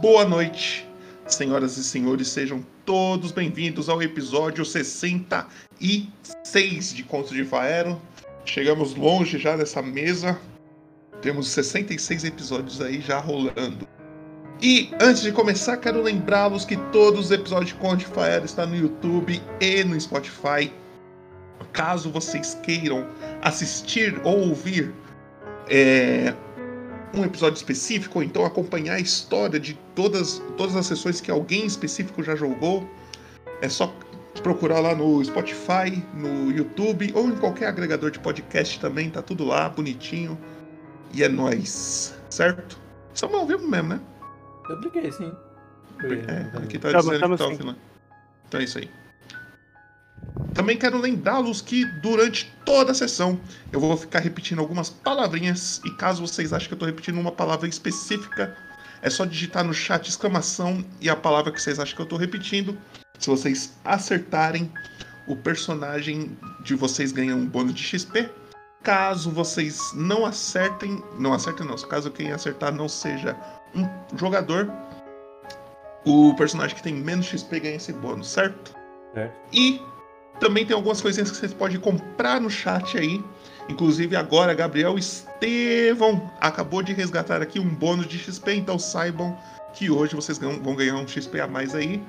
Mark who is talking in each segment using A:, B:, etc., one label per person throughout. A: boa noite. Senhoras e senhores, sejam todos bem-vindos ao episódio 66 de Contos de Faero. Chegamos longe já dessa mesa. Temos 66 episódios aí já rolando. E antes de começar, quero lembrá-los que todos os episódios de Contos de Faero estão no YouTube e no Spotify. Caso vocês queiram assistir ou ouvir é, um episódio específico, ou então acompanhar a história de todas, todas as sessões que alguém específico já jogou, é só procurar lá no Spotify, no YouTube ou em qualquer agregador de podcast também, tá tudo lá, bonitinho. E é nóis, certo? Estamos ao vivo mesmo, né?
B: Eu briguei, sim.
A: É, aqui tá
C: Tamo-
A: dizendo
C: tamo
A: que tá ao
C: sim.
A: final. Então é isso aí. Também quero lembrá-los que durante toda a sessão eu vou ficar repetindo algumas palavrinhas e caso vocês achem que eu tô repetindo uma palavra específica, é só digitar no chat exclamação e a palavra que vocês acham que eu tô repetindo. Se vocês acertarem, o personagem de vocês ganha um bônus de XP. Caso vocês não acertem, não acertem não, caso quem acertar não seja um jogador, o personagem que tem menos XP ganha esse bônus, certo?
B: Certo.
A: E também tem algumas coisinhas que vocês podem comprar no chat aí. Inclusive agora, Gabriel Estevão acabou de resgatar aqui um bônus de XP, então saibam que hoje vocês ganham- vão ganhar um XP a mais aí.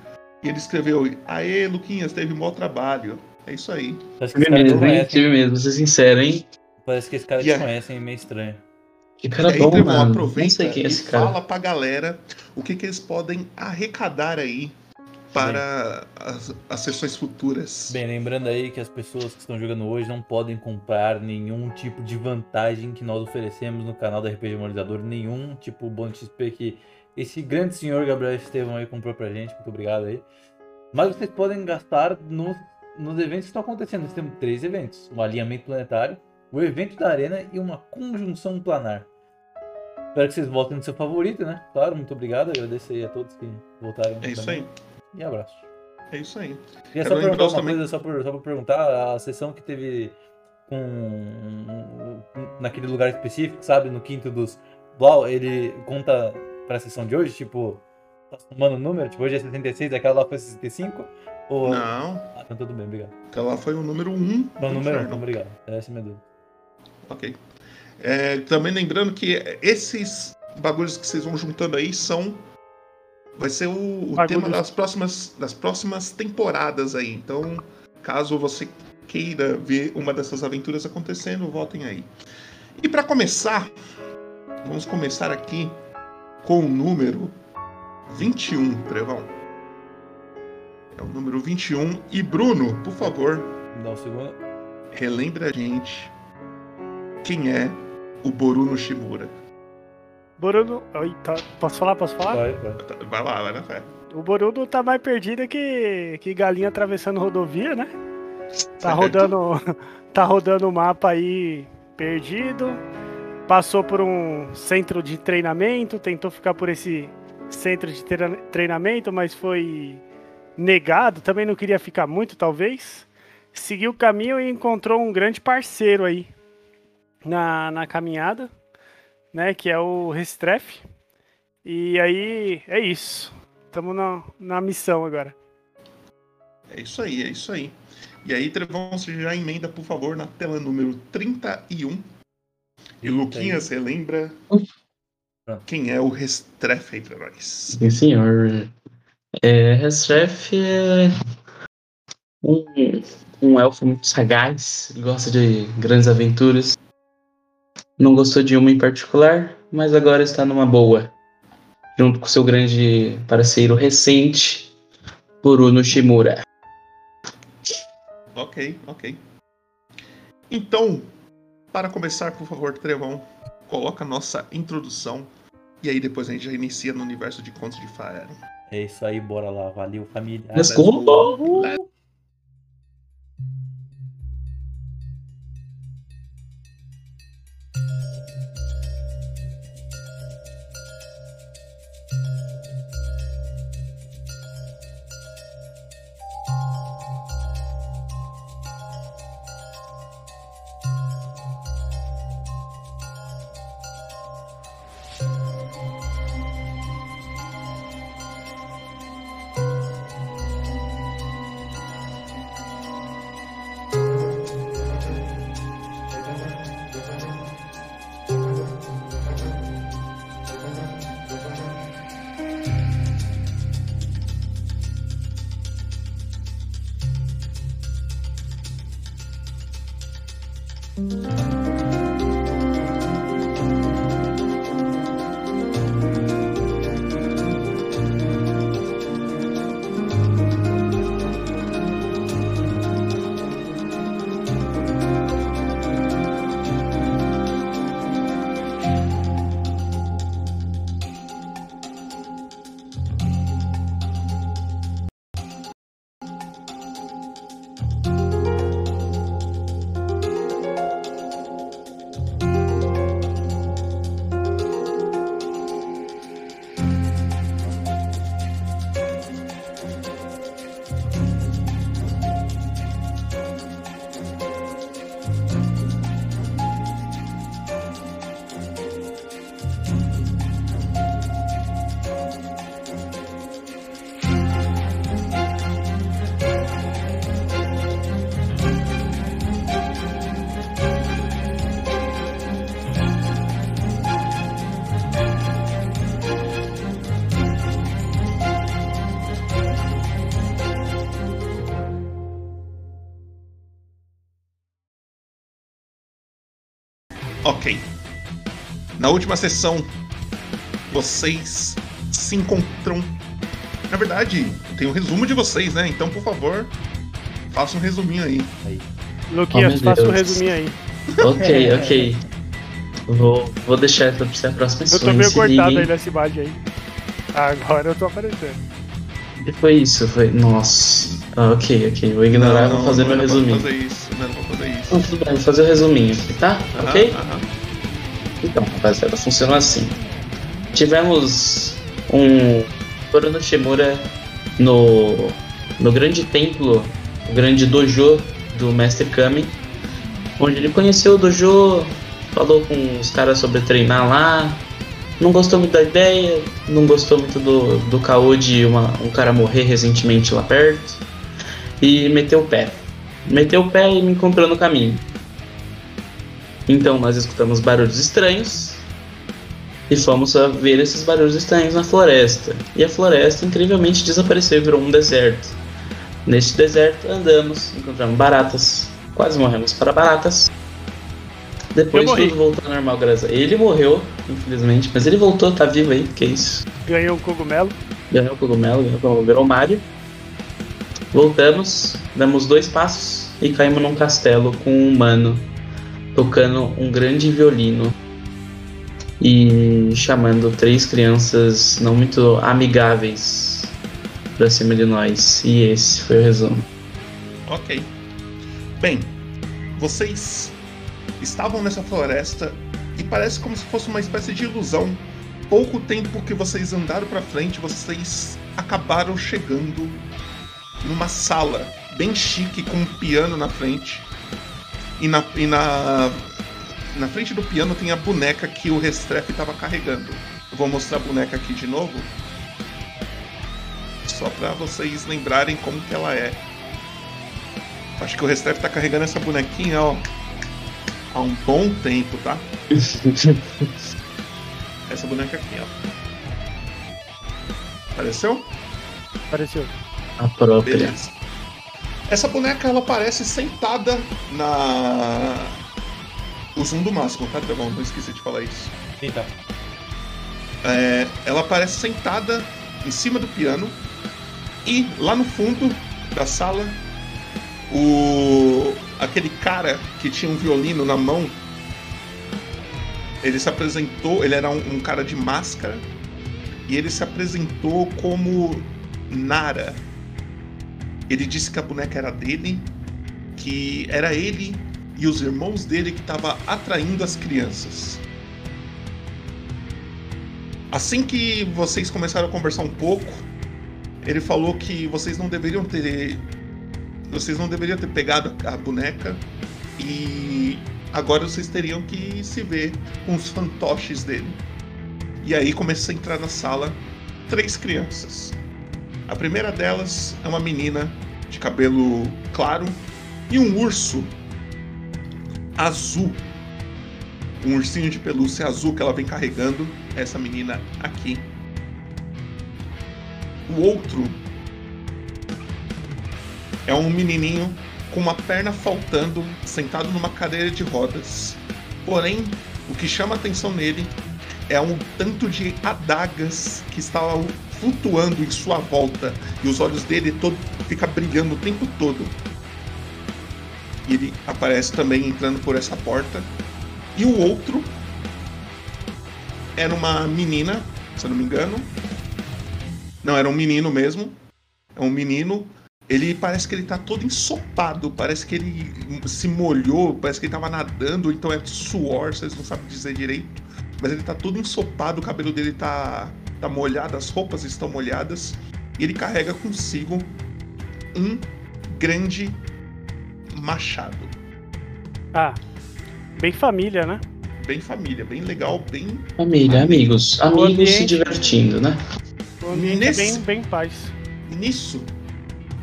A: E ele escreveu, aê, Luquinhas, teve mau trabalho. É isso aí.
B: Parece
D: Tive
B: que esse cara te
D: mesmo, hein?
B: conhece.
D: Tive mesmo, vou ser sincero, hein?
B: Parece que esse cara te
A: Yeah.
B: conhece, hein? é meio estranho.
D: Que cara
A: E aí,
D: bom,
A: Trevor,
D: mano.
A: É, aproveita
D: Não sei quem é
A: e
D: esse cara.
A: fala pra galera o que, que eles podem arrecadar aí para as, as sessões futuras.
B: Bem, lembrando aí que as pessoas que estão jogando hoje não podem comprar nenhum tipo de vantagem que nós oferecemos no canal do RPG Moralizador, nenhum tipo bônus XP que esse grande senhor Gabriel Estevão aí comprou pra gente, muito obrigado aí. Mas vocês podem gastar nos, nos eventos que estão acontecendo. Nós temos três eventos: o alinhamento planetário, o evento da arena e uma conjunção planar. Espero que vocês votem no seu favorito, né? Claro, muito obrigado. Agradeço aí a todos que votaram.
A: É isso
B: também.
A: aí,
B: E abraço.
A: é isso aí.
B: Queria
A: Quero
B: só perguntar
A: lembrar
B: uma
A: também-
B: coisa, só por, só por perguntar, a sessão que teve com. naquele lugar específico, sabe? No quinto dos Blau, ele conta pra sessão de hoje, tipo, tá somando o número? Tipo, hoje é 66, aquela lá foi 65? Ou...
A: Não,
B: Ah, então tudo bem, obrigado.
A: então lá foi o número 1. Um
B: Não,
A: do
B: número,
A: inferno.
B: não, obrigado. Essa é a minha dúvida.
A: Ok. É, também lembrando que esses bagulhos que vocês vão juntando aí são. Vai ser o, o
C: Bagulhos.
A: tema das próximas, das próximas temporadas aí. Então, caso você queira ver uma dessas aventuras acontecendo, votem aí. E para começar, vamos começar aqui com o número 21, Trevão. É o número 21. E Bruno, por favor,
B: Me dá um segundo.
A: relembre a gente quem é o Boruno Shimura.
C: Boruno. Eita, tá, posso falar? Posso
A: Tá.
C: falar?
B: Vai, vai.
A: Vai lá, vai na fé.
C: O Boruno tá mais perdido que, que galinha atravessando rodovia, né? Tá
A: Certo.
C: rodando, tá rodando o mapa aí perdido. Passou por um centro de treinamento, tentou ficar por esse centro de treina- treinamento, mas foi negado. Também não queria ficar muito, talvez. Seguiu o caminho e encontrou um grande parceiro aí na, na caminhada, né? Que é o Restref. E aí é isso. Estamos na, na missão agora.
A: É isso aí, é isso aí. E aí, Trevão, você já emenda, por favor, na tela número 31. E Luquinhas, você lembra
B: Pronto.
A: quem é o Restrefe aí pra nós?
D: Sim, senhor. É, Restref é um, um elfo muito sagaz, gosta de grandes aventuras. Não gostou de uma em particular, mas agora está numa boa. Junto com seu grande parceiro recente, Boruno Shimura.
A: Ok, ok. Então, para começar, por favor, Trevão, coloca a nossa introdução. E aí depois a gente já inicia no universo de Contos de Faero.
B: É isso aí, bora lá. Valeu, família.
D: Let's go!
C: Uh!
A: Ok. Na última sessão, vocês se encontram. Na verdade, tem um resumo de vocês, né? Então, por favor, faça um resuminho aí.
C: Luquinhas,
E: Oh, meu
C: faça o
E: Deus.
C: resuminho aí.
E: Ok, ok. Vou, vou deixar essa pra ser a próxima
C: Eu tô
E: sessão,
C: meio
E: se liguem.
C: cortado aí nessa imagem aí. Agora eu tô aparecendo.
E: E foi isso, foi. Nossa. Ah, ok, ok. Vou ignorar e vou fazer meu
A: não era pra
E: resuminho.
A: fazer isso, não era pra fazer isso.
E: Não, tudo bem, vou fazer o resuminho aqui, tá? ok?
A: Aham, aham.
E: Então, rapaziada, funcionou assim. Tivemos um Corona Shimura no, no grande templo, o grande dojo do Mestre Kami, onde ele conheceu o dojo, falou com os caras sobre treinar lá, não gostou muito da ideia, não gostou muito do, do caô de uma- um cara morrer recentemente lá perto, e meteu o pé. Meteu o pé e me encontrou no caminho. Então nós escutamos barulhos estranhos e fomos a ver esses barulhos estranhos na floresta. E a floresta incrivelmente desapareceu e virou um deserto. Neste deserto andamos, encontramos baratas, quase morremos para baratas.
C: Eu
E: Depois
C: morri.
E: tudo voltou ao normal, graças a Ele morreu, infelizmente, mas ele voltou, tá vivo aí, que isso.
C: Ganhei um cogumelo.
E: Ganhou o cogumelo, ganhou o cogumelo, virou Mario. Voltamos, damos dois passos e caímos num castelo com um humano tocando um grande violino e chamando três crianças não muito amigáveis pra cima de nós. E esse foi o resumo.
A: Ok. Bem, vocês estavam nessa floresta e parece como se fosse uma espécie de ilusão. Pouco tempo que vocês andaram pra frente, vocês acabaram chegando numa sala bem chique com um piano na frente. E na, e na, na frente do piano tem a boneca que o Restrefe estava carregando. Eu vou mostrar a boneca aqui de novo. Só pra vocês lembrarem como que ela é. Acho que o Restrefe tá carregando essa bonequinha, ó. Há um bom tempo, tá? Essa boneca aqui, ó. Apareceu?
C: Apareceu.
E: A própria.
A: Beleza. Essa boneca, ela parece sentada na. O zoom do máximo, tá, Dragão? Não esqueci de falar isso.
B: Eita,
A: É, ela parece sentada em cima do piano e lá no fundo da sala o aquele cara que tinha um violino na mão ele se apresentou ele era um, um cara de máscara e ele se apresentou como Nara ele disse que a boneca era dele que era ele e os irmãos dele que estava atraindo as crianças Assim que vocês começaram a conversar um pouco, ele falou que vocês não deveriam ter. Vocês não deveriam ter pegado a boneca e agora vocês teriam que se ver com os fantoches dele. E aí começa a entrar na sala três crianças. A primeira delas é uma menina de cabelo claro e um urso azul. Um ursinho de pelúcia azul que ela vem carregando essa menina aqui. O outro é um menininho com uma perna faltando, sentado numa cadeira de rodas. Porém, o que chama a atenção nele é um tanto de adagas que estavam flutuando em sua volta e os olhos dele todo fica brilhando o tempo todo. E ele aparece também entrando por essa porta. E o outro era uma menina, se eu não me engano. Não, era um menino mesmo. É um menino. Ele parece que ele tá todo ensopado, parece que ele se molhou, parece que ele tava nadando, então é suor, vocês não sabem dizer direito. Mas ele tá todo ensopado, o cabelo dele tá, tá molhado, as roupas estão molhadas. E ele carrega consigo um grande machado.
C: Ah, bem família, né?
A: Bem família, bem legal, bem
E: Família, amigos. Amigos se
C: ambiente-
E: divertindo, né?
C: O ambiente é
A: Nesse-
C: bem, bem paz.
A: Nisso,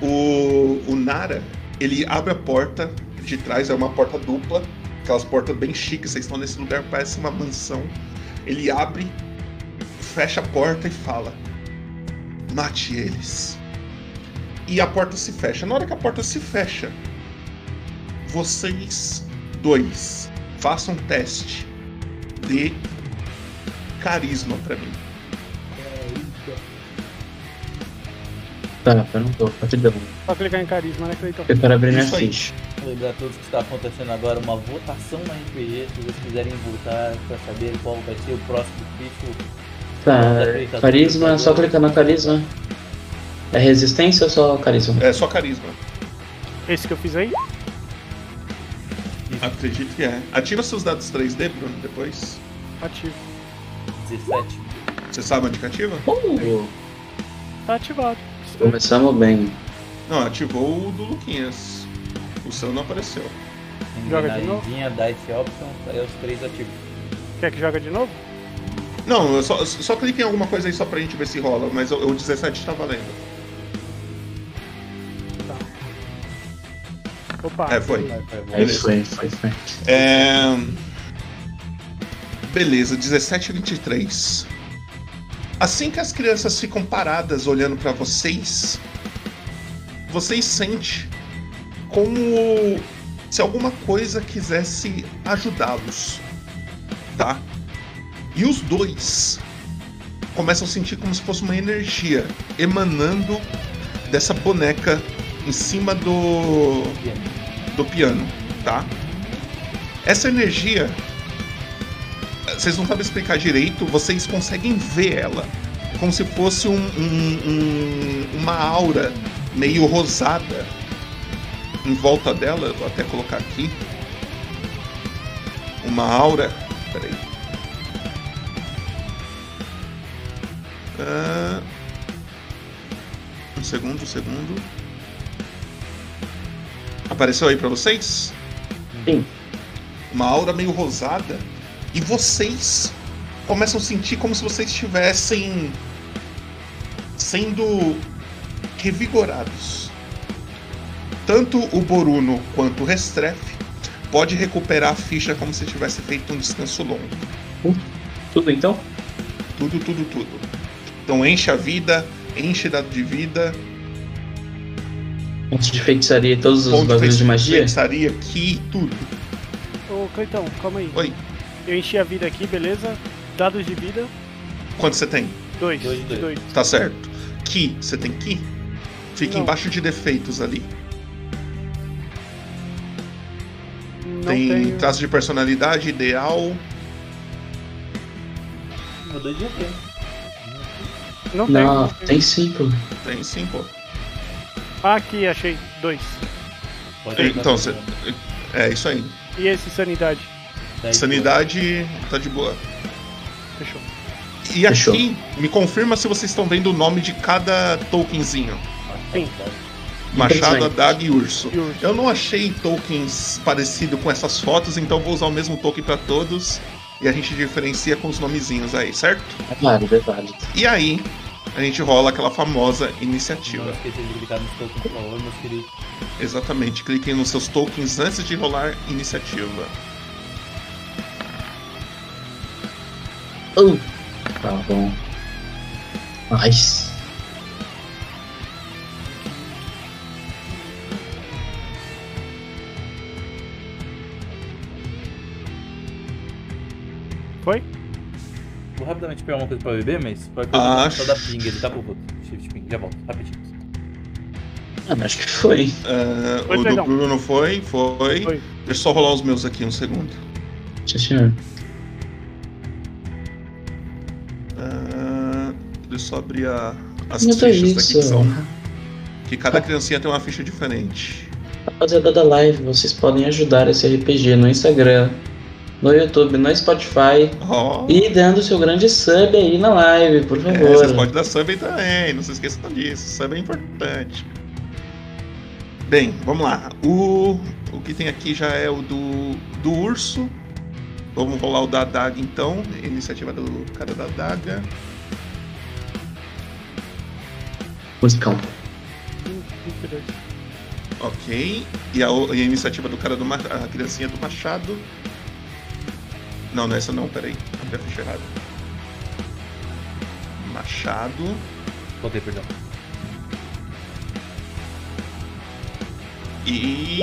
A: o, o Nara, ele abre a porta de trás, é uma porta dupla, aquelas portas bem chiques, vocês estão nesse lugar, parece uma mansão. Ele abre, fecha a porta e fala: Mate eles. E a porta se fecha. Na hora que a porta se fecha, vocês dois façam um teste de carisma pra mim.
D: Tá, eu não tô, rapidão.
C: Só clicar em carisma, né, Cleiton?
D: Eu quero abrir minha
A: Isso aí.
D: ficha.
B: Vou Lembrar a todos que está acontecendo agora uma votação na RPG, se vocês quiserem votar pra saber qual vai ser o próximo bicho.
D: Tá, carisma, só clicar no carisma. É resistência ou só carisma?
A: É só carisma.
C: Esse que eu fiz aí?
A: Acredito que é. Ativa seus dados 3D, Bruno, depois.
C: tá Ativo.
B: 17.
A: Você sabe onde que ativa?
D: Uh,
C: Tá ativado.
D: começamos bem.
A: Não, ativou o do Luquinhas. O seu não apareceu.
C: Joga de novo?
B: Engrenadinha, Dice Option, aí os três ativos.
C: Quer que joga de novo?
A: Não, eu só, só clique em alguma coisa aí só pra gente ver se rola, mas o, o 17 tá valendo.
C: Opa.
A: É, foi.
B: Vai, vai, vai.
D: Aí
A: Beleza.
D: foi, foi, foi.
A: É... Beleza, 17 e 23. Assim que as crianças ficam paradas olhando pra vocês, vocês sentem como se alguma coisa quisesse ajudá-los, tá? E os dois começam a sentir como se fosse uma energia emanando dessa boneca em cima do do piano, tá? Essa energia, vocês não sabem explicar direito, vocês conseguem ver ela, como se fosse um- um- um- uma aura meio rosada em volta dela. Vou até colocar aqui. Uma aura. Peraí. Ah, um segundo, um segundo. Apareceu aí pra vocês?
D: Sim.
A: Uma aura meio rosada. E vocês começam a sentir como se vocês estivessem sendo revigorados. Tanto o Boruno quanto o Restref pode recuperar a ficha como se tivesse feito um descanso longo.
D: Tudo então?
A: Tudo, tudo, tudo. Então enche a vida, enche dado de vida,
D: Pontos de feitiçaria e todos os
A: ponto
D: bagulhos
A: feiti-
D: de magia?
A: feitiçaria, ki, tudo.
C: Ô, Cleitão, calma aí.
A: Oi,
C: Eu enchi a vida aqui, beleza? Dados de vida,
A: quanto você tem?
C: dois.
B: Dois,
C: de
B: dois.
C: dois.
A: Tá certo. Ki, você tem ki? Fica
C: Não.
A: embaixo de defeitos ali.
C: Não
A: tem
C: tenho.
A: traço de personalidade, ideal.
B: Meu dois já tem.
C: Não, tenho,
D: Não,
C: não tenho.
D: tem sim, pô.
A: Tem sim, pô.
C: Ah, aqui, achei. Dois.
B: Pode
A: Então,
B: jogar.
A: você- É isso aí.
C: E esse, sanidade?
B: Daí,
A: Sanidade tá de boa.
C: Fechou.
A: E aqui,
D: Fechou.
A: me confirma se vocês estão vendo o nome de cada tokenzinho.
C: Sim.
A: Machado,
D: Interessante.
A: Adaga e Urso.
C: E urso.
A: Eu não achei tokens parecido com essas fotos, então vou usar o mesmo token pra todos e a gente diferencia com os nomezinhos aí, certo?
D: É válido, é válido.
A: E aí, a gente rola aquela famosa iniciativa.
B: Não esqueça de clicar nos tokens, por favor, meus queridos.
A: Exatamente, cliquem nos seus tokens antes de rolar iniciativa.
D: Uh, tá bom. Nice.
C: Foi?
B: Vou rapidamente pegar uma coisa pra beber, mas pode
A: Ah,
B: só dar ping, ele tá pro outro. Shift ping, já volto, rapidinho.
D: Mano, acho que foi.
A: Ah,
C: Foi,
A: o do
C: Pedrão.
A: Bruno foi, foi.
C: Foi.
A: Deixa eu só rolar os meus aqui um segundo.
D: Sim, senhor.
A: Ah, deixa eu só abrir a- as
D: Não é
A: fichas aqui
D: isso.
A: que são. Que cada criancinha tem uma ficha diferente.
D: Rapaziada da live, vocês podem ajudar esse RPG no Instagram, no YouTube, no Spotify
A: Ó,
D: e dando seu grande sub aí na live, por
A: é,
D: favor.
A: vocês podem dar sub aí também, não se esqueçam disso, sub é importante. Bem, vamos lá. O, o que tem aqui já é o do, do urso. Vamos rolar o da adaga então. Iniciativa do cara da adaga.
D: Musicão.
C: Um, vinte e dois.
A: Ok. E a, o- e a iniciativa do cara do ma- a criancinha do Machado. Não, não é essa não, peraí. Abri a ficha errada. Machado.
B: Voltei, perdão.
A: E.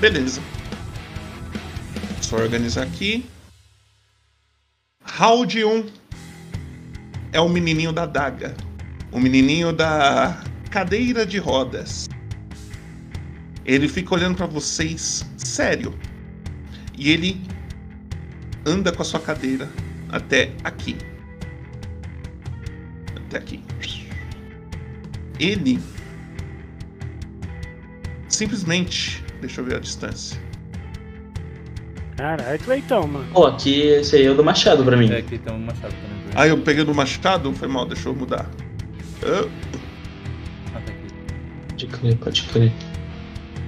A: Beleza. Só organizar aqui. Haldion é o menininho da daga. O menininho da cadeira de rodas. Ele fica olhando pra vocês sério. E ele anda com a sua cadeira até aqui. Até aqui. Ele simplesmente, deixa eu ver a distância.
C: Caralho, Cleitão, mano.
D: Pô, aqui esse aí é o do Machado pra mim.
B: É, aqui tem um machado também. pra mim.
A: Ah, eu peguei no machado? Foi mal, deixa eu mudar. Ah,
B: Ah, tá aqui.
D: Pode crer, pode crer.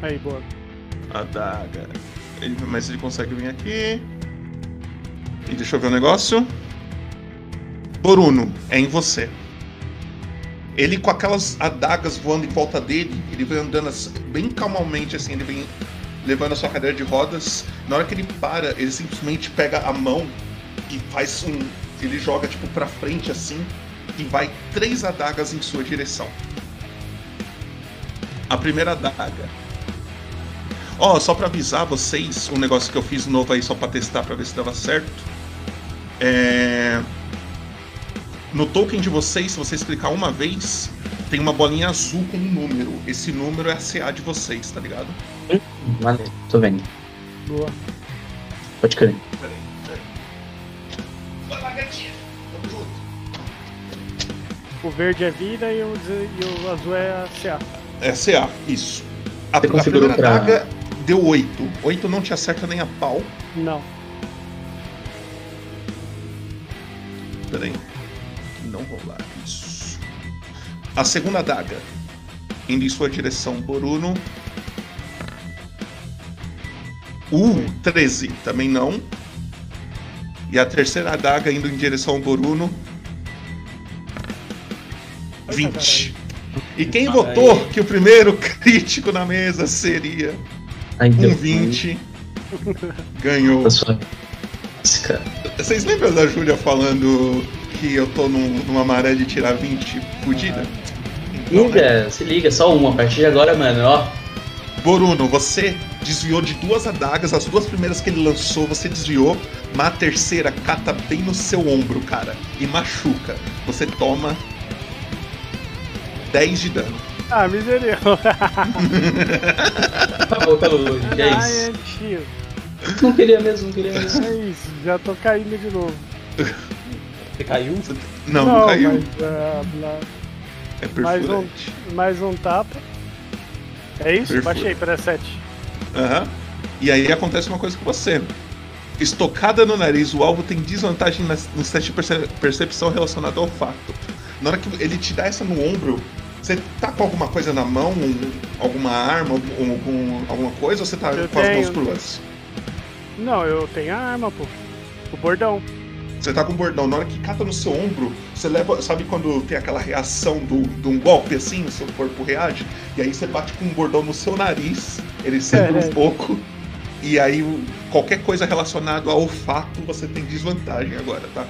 C: Aí, boa.
A: A daga. Ah, tá, Ele, mas ele consegue vir aqui. E deixa eu ver o negócio. Boruno, é em você. Ele com aquelas adagas voando em volta dele, ele vem andando assim, bem calmamente assim, ele vem levando a sua cadeira de rodas. Na hora que ele para, ele simplesmente pega a mão e faz um. Ele joga tipo pra frente assim e vai três adagas em sua direção. A primeira adaga Ó, só pra avisar vocês, um negócio que eu fiz novo aí só pra testar pra ver se dava certo. É... No token de vocês, se vocês clicar uma vez, tem uma bolinha azul com um número. Esse número é a CA de vocês, tá ligado?
D: Valeu, tô vendo.
C: Boa.
D: Pode crer.
A: Peraí, peraí. Vai lá, gatinha. Tamo junto.
C: O verde é vida e o, ze- e o azul é a CA.
A: É CA, isso. A, a
D: Você configurou
A: primeira
D: pra-
A: daga deu 8. 8 não te acerta nem a pau.
C: Não.
A: Peraí. Não rolar isso. A segunda adaga. Indo em sua direção, Boruno. Uh, 13. Também não. E a terceira adaga indo em direção ao Boruno. 20. E quem
B: Aí.
A: votou que o primeiro crítico na mesa seria
D: Ainda
A: um
D: bem.
A: 20? Ganhou.
D: Tá suave. Esse cara.
A: Vocês lembram da Júlia falando que eu tô num- numa maré de tirar 20 fudida? Então, né?
D: Liga, se liga, só uma. A partir de agora, mano, ó.
A: é, Boruno, você desviou de duas adagas, as duas primeiras que ele lançou, você desviou, mas a terceira cata bem no seu ombro, cara, e machuca. Você toma 10 de dano.
C: Ah, misericórdia.
D: Acabou, acabou. Já é
C: Ai,
D: isso.
C: é tio.
D: Não queria mesmo, não queria mesmo.
C: É isso. Já tô caindo de novo.
B: Você caiu?
A: Não, não, caiu.
C: Mas, ah, blá.
A: É
C: mais um.
A: perfurante.
C: mais um tapa. É isso?
A: Perfura.
C: Baixei para 7.
A: Aham. E aí acontece uma coisa com você. Estocada no nariz, o alvo tem desvantagem nas- nos testes de perce- percepção relacionado ao olfato. Na hora que ele te dá essa no ombro, você tá com alguma coisa na mão, um- alguma arma, algum- algum- alguma coisa, ou você tá
C: Eu
A: com as mãos
C: tenho.
A: pro lance?
C: Não, eu tenho a arma, pô. O bordão.
A: Você tá com o bordão. Na hora que cata no seu ombro, você leva. Sabe quando tem aquela reação do- de um golpe assim, o seu corpo reage? E aí você bate com um bordão no seu nariz, ele sempre um
C: Caralho.
A: pouco. E aí o- qualquer coisa relacionada ao olfato você tem desvantagem agora, tá?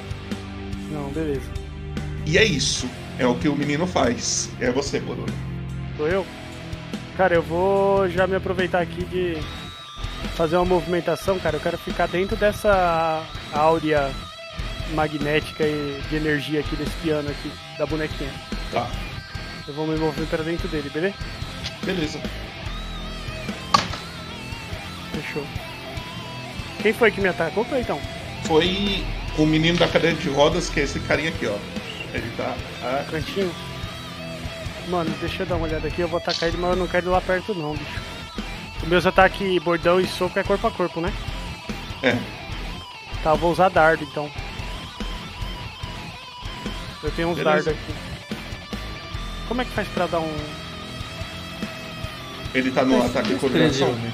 C: Não, beleza.
A: E é isso. É o que o menino faz. É você, Bruno.
C: Sou eu? Cara, eu vou já me aproveitar aqui de fazer uma movimentação, cara. Eu quero ficar dentro dessa áurea magnética e de energia aqui desse piano aqui, da bonequinha.
A: Tá.
C: Eu vou me mover pra dentro dele, beleza?
A: Beleza.
C: Fechou. Quem foi que me atacou, então?
A: Foi o menino da cadeira de rodas, que é esse carinha aqui, ó. Ele tá. ah,
C: Cantinho? Mano, deixa eu dar uma olhada aqui, eu vou atacar ele, mas eu não quero ir lá perto não, bicho. Os meus ataques bordão e soco é corpo a corpo, né?
A: É.
C: Tá, eu vou usar dardo então. Eu tenho uns
A: Beleza.
C: dardos aqui. Como é que faz pra dar um.
A: Ele tá no ataque de coordenação.
B: né?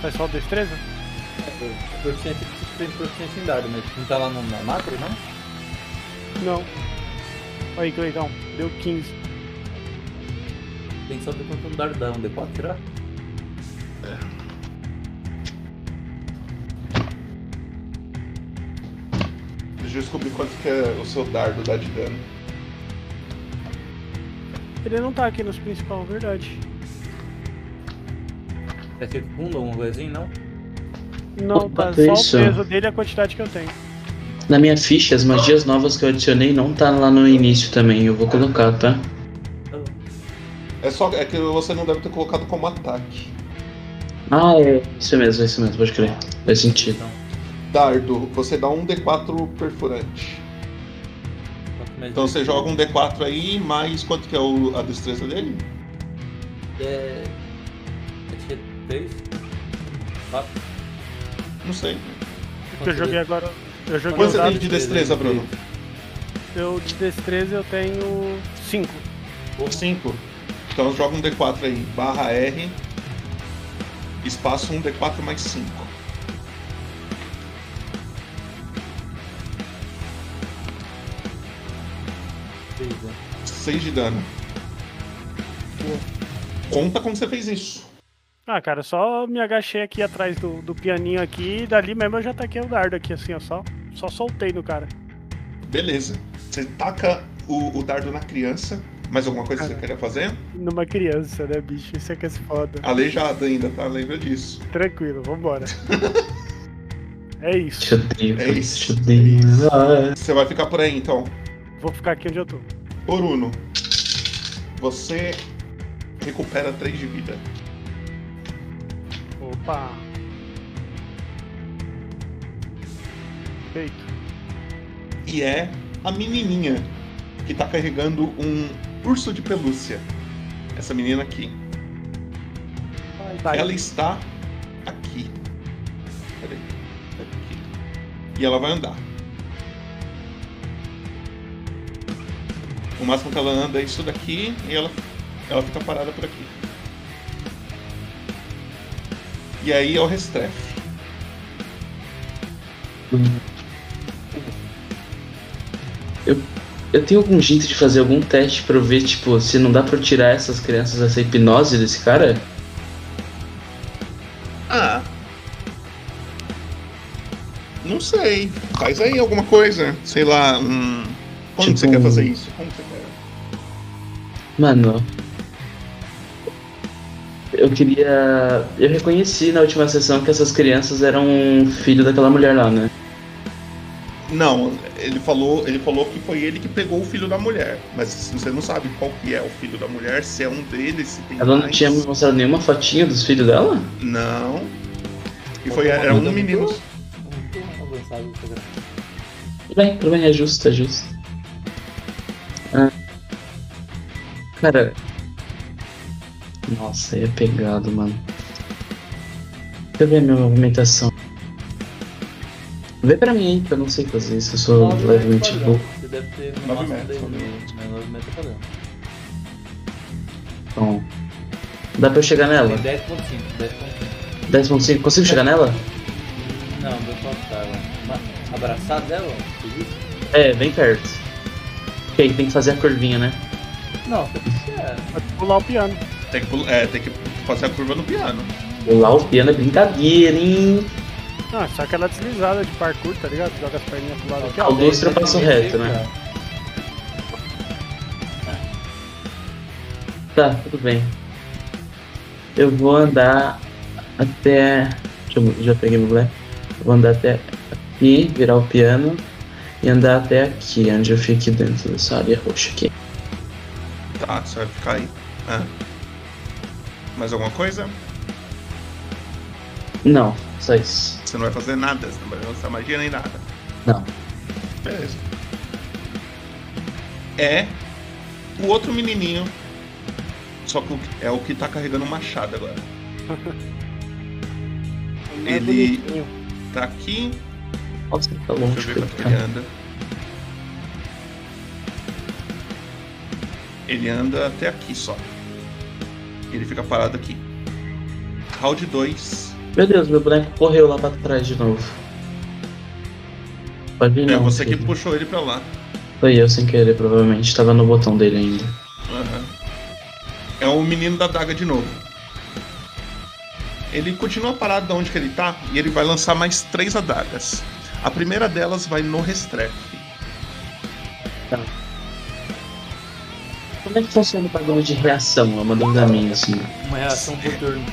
C: Faz só destreza?
B: Tem proficiência em dado, mas não tá lá no, na macro, não?
C: Não. Aí, que legal. Deu 15.
B: Tem que saber quanto é um dado dá, um D4 tirar?
A: Deixa eu descobrir quanto que é o seu dardo dá de dano.
C: Ele não tá aqui nos principal, verdade.
B: É segundo, alguma coisinha, não?
C: Não,
D: Opa,
C: tá
D: que
C: só
D: isso?
C: o peso dele e a quantidade que eu tenho.
E: Na minha ficha, as magias novas que eu adicionei não tá lá no início também. Eu vou colocar, tá?
A: É só é que você não deve ter colocado como ataque.
E: Ah, é. Isso mesmo, é isso mesmo, pode crer. Faz sentido.
B: Então,
A: Dardo, você dá um D4 perfurante. Então você joga um D4 aí, mais quanto que é o- a destreza dele?
B: É. Acho que é 3, 4.
A: Não sei.
C: Eu joguei agora. Eu joguei
A: Quanto
C: o
A: você
C: dado.
A: tem de destreza, Bruno?
C: Eu de destreza eu tenho 5.
A: 5. Então joga um D4 aí, barra R, espaço um D4 mais 5.
B: Beleza.
A: 6 de dano. Conta como você fez isso.
C: Ah, cara, só me agachei aqui atrás do, do pianinho aqui e dali mesmo eu já taquei o dardo aqui, assim, ó. Só, só soltei no cara.
A: Beleza. Você taca o, o dardo na criança. Mais alguma coisa que você queria fazer?
C: Numa criança, né, bicho? Isso é que é foda.
A: Aleijada ainda, tá? Lembra disso.
C: Tranquilo, vambora. é isso.
E: Te odeio,
A: É
E: cara,
A: isso,
E: te odeio.
A: é isso.
E: Ah,
A: Você vai ficar por aí então.
C: Vou ficar aqui onde eu tô.
A: Oruno, você recupera 3 de vida.
C: Opa! Feito.
A: E é a menininha que tá carregando um urso de pelúcia. Essa menina aqui.
C: Tá,
A: Ela está aqui. Peraí. Aqui. E ela vai andar. O máximo que ela anda é isso daqui e ela, ela fica parada por aqui. E aí é o restrefe.
E: Eu tenho algum jeito de fazer algum teste pra eu ver, tipo, se não dá pra eu tirar essas crianças dessa hipnose desse cara?
A: Ah. Não sei. Faz aí alguma coisa. Sei lá, um. Como
E: Tipo
A: que você quer
E: um-
A: fazer isso? Como que você quer?
E: Mano. Eu queria. Eu reconheci na última sessão que essas crianças eram filho daquela mulher lá, né?
A: Não, ele falou, ele falou que foi ele que pegou o filho da mulher. Mas você não sabe qual que é o filho da mulher, se é um deles, se tem
E: Ela não
A: mais.
E: tinha me mostrado nenhuma fotinha dos filhos dela?
A: Não. E foi era um menino.
B: Não tô mais avançado no programa.
E: Tudo bem, tudo bem, é justo, é justo. Ah. Cara. Nossa, aí é pegado, mano. Deixa eu ver a minha movimentação. Vê pra mim, hein, que eu não sei fazer isso, eu sou
B: Nove
E: levemente
B: metros
E: louco.
B: quadrados. Você deve ter no
A: Nove
B: máximo
A: metros,
B: 10
A: nove
B: mil, né? 9 metros quadrados.
E: Então. Dá pra eu chegar nela?
B: Tem 10.5, 10.5.
E: 10.5, consigo chegar nela?
B: Não, deu pra alcançar ela. Mas Abraçar dela? Foi isso?
E: É, bem perto. Ok, tem que fazer a curvinha, né?
B: Não, foi isso. É.
C: Pode pular o piano.
A: Tem que, pul- é, tem que fazer a curva no piano.
E: Pular o piano é brincadeira, hein?
C: Ah, só aquela deslizada de parkour, tá ligado? Joga as perninhas pro lado aqui, ó.
E: Ao dois ultrapassa o reto, né? Tá, tudo bem. Eu vou andar até. Deixa eu, já peguei meu black. Eu Vou andar até aqui, virar o piano e andar até aqui, onde eu fico dentro dessa área roxa aqui.
A: Tá, você vai ficar aí. Hã? Mais alguma coisa?
E: Não, só isso.
A: Você não vai fazer nada, você não vai lançar magia nem nada.
E: Não.
A: Beleza. É o outro menininho. Só que o- é o que tá carregando o machado agora.
C: É
A: Ele-
C: bonitinho.
A: Tá aqui.
E: Nossa, tá
A: Deixa
E: longe.
A: eu ver quanto que ele
E: coitado.
A: anda. Ele anda até aqui só. Ele fica parado aqui. Round 2.
E: Meu Deus, meu boneco correu lá pra trás de novo. Pode ir,
A: É
E: não,
A: você que
E: filho.
A: puxou ele pra lá.
E: Foi eu sem querer, provavelmente. Tava no botão dele ainda.
A: Aham. É o menino da daga de novo. Ele continua parado de onde que ele tá e ele vai lançar mais três adagas. A primeira delas vai no restrefe.
E: Como é que funciona o padrão de reação? É uma dúvida minha, assim.
B: Uma reação por turno.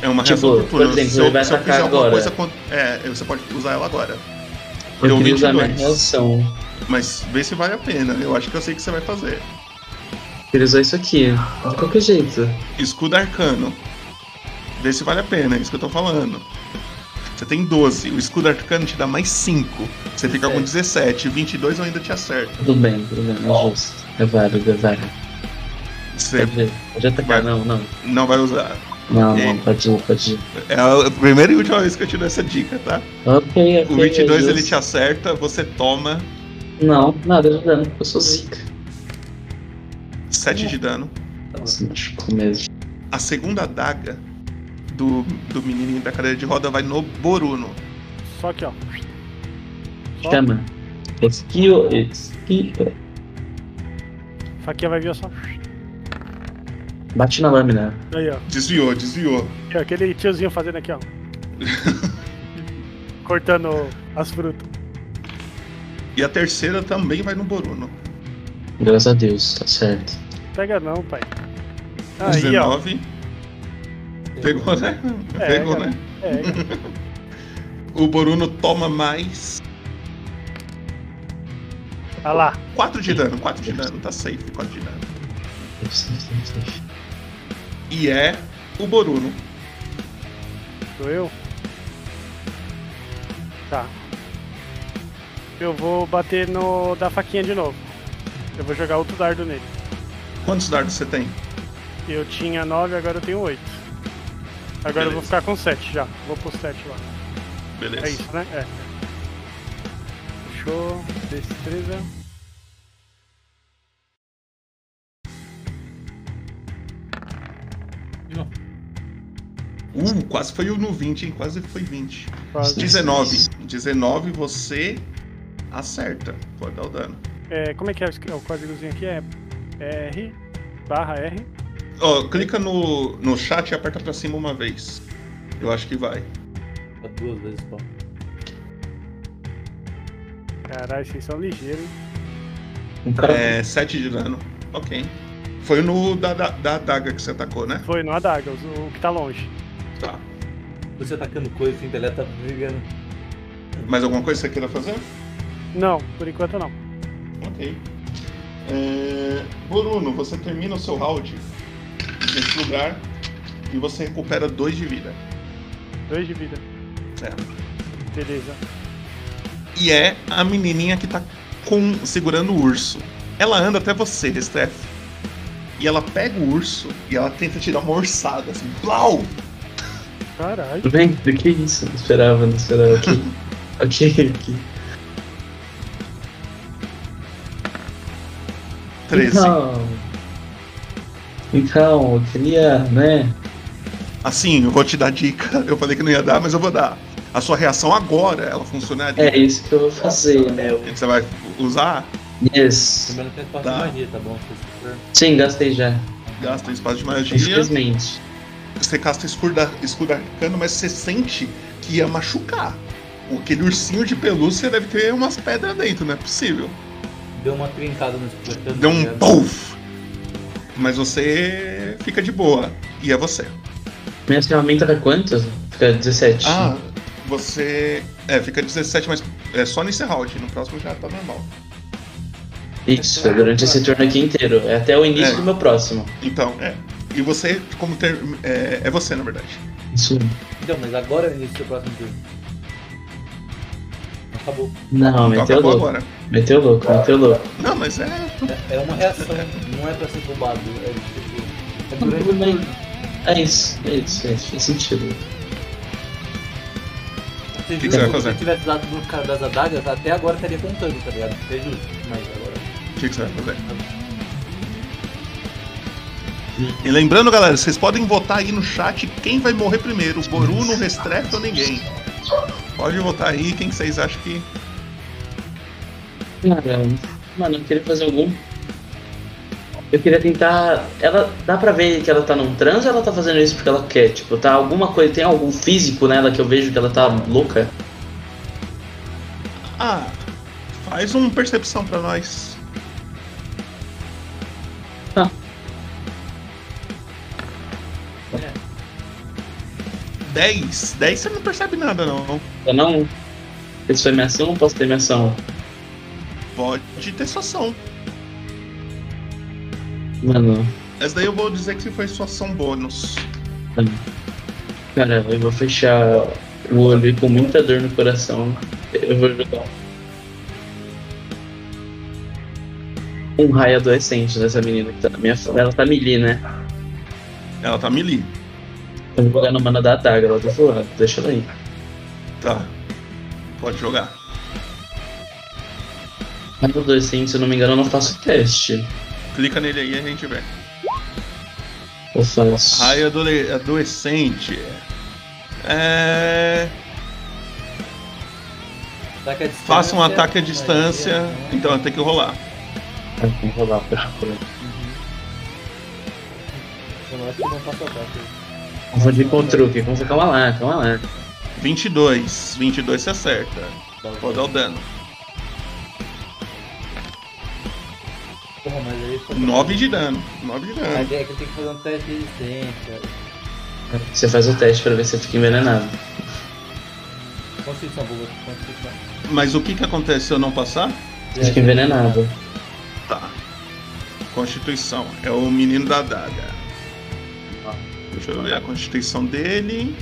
A: É uma
E: Tipo,
A: reação por turno.
E: por exemplo,
A: se eu,
E: ele vai
A: se eu
E: atacar
A: fizer alguma
E: agora.
A: coisa, con- é, você pode usar ela agora.
E: Eu,
A: Eu
E: queria usar
A: 22.
E: minha reação.
A: Mas vê se vale a pena. Eu acho que eu sei o que você vai fazer.
E: Eu queria usar isso aqui. De qualquer jeito.
A: Escudo arcano. Vê se vale a pena, é isso que eu tô falando. Você tem 12, o escudo arcano te dá mais 5. Você fica com 17, 22 eu ainda te acerto.
E: Tudo bem, tudo bem. É justo. É válido, é válido.
A: Você
E: Pode, ir, pode
A: Vai.
E: atacar, não, não.
A: não vai usar.
E: Não,
A: É.
E: não, pode ir, pode ir.
A: É a primeira e última vez que eu te dou essa dica, tá?
E: Ok, ok.
A: O 22
E: é
A: ele te
E: justo.
A: acerta, você toma
E: Não, nada de dano, eu sou zica.
A: 7 de dano.
E: Nossa, machucou mesmo.
A: A segunda adaga do, do menininho da cadeira de roda vai no Boruno.
C: Só que, ó. Só,
E: Chama. Esquio, esquio.
C: faquinha vai vir ó, só.
E: Bate na lâmina.
C: Aí, ó.
A: Desviou, desviou.
C: Aqui, ó, Aquele tiozinho fazendo aqui, ó. Cortando as frutas.
A: E a terceira também vai no Boruno.
E: Graças a Deus, tá certo.
C: Pega não, pai. Aí, ó.
A: 19. Pegou, né?
C: É,
A: Pegou,
C: cara.
A: né?
C: É,
A: O Boruno toma mais
C: olha lá.
A: 4 de dano, 4 de dano, tá safe, 4 de dano. E é o Boruno.
C: Sou eu? Tá. Eu vou bater no da faquinha de novo. Eu vou jogar outro dardo nele.
A: Quantos dardos você tem?
C: Eu tinha 9, agora eu tenho 8. Agora eu
A: Beleza.
C: vou ficar com 7 já. Vou pro 7 lá.
A: Beleza.
C: É isso, né? É. Fechou. Destreza.
A: Uh, quase foi o no 20, hein? Quase foi 20.
C: Quase.
A: 19. 19 você acerta. Pode dar o dano.
C: É, como é que é o escri- o códigozinho aqui? É R barra R.
A: Ó, clica no, no chat e aperta pra cima uma vez. Eu acho que vai.
B: Fica Duas vezes só.
C: Caralho, vocês são ligeiros, hein?
E: Um
A: É, 7 de dano. Ok. Foi no da, da, da adaga que você atacou, né?
C: Foi, não adaga, o o que tá longe.
A: Tá.
B: Você atacando coisa, assim, telha tá brigando.
A: Mais alguma coisa que você queira fazer?
C: Não, por enquanto não.
A: Ok. É, Bruno, você termina o seu round nesse lugar e você recupera 2 de vida.
C: Dois de vida. Beleza.
A: E é a menininha que tá com, segurando o urso. Ela anda até você, Restrefe. E ela pega o urso e ela tenta tirar uma orçada, assim, blau!
C: Caralho.
E: Tudo bem? Do que isso? Não esperava, não esperava. Ok, ok. ok.
A: 13.
E: Então, então, eu queria, né?
A: Assim, eu vou te dar dica. Eu falei que não ia dar, mas eu vou dar. A sua reação agora, ela funcionaria.
E: É isso que eu vou fazer, né?
A: O que Você vai usar,
E: Yes.
B: Primeiro tem espaço
A: Tá.
B: de magia, tá bom? Se você for-
E: Sim, gastei já.
A: gasta um espaço de magia.
E: Infelizmente.
A: Você casta escudo, escudo arcano, mas você sente que ia machucar. Aquele ursinho de pelúcia deve ter umas pedras dentro, não é possível.
B: Deu uma trincada no espetáculo.
A: Deu um puff! Mas você fica de boa. E é você.
E: Minha ferramenta era quanto? Fica 17.
A: Ah, você. É, fica 17, mas é só nesse round. No próximo já tá normal.
E: Isso, é durante esse turno aqui inteiro. É até o início
A: É.
E: do meu próximo.
A: Então, é. E você, como ter. É, é você, na verdade.
E: Isso.
B: Então, mas agora é o início do próximo turno. Acabou.
E: Não,
A: Então
E: meteu
A: acabou
E: é louco.
A: agora. Tá.
E: Meteu louco, meteu louco.
A: Não, mas é.
B: É- É uma reação, não é pra ser roubado. É tipo. É durante
E: Tudo
B: o
E: bem.
B: turno.
E: É isso, é isso, é isso. Faz sentido.
B: Se
A: que
B: justo,
A: você vai
B: se
A: fazer?
B: tivesse dado no cara das adagas, até agora estaria contando, tá ligado? Seja justo. Mas agora.
A: O que, que você vai fazer? E lembrando, galera, vocês podem votar aí no chat quem vai morrer primeiro, o Boruno, o Restrepo ou ninguém. Pode votar aí quem que vocês acham que.
E: Cara, mano, eu queria fazer algum. Eu queria tentar. Ela. Dá pra ver que ela tá num transe ou ela tá fazendo isso porque ela quer? Tipo, tá alguma coisa. Tem algum físico nela que eu vejo que ela tá louca?
A: Ah, faz um percepção pra nós.
B: É.
A: 10. 10 você não percebe nada, não.
E: Ou Tá não? Isso foi minha ação ou posso ter minha ação?
A: Pode ter sua ação.
E: Mano,
A: Essa daí eu vou dizer que foi sua ação bônus.
E: cara, eu vou fechar o olho e com muita dor no coração. Eu vou jogar um raio adolescente nessa menina que tá na minha frente. Ela tá melee, né?
A: Ela tá melee.
E: Eu vou jogar na mana da adaga, ela tá voando, deixa ela aí.
A: Tá. Pode jogar.
E: Raio adolescente, se eu não me engano, eu não faço teste.
A: Clica nele aí e a gente vê.
E: Eu faço.
A: Raio adole- adolescente. É.
B: Ataque à distância,
A: Faça um ataque à
B: magia,
A: distância.
B: né?
A: Então eu tenho que rolar.
E: Eu vou Ah, rolar pra- pra-
B: Eu acho que não faço ataque.
E: Confundir com o truque, vamos calma lá, calma lá.
A: 22. 22 você acerta. Pode dar o dano.
B: Porra, mas aí foi-
A: 9 de dano. 9 de
B: A
A: dano.
B: ideia é que eu tenho que fazer um teste de resistência.
E: Você faz o teste pra ver se fica envenenado.
B: Constituição, boba. Constituição.
A: Mas o que que acontece se eu não passar?
B: É,
E: Fica envenenado.
A: Tá. Constituição. É o menino da adaga. Deixa eu ver a constituição dele.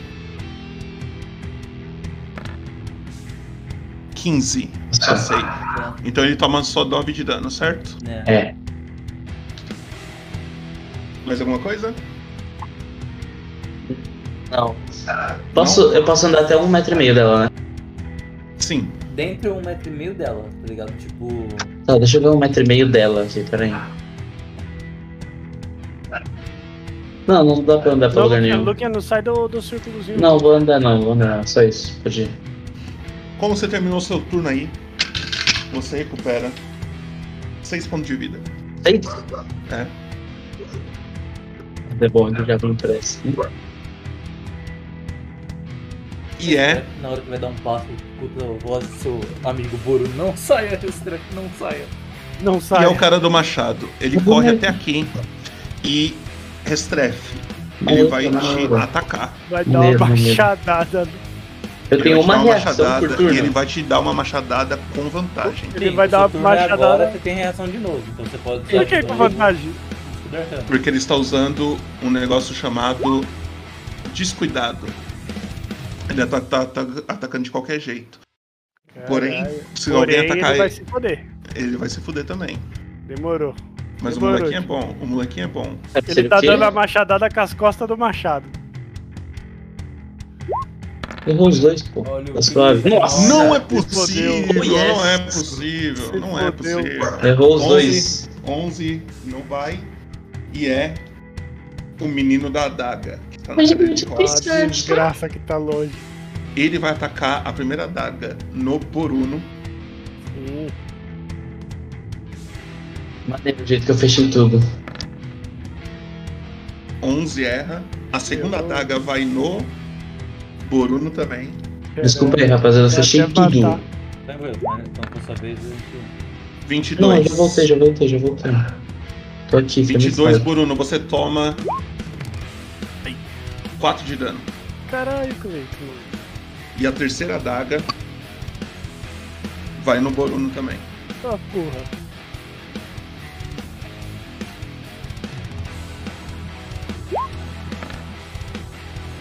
A: 15. Passei.
B: Tá.
A: Então ele toma só 9 de dano, certo?
B: Né?
E: É.
A: Mais alguma coisa?
E: Não. Posso, Eu posso andar até um metro e meio dela, né?
A: Sim.
B: Dentro um metro e meio dela, tá ligado? Tipo.
E: Tá, deixa eu ver um metro e meio dela aqui, peraí. Não, não dá pra andar pra lugar
C: Luquinha,
E: nenhum.
C: Luquinha, não sai do, do círculozinho.
E: Não, vou andar não, vou andar não, só isso. Pode ir.
A: Como você terminou seu turno aí, você recupera 6 pontos de vida.
E: Eita!
A: É.
E: É bom, ele já não parece.
A: E é
B: Na hora que vai dar um passo, escuta a voz do seu amigo Boru. Não saia, Restrack, não saia.
C: Não
A: E
C: sai.
A: é o cara do Machado. Ele corre até aqui e restrefe. Ele
E: Puta
A: vai te
E: merda.
A: atacar.
C: Vai dar uma
E: Mesmo, mesmo.
C: machadada.
E: Eu
A: Ele
E: tenho
A: vai te
E: uma
A: dar
E: reação por turno.
A: e ele vai te dar uma machadada com vantagem.
C: Ele vai
B: o
C: dar uma
B: seu turno é
C: machadada.
B: Agora você tem reação de novo, então você pode.
C: Por que com vantagem?
A: Porque ele está usando um negócio chamado descuidado. Ele está atacando de qualquer jeito. Porém, se
C: Porém,
A: alguém atacar
C: ele
A: ele,
C: vai se foder.
A: ele vai se fuder também.
C: Demorou.
A: Mas o
C: Demorou.
A: molequinho é bom. O molequinho é bom.
C: Ele tá dando a machadada com as costas do machado.
E: Errou os dois, pô.
B: Olha o
E: Tá suave.
B: Felipe. Nossa.
A: Não é
C: se fodeu.
A: possível! Não é
E: Yes.
A: possível!
C: Se
A: Não é
C: fodeu.
A: possível!
E: Errou os
A: Onze.
E: dois.
A: 11 não vai. E é o menino da adaga. Que tá na
E: Mas,
A: frente
E: gente,
A: de
E: Isso
C: Ah,
A: quadra.
E: é-
C: desgraça que tá longe.
A: Ele vai atacar a primeira adaga no Boruno.
C: Hum,
E: Maneiro o jeito que eu fechei tudo.
A: 11 erra. A segunda
C: Eu-
A: adaga vai no Boruno também.
E: Desculpa aí, rapaziada, eu
C: Quero
E: fechei
C: até
E: tudo.
C: matar.
B: Tranquilo, né? Então, por sua vez, a gente.
E: Não,
A: 22.
E: já voltei, já voltei, já voltei. Tô aqui, foi muito
A: 22,
E: fácil.
A: Boruno, você toma 4 de dano.
C: Caralho, Cleiton.
A: E a terceira adaga vai no Boruno também.
C: Ah, porra.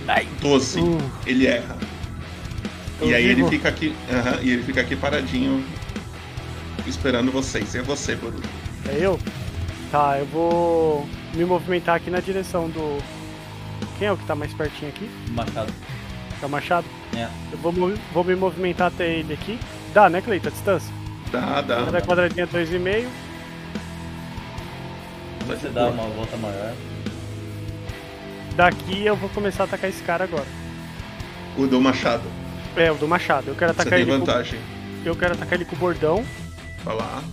A: Ai. 12.
C: Uh,
A: Ele erra.
C: Eu
A: e aí
C: vivo.
A: ele fica aqui. aham, e ele fica aqui paradinho. Esperando vocês. É você, Boru.
C: é eu? Tá, eu vou me movimentar aqui na direção do. Quem é o que tá mais pertinho aqui?
B: Machado.
C: É o Machado?
B: É.
C: Eu vou, mo- vou me movimentar até ele aqui. Dá, né, Cleiton? A distância?
A: Dá, dá.
C: Cada quadradinha 2,5.
B: Você dá uma volta maior.
C: Daqui eu vou começar a atacar esse cara agora.
A: O do Machado.
C: É, o do Machado. Eu quero
B: Tá
A: você
C: atacar
A: tem
C: ele. com-
A: vantagem.
C: Eu quero atacar ele com o bordão.
A: Vai lá.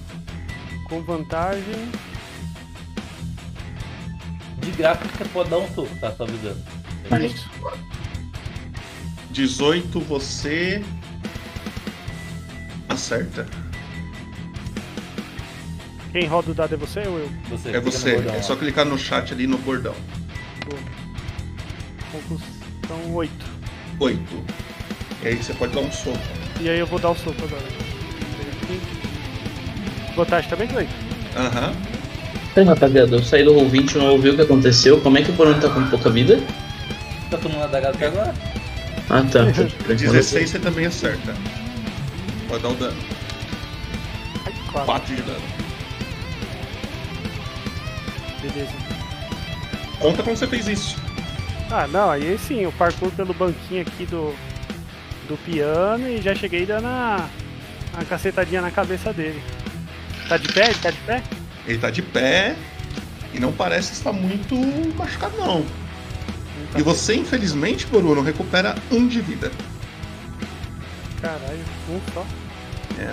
C: Com vantagem.
B: De graça, você pode dar um soco, tá? Só avisando.
A: 18, você. Acerta.
C: Quem roda o dado é você ou eu?
B: Você
A: É
B: fica no
A: você.
B: bordão,
A: É
B: ó.
A: só clicar no chat ali no bordão.
C: Poucos- São oito.
A: 8. E aí você pode dar um soco.
C: E aí eu vou dar o soco agora. Vantagem também, Cleiton?
A: Aham.
D: Pera, rapaziada, eu saí do roll 20 não ouvi o que aconteceu. Como é que o Bruno tá com pouca vida?
B: Tá todo mundo adagado até agora?
D: Ah, tá. Pode crer.
A: 16 você também acerta. Pode dar o dano.
C: Ai,
B: Tá.
C: Claro,
A: 4 de dano.
C: beleza.
A: Conta como você fez isso.
C: Ah, não, aí sim, eu parkour pelo banquinho aqui do, do piano e já cheguei dando a, a cacetadinha na cabeça dele. Tá de pé? Ele Tá de pé?
A: Ele tá de pé e não parece estar muito machucado, não.
C: Não tá.
A: E você, infelizmente, Bruno, recupera um de vida.
C: Caralho, um só.
A: É.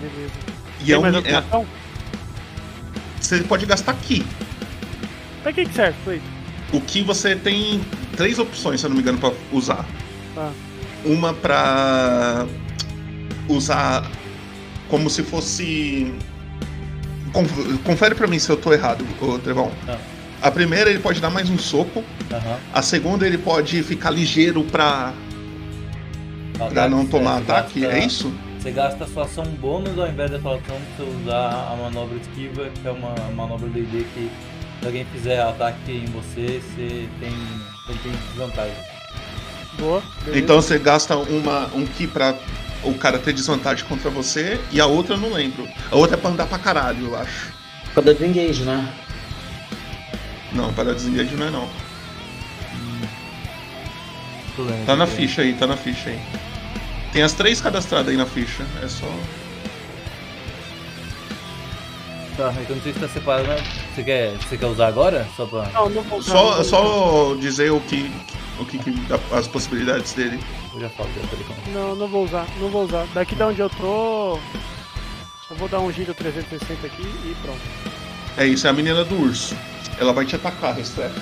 C: Beleza.
A: E
C: Tem
A: é um,
C: mais
A: é-
C: alguma ação?
A: você pode gastar Ki.
C: Pra que que serve, Cleiton?
A: O Ki você tem três opções, se eu não me engano, pra usar.
C: Tá.
A: Uma pra usar como se fosse. Con- Confere pra mim se eu tô errado, ô, Trevão.
B: Tá.
A: A primeira ele pode dar mais um soco.
B: Aham.
A: A segunda ele pode ficar ligeiro pra, pra
B: Ataque,
A: não
B: você
A: tomar
B: gasta-
A: ataque, é isso?
B: Você gasta a sua ação bônus ao invés da sua ação pra você usar a manobra esquiva, que é uma manobra do ID que se alguém fizer ataque em você, você tem, você tem desvantagem.
C: Boa. Beleza.
A: Então você gasta uma, um ki pra o cara ter desvantagem contra você e a outra eu não lembro. A outra é pra andar pra caralho, eu acho.
D: Por causa do engage, né?
A: Não, para desengage não é não.
B: Tu lembra?
A: Tá na ficha aí, tá na ficha aí. Tem as três cadastradas aí na ficha. É só.
B: Tá, então você está separado, né? Você quer, você quer usar agora? Só pra.
C: Não, não vou usar, não
A: Só,
C: vou
A: só dizer o que. O que, que- as possibilidades dele.
B: Eu já falo, eu falei com
C: usar. Não, não vou usar, não vou usar. Daqui da onde eu tô, eu vou dar um giro 360 aqui e pronto.
A: É isso, é a menina do urso. Ela vai te atacar, Restrepo.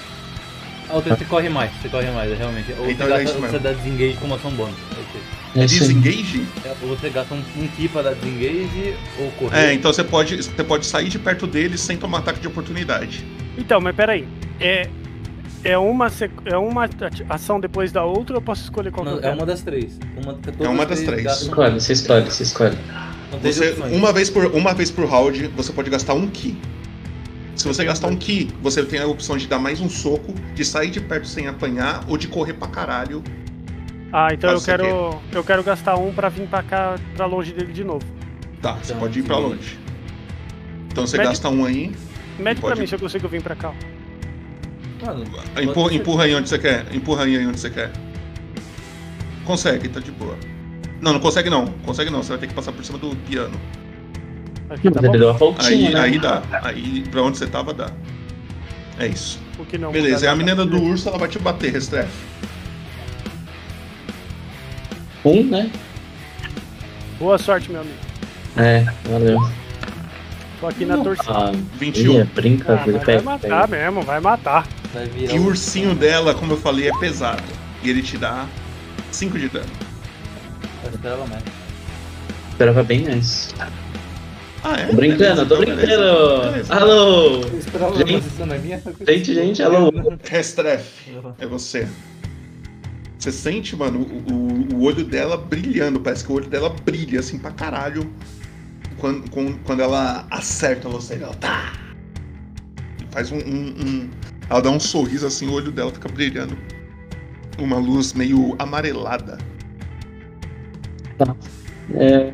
B: Ah, outra você corre mais, você corre mais, é, realmente. Ou
A: Então
B: você,
A: é
B: gasta,
A: isso
B: ou
A: mesmo.
B: você dá desengage com uma ação bônus. ok.
D: É isso aí.
A: Disengage?
B: É, Ou você gasta um, um ki pra dar desengage ou correr.
A: É, então você pode, você pode sair de perto dele sem tomar ataque de oportunidade.
C: Então, mas peraí, é, é, uma, sequ- é uma ati- ação depois da outra ou eu posso escolher qual que
B: Não, é
C: eu quero?
B: uma das três. Uma, todas
A: É uma
B: as
A: das três.
B: gastam-
D: Escolhe, você escolhe, você escolhe.
B: são três
A: Você,
B: opções.
A: uma, vez por, uma vez por round, você pode gastar um ki. Se você gastar um ki, você tem a opção de dar mais um soco, de sair de perto sem apanhar ou de correr pra caralho.
C: Ah, então eu
A: Pode ser
C: quero, eu quero gastar um pra vir pra cá, pra longe dele de novo.
A: Tá, você
B: Então,
A: pode ir pra
B: sim.
A: longe. Então você
C: Pede-
A: gasta um aí.
C: Mede pra
A: Pode.
C: mim se eu consigo vir pra cá. ó.
B: Mano,
A: Empurra,
B: pode-
A: empurra aí onde você quer. Empurra aí onde você quer. Consegue, tá de boa. Não, não consegue não. Consegue não. Você vai ter que passar por cima do piano.
C: Aqui
D: Mas
C: tá
D: ele
C: bom?
D: deu uma voltinha,
A: Aí,
D: né?
A: aí dá. Aí pra onde você tava dá. É isso.
C: O que não
A: Beleza, é a
C: muda
A: menina
C: nada.
A: do urso, ela vai te bater, Restrefe.
D: Um, né?
C: Boa sorte, meu amigo.
D: É, valeu.
C: Tô aqui na torcida.
D: Ah,
A: 21.
D: ia, brinca,
C: Ah,
D: filho.
C: mas vai
D: Pega,
C: matar
D: pega.
C: mesmo, vai matar.
B: vai virar
A: E o
B: um-
A: ursinho dela, como eu falei, é pesado. E ele te dá 5 de dano.
B: vai virar ela mesmo.
D: Esperava bem antes.
A: Ah, é?
D: Tô brincando,
A: Beleza,
D: tô
A: então,
D: brincando.
A: beleza. Beleza.
D: Alô!
B: Eu esperava
D: Gente,
B: uma posição na é minha.
D: gente, gente,
E: é
D: alô.
A: Restrefe, é você. Você sente, mano, o, o- o olho dela brilhando. Parece que o olho dela brilha assim pra caralho. Quando, com- quando ela acerta você, ela tá. Faz um, um- um- Ela dá um sorriso assim, o olho dela fica brilhando. Uma luz meio amarelada.
D: É...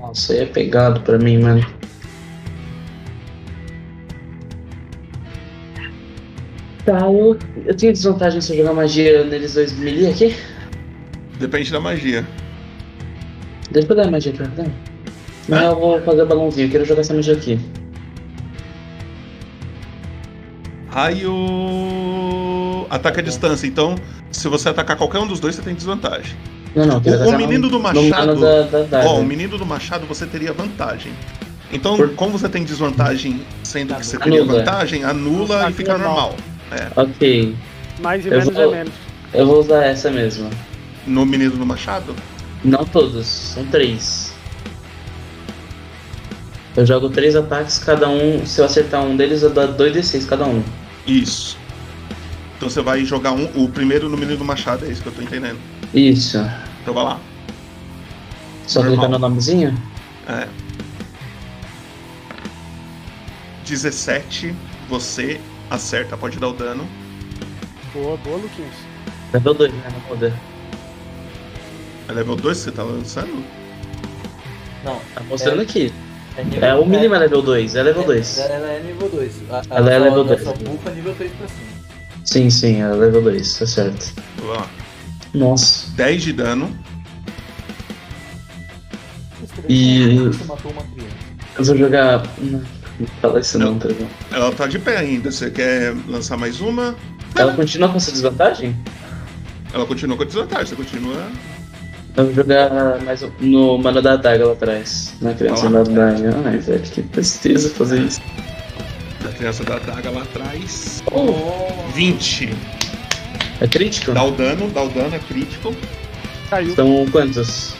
D: Nossa, aí é pegado pra mim, mano. Tá, eu, eu tenho desvantagem se eu jogar magia neles dois melee aqui?
A: Depende da magia.
D: Deixa eu dar a magia pra cá. Não, eu vou fazer o balãozinho, eu quero jogar essa magia aqui.
A: Raio.
D: Tá
A: Ataque à distância. Então, se você atacar qualquer um dos dois, você tem desvantagem.
D: Não, não, eu
A: O,
D: quero
A: o
D: atacar
A: menino
D: no-
A: do
D: no
A: machado.
D: mano da, da, da,
A: Ó, o menino do machado você teria vantagem. Então,
D: Por-
A: como você tem desvantagem, sendo que você
D: Anula.
A: teria vantagem, anula
C: Anula
A: e fica normal.
D: Ok,
C: Mais e
D: Eu
C: menos
D: vou-
C: é menos.
D: eu vou usar essa mesmo.
A: No menino do machado?
D: Não todos, são três. Eu jogo três ataques, cada um. Se eu acertar um deles, eu dou 2d6 cada um.
A: Isso. Então Então você vai jogar um, o primeiro no menino do machado, é isso que eu tô entendendo.
E: Isso.
A: Então vai lá.
E: Só
A: Normal.
E: clicando no nomezinho?
A: É. 17, você acerta, pode dar o dano.
C: Boa, boa, Luquinhos.
E: Level 2, né? Não muda.
A: É level 2 que você tá lançando?
B: Não,
E: Tá mostrando
B: É.
E: aqui.
B: é nível
E: É, o
B: é-
E: mínimo é level 2, é level 2.
B: Ela é nível 2.
E: Ela é nível dois.
B: Só bufa nível 3 pra cima.
E: Sim, sim, é level 2, tá certo.
A: Então Vai lá.
E: Nossa.
A: 10 de dano.
E: E-
B: Você matou uma criança.
E: Eu vou jogar. Não, não fala isso não, tá bom.
A: Ela tá de pé ainda. Você quer lançar mais uma?
E: Ela continua com essa desvantagem?
A: Ela continua com a desvantagem. Você continua.
E: Eu vou jogar mais um- no mano da adaga lá atrás. Na criança
A: Olha
E: da adaga. Ai, velho, que tristeza fazer isso.
A: Da criança da daga lá atrás.
E: Oh,
A: 20.
E: é crítico?
A: Dá o dano, dá o dano, é crítico.
C: Caiu.
E: Então quantos?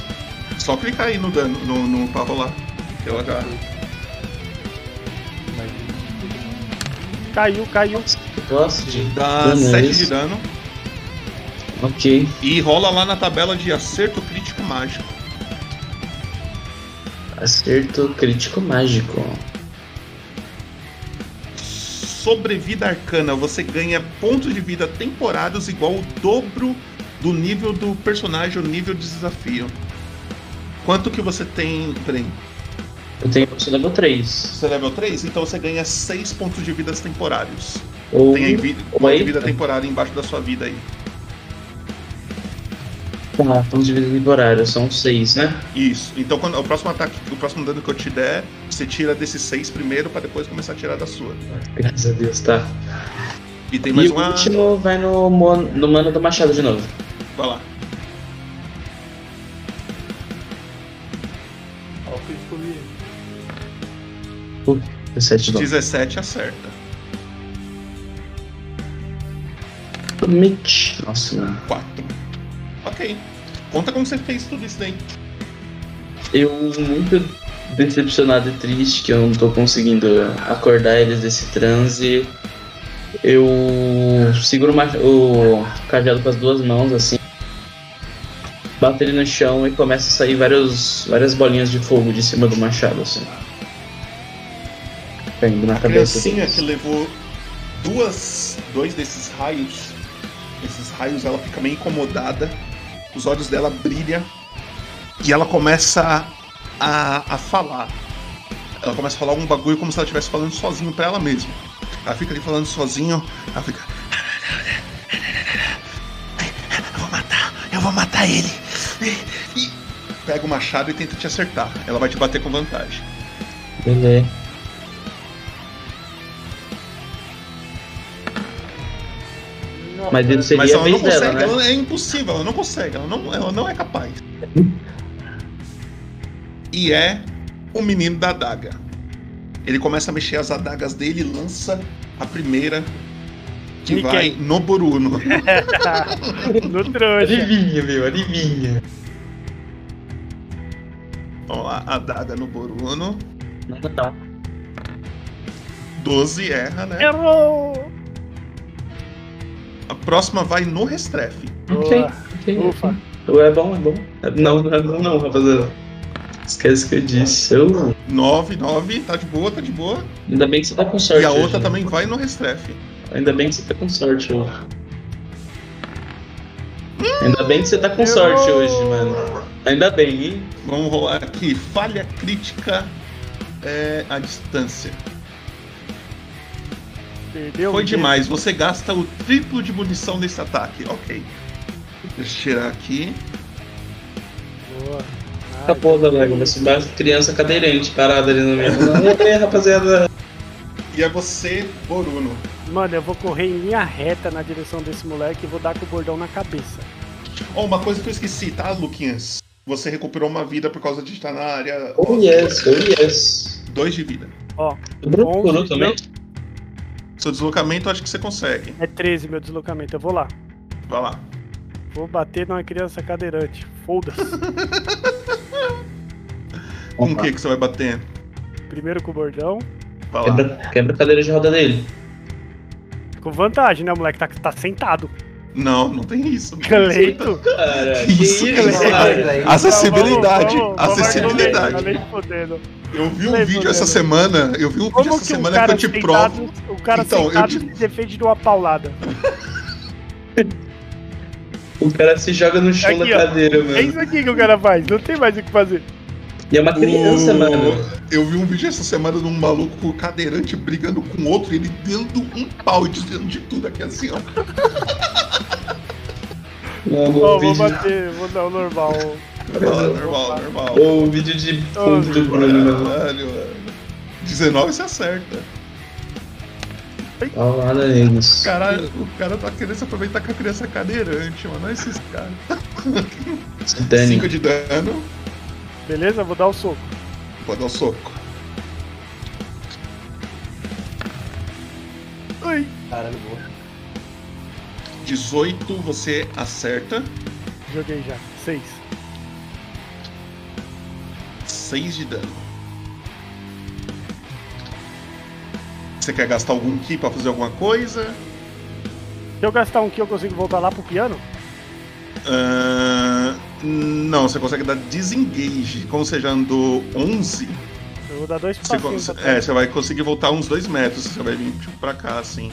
A: Só clicar aí no dano, no, no pra rolar. Então, Ela já.
C: Caiu, caiu.
E: Eu Gosto de.
A: Dá
E: Dano, é
A: 7
E: isso?
A: de dano.
E: Ok.
A: E rola lá na tabela de acerto crítico mágico.
E: Acerto crítico mágico.
A: Sobrevida arcana, você ganha pontos de vida temporários igual o dobro do nível do personagem, o nível de desafio. Quanto que você tem, Bren?
E: Eu tenho você level 3.
A: Você é level 3? Então você ganha 6 pontos de vidas temporários.
E: Ou.
A: Tem aí vida,
E: Uhum. Oi?
A: uma de vida temporária embaixo da sua vida aí.
E: Tá, pontos de vida temporário, são 6, né?
A: Isso. Então quando o próximo ataque, o próximo dano que eu te der, você tira desses 6 primeiro pra depois começar a tirar da sua.
E: Graças a Deus, tá.
A: E tem mais
E: e o
A: uma.
E: último vai no, mon- no mano do machado de novo.
A: Vai lá.
B: Ó, o crítico mesmo.
E: 17 de novo.
A: 17 acerta.
E: Mitch. Nossa, mano.
A: 4. Ok. Conta como você fez tudo isso daí.
E: Eu muito decepcionado e triste que eu não tô conseguindo acordar eles desse transe. Eu seguro o mach- o cajado com as duas mãos, assim. Bato ele no chão e começa a sair vários, várias bolinhas de fogo de cima do machado, assim. Caindo na
A: A
E: cabeça
A: criancinha
E: deles.
A: assim é que levou duas, dois desses raios, esses raios, ela fica meio incomodada, os olhos dela brilham e ela começa a, a falar. Ela começa a falar um bagulho como se ela estivesse falando sozinho pra ela mesma. Ela fica ali falando sozinho, ela fica. Eu vou matar, eu vou matar ele. E pega o machado e tenta te acertar. Ela vai te bater com vantagem.
E: Beleza. Mas ele seria
A: Mas
E: a
A: ela não
E: vez
A: consegue,
E: dela, né?
A: ela é impossível, ela não consegue, ela não, ela não é capaz. E é o menino da adaga. Ele começa a mexer as adagas dele e lança a primeira que
C: Em
A: vai no Boruno.
C: no trouxa.
E: Adivinha, meu, adivinha.
A: Vamos lá, adaga no Boruno.
E: Não, não, não.
A: 12 erra, né?
C: Errou!
A: A próxima vai no Restrefe.
E: Ok,
C: Boa.
E: ok.
C: Ufa.
E: É bom, é bom. É- Não, não é bom não, rapaziada. Esquece que eu disse. Eu...
A: 9, 9, tá de boa, tá de boa.
E: Ainda bem que você tá com sorte.
A: E a outra
E: hoje.
A: também vai no Restrefe.
E: Ainda bem que você tá com sorte hoje. Ainda bem que você tá com
C: Errou!
E: sorte hoje, mano. Ainda bem, hein?
A: Vamos rolar aqui. Falha crítica é, à distância.
C: Então, Perdeu.
A: Foi
C: um
A: demais, você gasta o triplo de munição nesse ataque. Ok. Deixa eu tirar aqui.
C: dedo. Boa. Ah,
D: Tá
E: Acabou da Lego, mas baixa criança cadeirante parada ali no meio. Não, e aí, rapaziada.
A: E é você, Boruno.
C: Mano, eu vou correr em linha reta na direção desse moleque e vou dar com o bordão na cabeça.
A: Oh, uma coisa que eu esqueci, tá, Luquinhas? Você recuperou uma vida por causa de estar na área.
E: Oh yes, oh yes.
A: Dois de vida.
E: O Bruno
C: Onze,
E: curou também?
A: Seu deslocamento eu acho que você consegue.
C: É 13 meu deslocamento, eu vou lá.
A: Vai lá.
C: Vou bater numa criança cadeirante. Foda-se.
A: Com o que que você vai bater?
C: Primeiro com o bordão,
E: É
A: Vai lá.
E: Quebra, quebra a cadeira de roda dele.
C: Com vantagem, né, moleque? Tá, tá sentado.
A: Não, não tem isso. Não tem isso.
C: Cleito.
F: Cara,
A: Que isso,
C: cara?
F: velho?
A: Acessibilidade.
C: Vamos- vamos-
A: acessibilidade.
C: vamos- vamos- fodendo.
A: Eu vi um
C: Cleito,
A: vídeo
C: né?
A: essa semana. Eu vi um vídeo
C: Como
A: essa
C: que um
A: semana que
C: cara
A: eu te provo.
C: sentado, o cara
A: Então, eu
C: sentado
A: te- Tá
C: se defende de uma paulada?
F: O cara se joga no chão
C: Aqui,
F: da
C: ó.
F: cadeira,
C: É
F: mano.
C: isso aqui que o cara faz, não tem mais o que fazer.
F: E é uma criança,
C: Uh.
A: O-
F: mano.
A: Eu vi um vídeo essa semana de um maluco cadeirante brigando com outro, ele dando um pau e dizendo de tudo aqui assim, ó.
F: O,
C: Ó,
F: o
C: vou
F: vídeo,
C: bater, vou dar o normal.
A: Normal, normal, normal.
F: o vídeo de ponto do Bruno, mano.
A: Caralho, mano. 19 você acerta.
F: Paulada neles.
A: Caralho, o cara tá querendo se aproveitar com a criança cadeirante, mano. Olha esses caras.
F: Se dane.
A: 5 de dano,
C: Beleza? Vou dar o soco.
A: vou dar um soco.
C: Ai,
B: Caralho, boa.
A: 18 você acerta.
C: joguei já. Seis.
A: 6 de dano. Você quer gastar algum ki pra fazer alguma coisa?
C: Se eu gastar um ki, eu consigo voltar lá pro piano?
A: Ahn, não, você consegue dar disengage. Como você já andou 11,
C: Eu vou dar dois
A: você,
C: passinhos.
A: cons- é, você vai conseguir voltar uns 2 metros. Você vai vir tipo, pra cá, assim.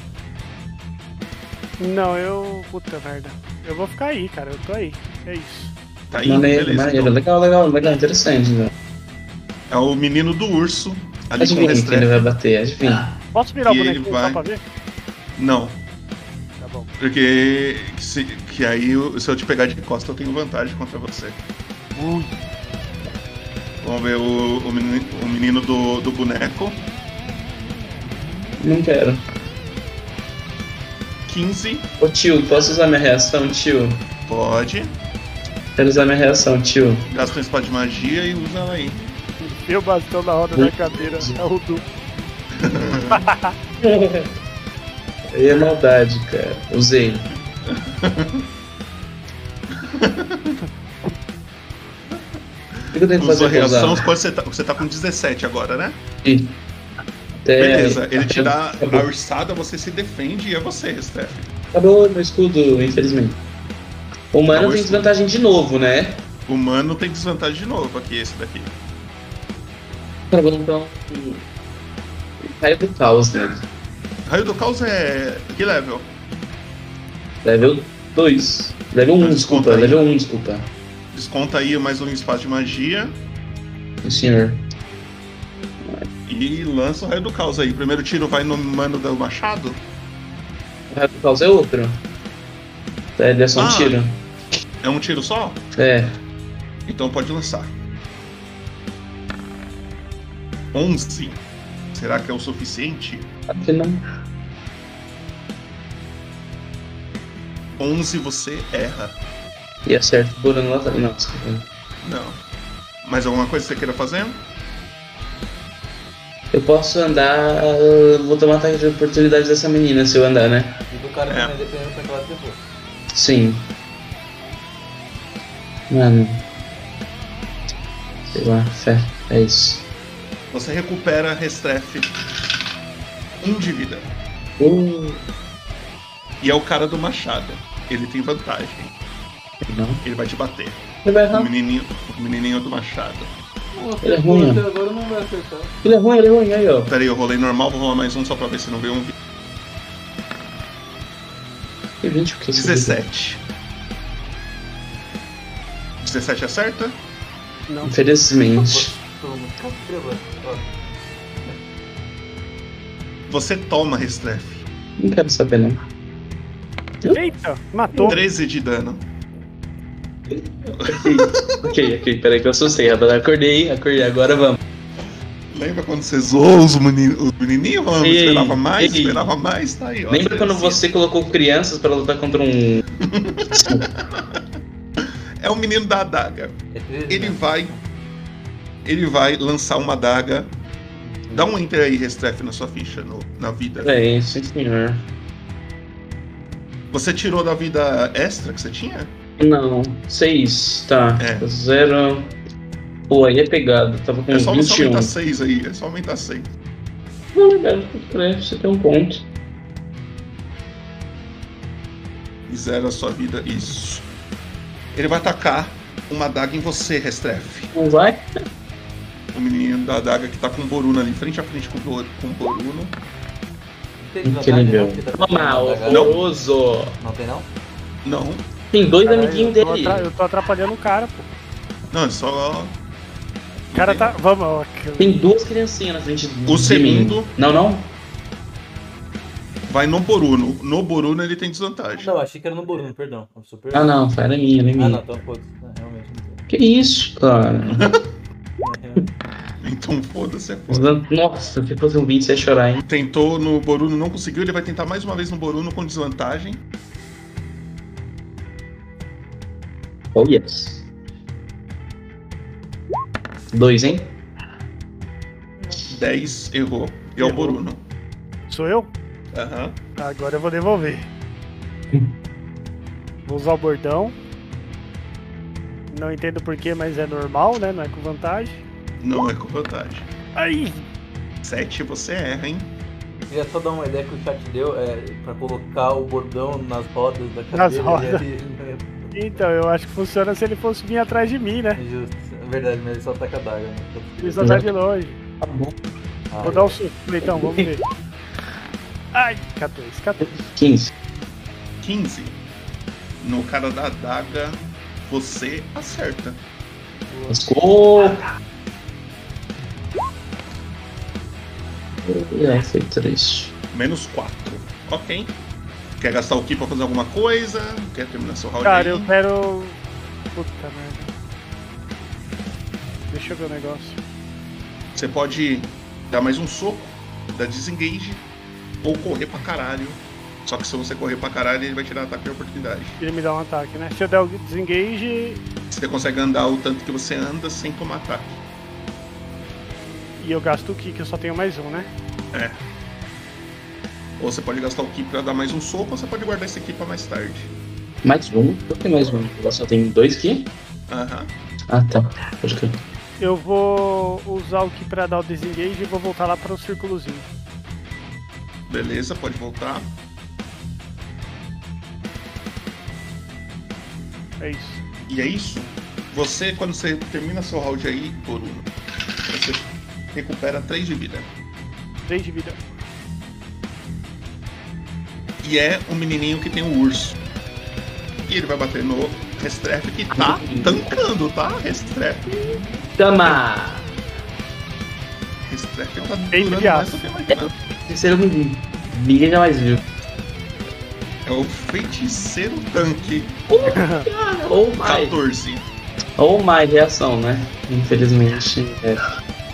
A: É.
C: Não, eu. Puta merda. Eu vou ficar aí, cara. Eu tô aí. É isso.
A: Tá aí,
E: Maneiro,
A: beleza.
E: maneiro.
A: então.
E: Legal, legal, legal. Interessante, né? velho.
A: É o menino do urso, ali com né? o Ah.
E: Adivinha quem ele
A: restrefe.
E: vai bater, adivinha.
C: Posso virar o
A: E ele
C: bonequinho
A: vai-
C: só pra ver?
A: Não,
C: Tá bom.
A: porque se- que aí eu- se eu te pegar de costa eu tenho vantagem contra você. Vamos ver o, o menino, o menino do, do boneco.
E: Não quero.
A: 15,
E: Ô tio, posso usar minha reação, tio?
A: pode.
E: Quero usar minha reação, tio.
A: Gasta um espada de magia e usa ela aí.
C: Meu bastão na roda da cadeira é o do.
E: Aí é maldade, cara. Usei. O que eu tenho que
A: Usa
E: fazer
A: a
E: pra usar?
A: reação, você, pode, você, tá, você tá com 17 agora, né?
E: Ih. Até-
A: Beleza, ele te dá
E: Acabou.
A: a ursada, você se defende e é você, Steph.
E: Acabou meu escudo, infelizmente. O humano
A: Acabou
E: tem
A: isso.
E: desvantagem de novo, né?
A: O humano tem desvantagem de novo aqui, esse daqui.
E: Tá bom, então. hum, Raio do caos, né?
A: Raio do caos é. Que level?
E: Level 2. Level 1,
A: Mas
E: desculpa.
A: conta aí.
E: Level 1, desculpa.
A: Desconta aí mais um espaço de magia
E: O senhor.
A: e lança o raio do caos aí. O primeiro tiro vai no mano do machado?
E: O raio do caos é outro. Tá, Ele é só um
A: Ah.
E: tiro.
A: É um tiro só?
E: É.
A: Então pode lançar. 11. Será que é o suficiente?
E: Acho que não.
A: 11 você erra.
E: E acerta o Burano lá atrás. Não, desculpa.
A: Não. Mais alguma coisa que você queira fazer?
E: Eu posso andar. Vou tomar ataque de oportunidade dessa menina se eu andar, né?
B: E do cara
A: É.
B: também, dependendo pra que lado que for.
E: Sim. Mano. Sei lá, fé. É isso.
A: Você recupera restrefe 1 de vida.
E: Uh,
A: E é o cara do machado. Ele tem vantagem.
E: não.
A: Ele vai te bater.
E: Ele vai
A: O
E: errar.
A: menininho, o menininho do machado.
E: Ele é ruim,
B: Até agora não vai acertar.
E: Ele é ruim, ele é ruim. Aí, ó.
A: Pera aí, eu rolei normal, vou rolar mais um só pra ver se não veio um vídeo.
E: E 20 o que? é
A: 17. 17 acerta?
C: Não.
E: Infelizmente.
B: Toma, cabelo. Ó,
A: Você toma restrefe.
E: Não quero saber, né? não.
C: Eita, matou.
A: 13 de dano.
E: ok, ok, peraí que eu assustei, rapaz. Acordei, acordei, agora vamos.
A: Lembra quando você zoou os, meni- os menininhos? falando,
E: Ei,
A: esperava mais,
E: ei.
A: esperava mais, tá aí. ó.
E: Lembra quando
A: Assim,
E: você colocou crianças pra lutar contra um.
A: É o menino da adaga.
B: É 13,
A: Ele
B: né?
A: vai. Ele vai lançar uma adaga. Dá um enter aí, Restrefe, na sua ficha, no- na vida.
E: É, sim, senhor.
A: Você tirou da vida extra que você tinha?
E: Não, 6, tá.
A: É.
E: Zero. Pô, aí é pegado, tava com
A: É só você
E: 21.
A: aumentar 6 aí, é só aumentar 6.
E: Não, legal, pode crer, você tem um ponto.
A: e zera a sua vida. Isso. Ele vai atacar uma adaga em você, Restrefe.
E: Não vai?
A: O menino da adaga que tá com o Boruno ali, frente a frente com o Bor- com o Boruno.
B: Tem desvantagem,
C: né?
E: Incrível.
B: não, porque tá-
E: Toma,
B: não, tá-
E: horroroso.
B: Não tem não?
A: Não,
E: Tem dois
C: Caralho,
E: amiguinhos
C: eu tô
E: um dele.
C: atra- Eu tô atrapalhando o cara, pô.
A: não, é só.
C: O cara tá. Vamos, ó. que-
E: Tem duas criancinhas na frente
A: O
E: de mim.
A: segundo
E: Não, não?
A: vai no Boruno. No Boruno ele tem desvantagem.
G: Não, achei que era no Boruno, perdão. Eu sou per-
E: Ah, não, foi- era minha, era
G: Ah,
E: minha.
G: não, então foda-se.
B: é,
G: Não, Realmente não tem.
E: que isso, cara?
B: É,
A: Então foda-se, é foda.
E: Nossa, se fosse um 20 você ia chorar, hein?
A: Tentou no Boruno, não conseguiu. Ele vai tentar mais uma vez no Boruno com desvantagem.
E: Oh, yes. Dois, hein?
A: 10, errou. E é o
C: Errou.
A: Boruno.
C: Sou eu?
A: Aham.
C: Tá, agora eu vou devolver. Vou usar o bordão. Não entendo porquê, mas é normal, né? Não é com vantagem.
A: Não é com vantagem.
C: Aí!
A: 7 você erra, hein?
B: Queria só dar uma ideia que o chat deu é, pra colocar o bordão nas rodas da cadeira.
C: Nas rodas.
B: E ele,
C: Então, eu acho que funciona se ele fosse vir atrás de mim, né?
B: Justo. É verdade, mas ele só ataca a daga. Né?
C: Ele só tá de longe.
E: Tá bom.
B: Ah,
C: Vou dar um susto, então, vamos ver. Ai, 14, 14.
E: 15.
A: 15. No cara da adaga, você acerta.
E: Let's go! É, foi três.
A: Menos 4. Ok. Quer gastar o Ki pra fazer alguma coisa? Quer terminar seu round
C: Cara,
A: aí?
C: eu quero. Puta merda. Deixa eu ver o negócio.
A: Você pode dar mais um soco, dar disengage, ou correr pra caralho. Só que se você correr pra caralho, ele vai tirar ataque de oportunidade.
C: Ele me dá um ataque, né? Se eu der o desengage
A: Você consegue andar o tanto que você anda sem tomar ataque.
C: e eu gasto o kick, eu só tenho mais um, né?
A: Ou você pode gastar o Ki pra dar mais um soco, ou você pode guardar esse Ki pra mais tarde.
E: Mais um? Por que mais um? Ela só tem dois aqui?
A: Aham.
E: Ah, tá. Pode crer.
C: Eu vou usar o ki pra dar o desengage e vou voltar lá pro círculozinho.
A: Beleza, pode voltar.
C: É isso.
A: E é isso. Você, quando você termina seu round aí, Boruno, você recupera 3 de vida.
C: 3 de vida.
A: E é o menininho que tem o urso. E ele vai bater no Restrefe, que tá tancando, tá? Restrefe.
E: Tama!
A: Restrefe tá
C: Bem
A: durando
C: piado.
A: mais do que imaginava.
E: Terceiro, ninguém jamais viu.
A: É o feiticeiro tanque.
E: Oh my!
A: 14.
E: Oh my, reação, né? Infelizmente. É.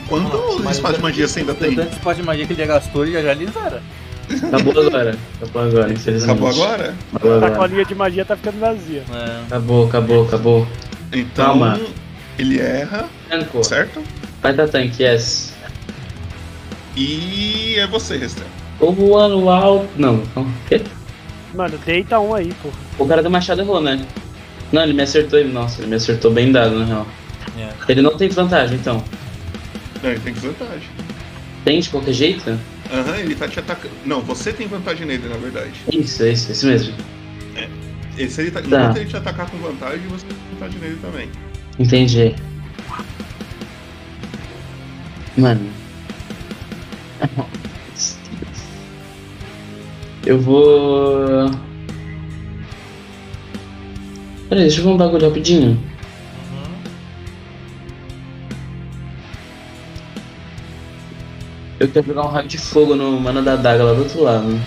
A: Quanto
B: Nossa, mas- é
A: espaço de magia você ainda tem?
G: Tanto pode magia que ele já gastou, ele já, já libera.
E: Acabou agora. Acabou agora, infelizmente.
A: Acabou agora?
E: Acabou
C: A
E: agora.
C: sacolinha de magia tá ficando vazia.
G: É.
E: Acabou, acabou, acabou.
A: Então,
E: Calma.
A: ele erra,
E: Tanco.
A: certo?
E: Vai dar tanque, yes.
A: E é você, Restrefe.
E: Ou voando alto. Não, não. quê?
C: Mano, deita um aí, pô.
E: O cara do Machado errou, né? Não, ele me acertou. ele- Nossa, ele me acertou bem dado, na real. Ele não tem desvantagem, então.
A: Não, ele tem desvantagem.
E: Tem de qualquer jeito?
A: Aham, ele tá te atacando. Não, você tem vantagem nele, na verdade.
E: Isso, é isso, é isso mesmo.
A: E se ele tá...
E: Tá.
A: Enquanto ele te atacar com vantagem, você tem vantagem nele também.
E: Entendi. Mano. Eu vou. Peraí, deixa eu ver um bagulho rapidinho. Eu quero jogar um raio de fogo no mano da daga lá do outro lado.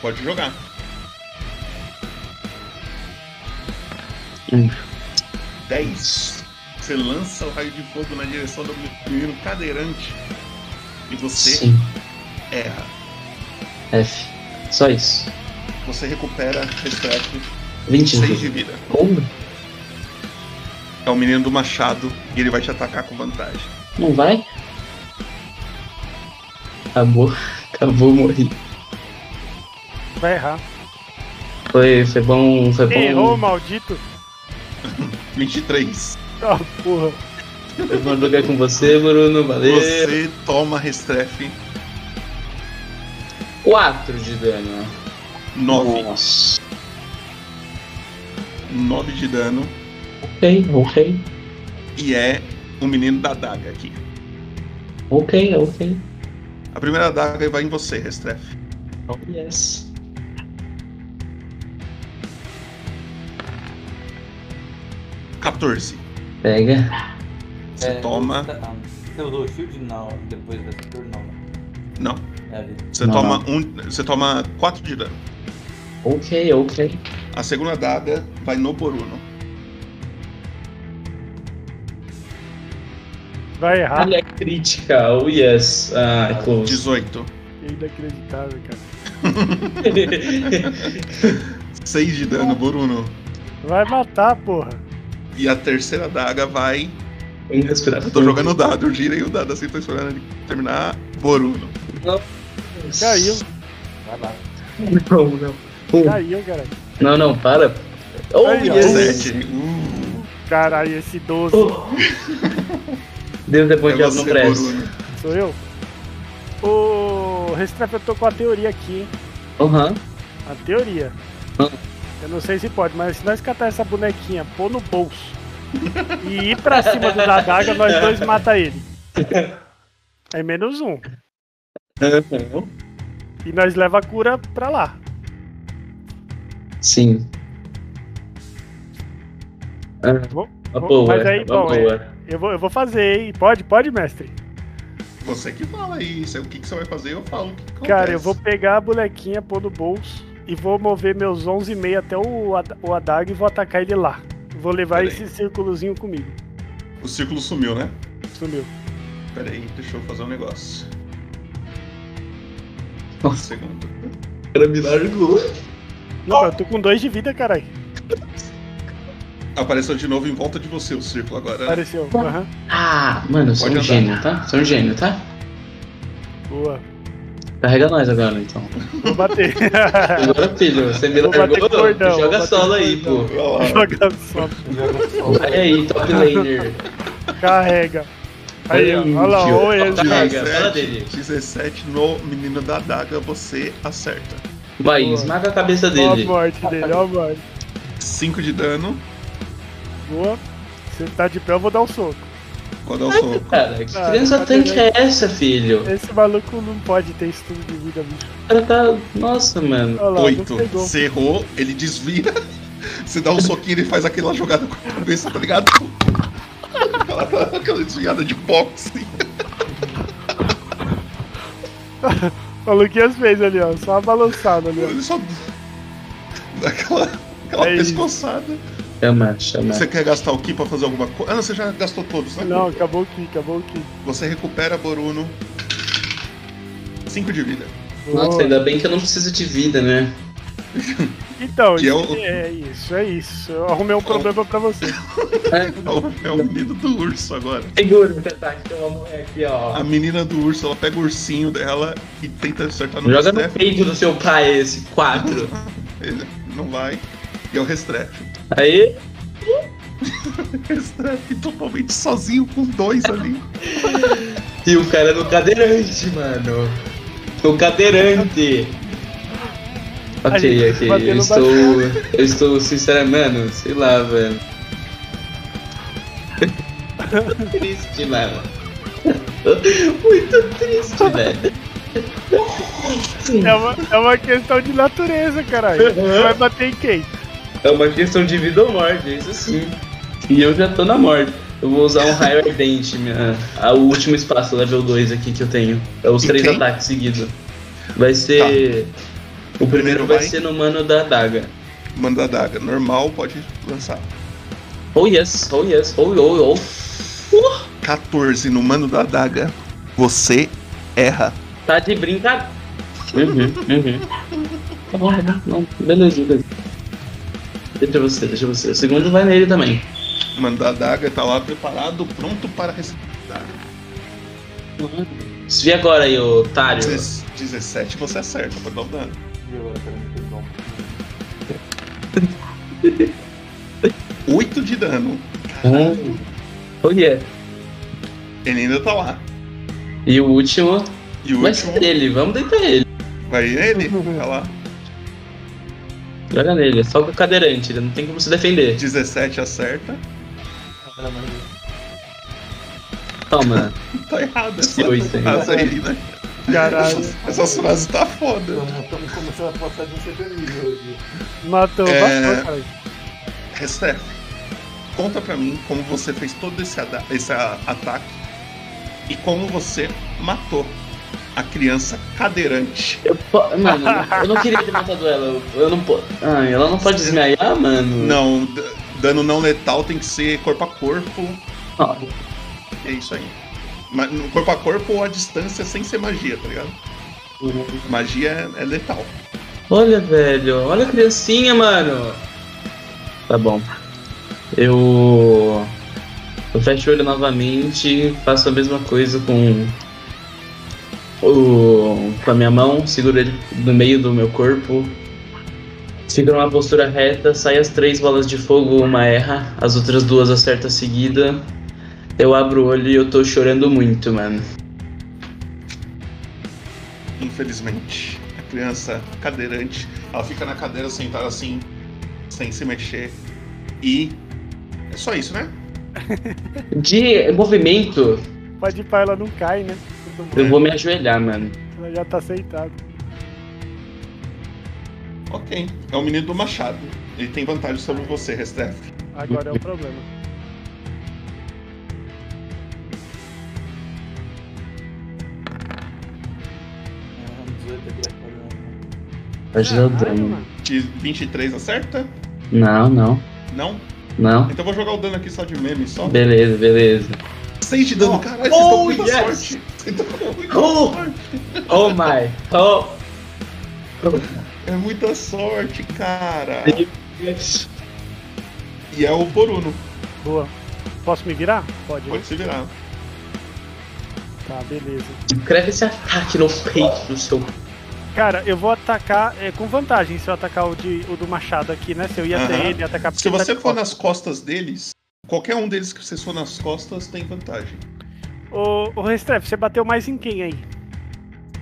A: Pode jogar.
E: Hum.
A: 10. Você lança o raio de fogo na direção do menino cadeirante. E você
E: Sim,
A: erra.
E: F. Só isso. um.
A: Você recupera reflexo 6
E: 20.
A: de vida.
E: Como?
A: É o menino do machado e ele vai te atacar com vantagem.
E: Não vai? Acabou. Acabou, morri.
C: Vai errar.
E: Foi, foi É bom. Foi bom.
C: Errou, maldito.
A: 23.
C: Ah, porra.
E: Foi bom jogar com você, Bruno. Valeu.
A: Você toma restrefe
E: 4 de dano.
A: Nove.
H: Nossa.
A: Nove de dano.
E: Ok, ok,
A: E é o menino da adaga aqui.
E: ok, ok.
A: A primeira adaga vai em você, Restrefe.
E: Oh, yes.
A: Quatorze.
E: Pega.
A: Você
E: É.
A: toma.
B: tá- Você usou o shield? Não, depois dessa turno não.
A: Não.
B: É a vida.
A: Você
E: Não,
A: toma um. Você toma quatro de dano.
E: Ok, ok.
A: A segunda adaga vai no Boruno.
C: Vai errar.
H: Olha a crítica. Oh, yes. Ah, é close.
A: 18.
C: É inacreditável, cara.
A: Seis de dano, Boruno.
C: Vai matar, porra.
A: E a terceira adaga vai.
H: Vamos respirar.
A: Eu tô jogando o dado, eu girei o dado assim, tô esperando ele terminar. Boruno.
C: Caiu,
B: Vai lá.
E: Não, não. Um.
C: caiu, cara.
E: Não, não, para. Oh,
C: Aí, ó.
E: yes.
A: Sete. Uh,
C: Caralho, esse 12
E: Deus é bom
A: é
E: diabo não
A: você,
E: presta.
A: Boruno.
C: sou eu. Ô, Restrap, eu tô com a teoria aqui, hein?
E: Aham.
C: A teoria. Eu não sei se pode, mas se nós catar essa bonequinha, pôr no bolso e ir pra cima do Dadaga, nós dois mata ele. É menos um.
E: Aham.
C: E nós leva a cura pra lá.
E: Sim. Ah,
C: Bom,
E: uma
C: bom,
E: boa,
C: mas aí,
E: uma
C: bom, é.
E: boa.
C: Eu vou, eu vou fazer, hein? Pode, pode, mestre?
A: Você que fala aí, você- o que, que você vai fazer, eu falo. o que que
C: Cara,
A: acontece.
C: eu vou pegar a bonequinha, pôr no bolso e vou mover meus 11 e meio até o, Ad- o Adag e vou atacar ele lá. Vou levar
A: Peraí.
C: esse círculozinho comigo.
A: O círculo sumiu, né?
C: Sumiu.
A: Pera aí, deixa eu fazer um negócio. Um
E: Nossa.
A: segundo.
H: O cara me largou.
C: Não, eu tô com dois de vida, caralho.
A: Apareceu de novo em volta de você o círculo agora. né?
C: Apareceu. Aham.
E: Ah, mano, sou
A: Pode
E: um
A: andar.
E: gênio, tá? Sou um gênio, tá?
C: Boa.
E: Carrega nós agora, então.
C: Vou bater.
E: Agora, filho, você me
C: Vou bater
E: largou,
C: com o cordão, vou
E: joga
C: bater
E: solo
C: com
E: aí,
C: o
E: pô.
A: Olha lá.
C: Joga só.
B: Joga só.
E: Vai aí, top laner.
C: Carrega. Aí, Tá ó. Olha lá,
E: Idiota.
C: o Enzo.
E: Carrega, fala dele.
A: 17 no menino da adaga, você acerta.
E: Vai,
C: Boa.
E: esmaga a cabeça
C: Olha
E: dele.
C: a morte dele, olha a morte.
A: 5 de dano,
C: Boa. Se ele tá de pé, eu vou dar um soco.
A: vou dar um soco.
E: Cara, que
C: Cara,
E: criança
C: tá
E: tanque é essa, filho?
C: Esse maluco não pode ter estudo de vida, bicho.
E: O cara tá. Nossa, mano.
C: Olha lá, não
A: 8.
C: pegou.
A: Você errou, ele desvia. Você dá um soquinho e faz aquela jogada com a cabeça, tá ligado? Aquela, aquela desviada de boxe.
C: O Luquinhas fez ali, ó. Só uma balançada ali, ó.
A: Ele só. Dá aquela, aquela
C: É isso. É.
A: pescoçada.
E: Chama, chama.
A: Você quer gastar o Ki pra fazer alguma coisa? Ah, não, você já gastou todos, né?
C: Não, acabou aqui, acabou aqui.
A: Você recupera, Boruno. 5 de vida.
E: Nossa, ainda bem que eu não preciso de vida, né?
C: Então,
A: Que é
C: isso-
A: o-
C: é isso, é isso. Eu arrumei um problema pra você.
A: É o, é o menino do urso agora.
E: Segura o ataque que eu vou morrer aqui, ó.
A: A menina do urso, ela pega o ursinho dela e tenta acertar no
E: Joga no
A: Restrefe.
E: peito do seu pai esse 4.
A: Ele não vai. E é o Restrefe.
E: Aí,
A: Restrefe totalmente sozinho com dois ali.
E: e o cara no cadeirante, mano. No cadeirante.
C: A
E: Ok,
C: gente
E: ok.
C: bateu
E: Eu
C: no
E: estou. Eu estou sinceramente, mano, sei lá, velho. triste, mano. Muito triste, velho.
C: É uma, é uma questão de natureza, caralho.
E: Uhum.
C: Você vai bater em quem?
E: É uma questão de vida ou morte, é isso sim. E eu já tô na morte. Eu vou usar um raio ardente, minha, a, o último espaço, level 2 aqui que eu tenho. É os
A: E
E: três
A: quem?
E: ataques seguidos. Vai ser. O
A: primeiro
E: primeiro vai
A: vai?
E: ser no mano da adaga.
A: Manda a daga. Normal, pode lançar.
E: Oh yes, oh yes, oh oh oh.
A: 14 no mano da daga. Você erra.
E: Tá de brincadeira. Uhum, uhum. Tá bom, tá bom. Não, beleza, beleza. Deixa você, deixa você. O segundo vai nele também.
A: Mano da daga tá lá preparado, pronto para receber.
E: Desvia agora aí, otário.
A: 17 você acerta pra dar o dano.
B: E agora, pera aí, perdão.
A: 8 de dano.
E: Oh yeah.
A: Ele ainda tá lá.
E: E o último
A: E o
E: Vai
A: último
E: ser ele, vamos deitar ele.
A: vai nele. Tá lá.
E: Joga nele, é só com o cadeirante, ele não tem como se defender.
A: 17 acerta.
B: Pelo amor de Deus.
E: Toma.
A: Tá errado essa
E: Esse oito aí.
A: frase aí, né?
C: Caralho,
A: Essas- Essas frases tá foda.
B: Estamos começando a passar de um sertanejo hoje.
C: matou.
A: É.
C: Bastante, cara.
A: Restrefe, conta pra mim como você fez todo esse, ada- esse a- ataque e como você matou a criança cadeirante.
E: Eu po- Mano, eu não queria ter matado ela. eu- Eu não po... Ai, ela não pode desmaiar, mano.
A: Não, d- dano não letal tem que ser corpo a corpo.
E: Ó,
A: É isso aí. Mas no corpo a corpo ou a distância sem ser magia, tá ligado? Magia é, é letal.
E: Olha, velho. Olha a criancinha, mano. Tá bom. Eu. Eu fecho o olho novamente. Faço a mesma coisa com. O... Com a minha mão. Seguro ele no meio do meu corpo. Fica numa postura reta. Sai as três bolas de fogo. Uma erra. As outras duas acerta seguida. Eu abro o olho e eu tô chorando muito, mano.
A: Infelizmente, a criança cadeirante, ela fica na cadeira sentada assim, sem se mexer. E é só isso, né?
E: De movimento,
C: Pode ir pra ela não cai, né?
E: eu vou me ajoelhar, mano.
C: Ela já tá aceitada.
A: Ok. É o menino do machado. Ele tem vantagem sobre você, Restrefe.
C: Agora é o problema.
B: Ah, 18 aqui é foda, né?
E: Ajuda o
C: Caralho,
E: dano.
C: mano.
A: De 23 acerta?
E: Não, não,
A: Não?
E: não.
A: Então eu vou jogar o dano aqui só de meme, só.
E: Beleza, beleza.
A: 6 de dano, caralho, vocês estão com
E: Oh,
A: muita
E: yes!
A: sorte. Vocês estão com muita
E: Oh!
A: sorte.
E: Oh my! Oh!
A: É muita sorte, cara.
E: yes.
A: E é o Boruno.
C: Boa. Posso me virar? Pode. né?
A: Pode se virar.
C: Tá, beleza.
E: Escreve esse ataque no peito do seu.
C: Cara, eu vou atacar é, com vantagem se eu atacar o, de, o do Machado aqui, né? Se eu ia ter
A: Aham.
C: ele, ia atacar porque
A: Se
C: ele tá
A: você
C: de
A: for
C: costas.
A: nas costas deles, qualquer um deles que vocês for nas costas tem vantagem.
C: Ô, ô Restrefe, você bateu mais em quem aí?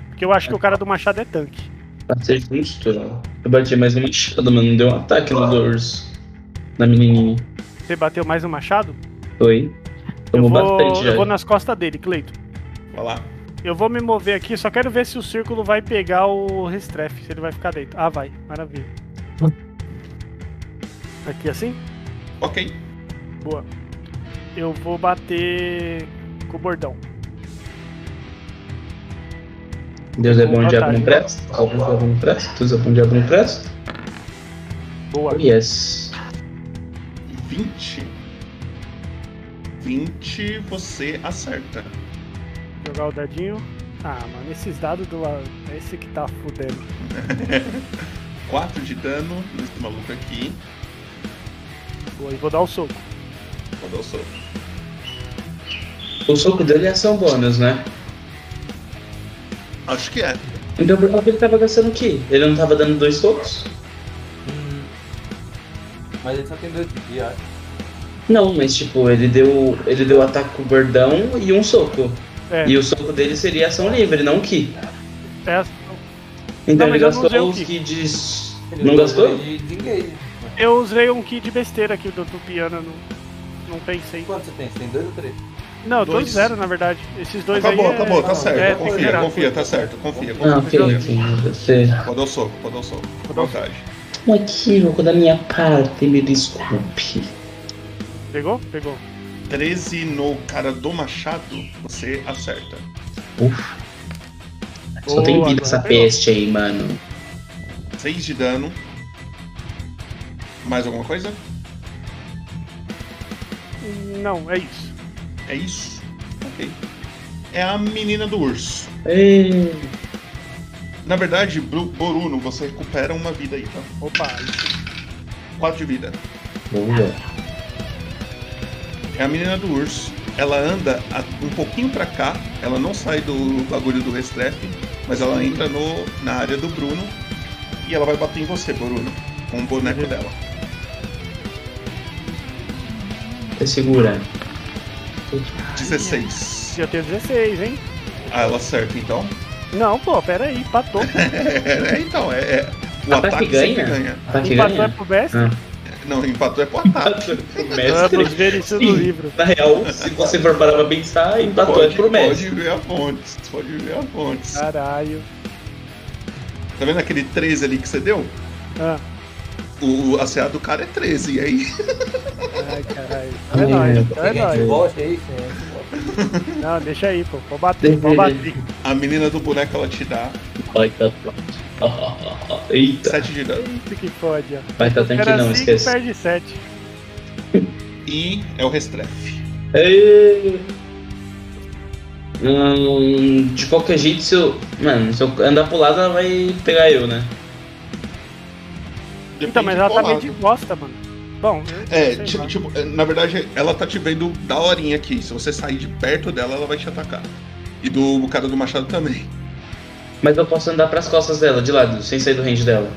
C: Porque eu acho que o cara do Machado é tanque.
E: Bateu justo. né? Eu bati mais uma machado, mano. Deu um ataque no dorso. Na menininha.
C: Você bateu mais no Machado?
E: Foi. Tomou
C: eu vou,
E: bastante já.
C: eu vou nas costas dele, Cleito.
A: Vai lá.
C: Eu vou me mover aqui, só quero ver se o círculo vai pegar o Restrefe, se ele vai ficar deitado. Ah, vai. Maravilha. Aqui assim?
A: Ok.
C: Boa. Eu vou bater com o bordão.
E: Deus é bom,
C: Vou
E: o diabo
C: atacar.
E: não presta. Alguns é bom, não presta. Deus é bom, o diabo não presta.
C: Boa.
E: Oh, yes.
A: 20. 20 você acerta.
C: Jogar o dadinho. Ah, mano, esses dados do lado. Esse que tá fudendo.
A: 4 de dano nesse maluco aqui.
C: Boa, e vou dar o soco.
A: Vou dar o soco.
E: O soco dele é ação bônus, né?
A: Acho que é.
E: Então por que ele tava gastando o quê? Ele não tava dando dois socos?
B: Mas ele só tem dois de dia, acho.
E: Não, mas tipo, ele deu. Ele deu ataque com o bordão e um soco.
C: É.
E: E o soco dele seria ação livre, não o Ki.
C: É,
E: Então
C: Não,
E: ele
C: mas eu não
E: gastou
C: usei o
E: os
C: ki.
E: ki de. s-
B: Ele
E: Não gastou?
B: De desengage.
C: eu usei um kit de besteira aqui do Tupiana, não, não pensei.
B: Quanto você tem? Você tem dois ou três?
C: Não, eu tô em
A: Dois.
C: zero, na verdade. Esses dois
A: acabou,
C: aí. é-
A: acabou, tá certo.
C: é, tem que
A: confia,
C: zerar.
A: confia, tá certo. Confia, confia.
E: Ah, ok,
A: confia.
E: ok. Você.
A: Pode dar o soco, pode dar o soco. Com vantagem.
E: Um equívoco da minha parte, me desculpe.
C: Pegou? Pegou.
A: 13 no cara do machado, você acerta.
E: Só tem
C: Boa,
E: vida essa
C: agora pegou.
E: peste aí, mano.
A: 6 de dano. Mais alguma coisa?
C: Não, é isso.
A: É isso? Ok. É a menina do urso.
E: Ei,
A: Na verdade, Bru- Boruno, você recupera uma vida aí, tá?
C: Opa, isso.
A: 4 de vida.
E: boa.
A: É a menina do urso. Ela anda a- um pouquinho pra cá. Ela não sai do bagulho do restrefe, mas ela entra no, na área do Bruno. E ela vai bater em você, Bruno. Com o boneco dela.
E: Você segura.
A: 16.
C: eu tenho 16, hein?
A: Ah, ela acerta então.
C: Não, pô, pera aí, patou.
A: É, então, é, é- O
E: Ataque
A: ataque
E: ganha?
A: sempre ganha.
E: Tá que
C: Empatou é
E: ganha? Ah.
C: pro mestre?
A: Não, empatou é pro ataque.
C: Vamos
E: Mestre.
C: ver isso no
E: É. Sim.
C: livro.
E: Na real, se você for parar pra pensar, empatou é
A: Pode,
E: pro mestre.
A: pode ver a fonte. Pode ver a fonte.
C: Caralho.
A: Tá vendo aquele 13 ali que você deu?
C: Ah,
A: O, a CA do cara é 13. E aí?
C: ai, caralho.
D: Ai,
C: É nóis,
D: meu
C: então é
I: Pegar de
C: nóis.
I: volta aí, sim.
C: Não, deixa aí, pô. Vou bater, vou bater.
A: A menina do boneco ela te dá
E: Vai tá pronto. Ó, ó, ó, ó. Eita,
A: 7 de dano.
C: Isso que fode, ó.
E: vai tá tanque
C: Era
E: não,
C: 5 e
E: esquece.
C: perde 7.
A: E é o restrefe.
E: Aê! Hum, de qualquer jeito, se eu. Mano, se eu andar pro lado, ela vai pegar eu, né?
A: Depende
C: Então, mas ela
A: qual
C: tá meio de
A: lado.
C: bosta, mano. Bom,
A: É,
C: sei
A: tipo,
C: lá.
A: tipo, é, na verdade, ela tá te vendo da horinha aqui. Se você sair de perto dela, ela vai te atacar. E do cara do machado também.
E: Mas eu posso andar pras costas dela, de lado, sem sair do range dela.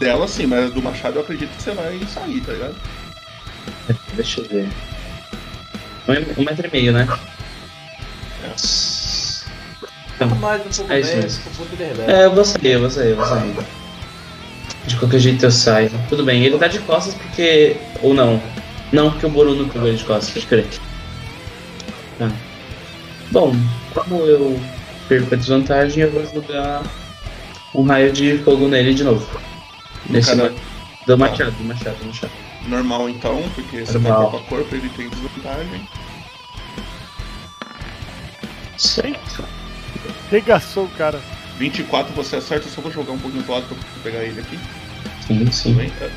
A: Dela sim, mas do machado eu acredito que você vai sair, tá ligado?
E: Deixa eu ver. Um, um metro e meio, né?
I: Mais um pouco
E: É
I: é
E: isso
I: bem,
E: mesmo.
I: um pouco de rebelde.
E: É, eu vou sair, eu vou sair, eu vou sair. De qualquer jeito eu saio. Tudo bem, ele tá de costas porque. Ou não. Não, porque o Boru não pegou ele de costas, pode crer. Tá. Bom, como eu perco a desvantagem, eu vou jogar um raio de fogo nele de novo. Nesse
A: cara-
E: ma- do machado, do machado, do machado.
A: Normal então, porque você tá
E: Normal.
A: corpo a corpo, ele tem desvantagem.
E: Certo.
C: regaçou o cara.
A: 24 você acerta, eu só vou jogar um pouquinho pro lado pra eu pegar ele aqui.
E: Sim,
A: Tudo
E: sim.
A: bem? É.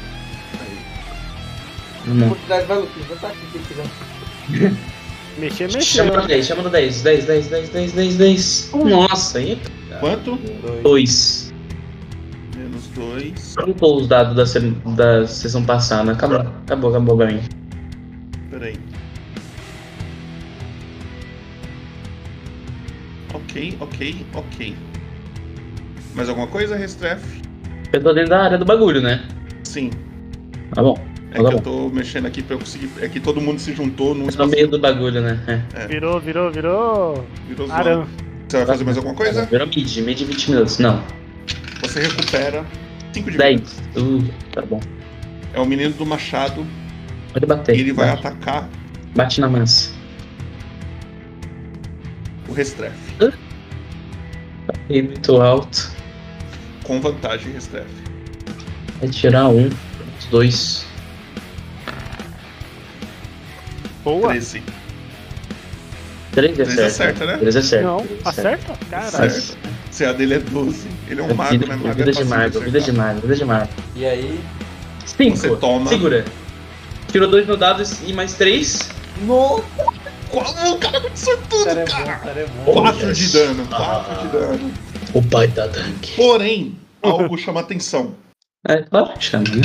E: Não.
I: Oportunidade vai, Luquinhas. Vai tá aqui, quem quiser.
B: um
C: Mexer, mexer.
E: Chama no 10, chama no 10, 10, 10, 10, 10, 10, 10. Nossa, aí é
A: Quanto?
I: Dois.
E: 2.
A: Menos 2.
E: Trocou os dados da, se- da sessão passada. Acabou, acabou, acabou pra mim.
A: Peraí. Ok, ok, ok. Mais alguma coisa, Restref?
E: Eu tô dentro da área do bagulho, né?
A: Sim.
E: Tá bom.
A: É
E: Tá
A: que
E: bom.
A: eu tô mexendo aqui pra eu conseguir. É que todo mundo se juntou num
E: Eu tô no
A: espaço.
E: meio do bagulho, né?
C: Virou, virou, virou.
A: Virou zona.
C: Aram.
A: Você vai fazer mais alguma
E: É.
A: coisa?
E: Virou mid, mid 20 minutos. Não,
A: Você recupera 5 de vida.
E: 10. Uh, tá bom.
A: É o menino do machado
E: Pode
A: e
E: bater.
A: ele vai
E: Bate,
A: atacar
E: bate na mansa.
A: o Restref.
E: E muito alto.
A: Com vantagem, Restref.
E: Vai tirar um, dois.
C: Boa.
A: 13.
E: Três é
A: Três
E: certo.
A: acerta, né?
E: Três é certo.
C: Não,
E: três é certo.
C: acerta? Caralho.
A: Acerta. CA dele é 12. Ele é um mago, né?
E: Vida,
A: Mago
E: vida
A: é
E: de mago,
A: fácil
E: vida de
A: acertar.
E: mago, vida de mago.
I: E aí?
E: Cinco.
A: Você toma.
E: Segura. Tirou dois no dado e mais três.
I: Nossa,
A: Qual- O cara é muito sortudo,
I: cara é
A: cara!
I: bom, cara é bom.
A: 4 de dano,
E: Ah.
A: 4 de dano.
E: O pai da tanque.
A: Porém, algo chama atenção.
E: É, claro que chama, né?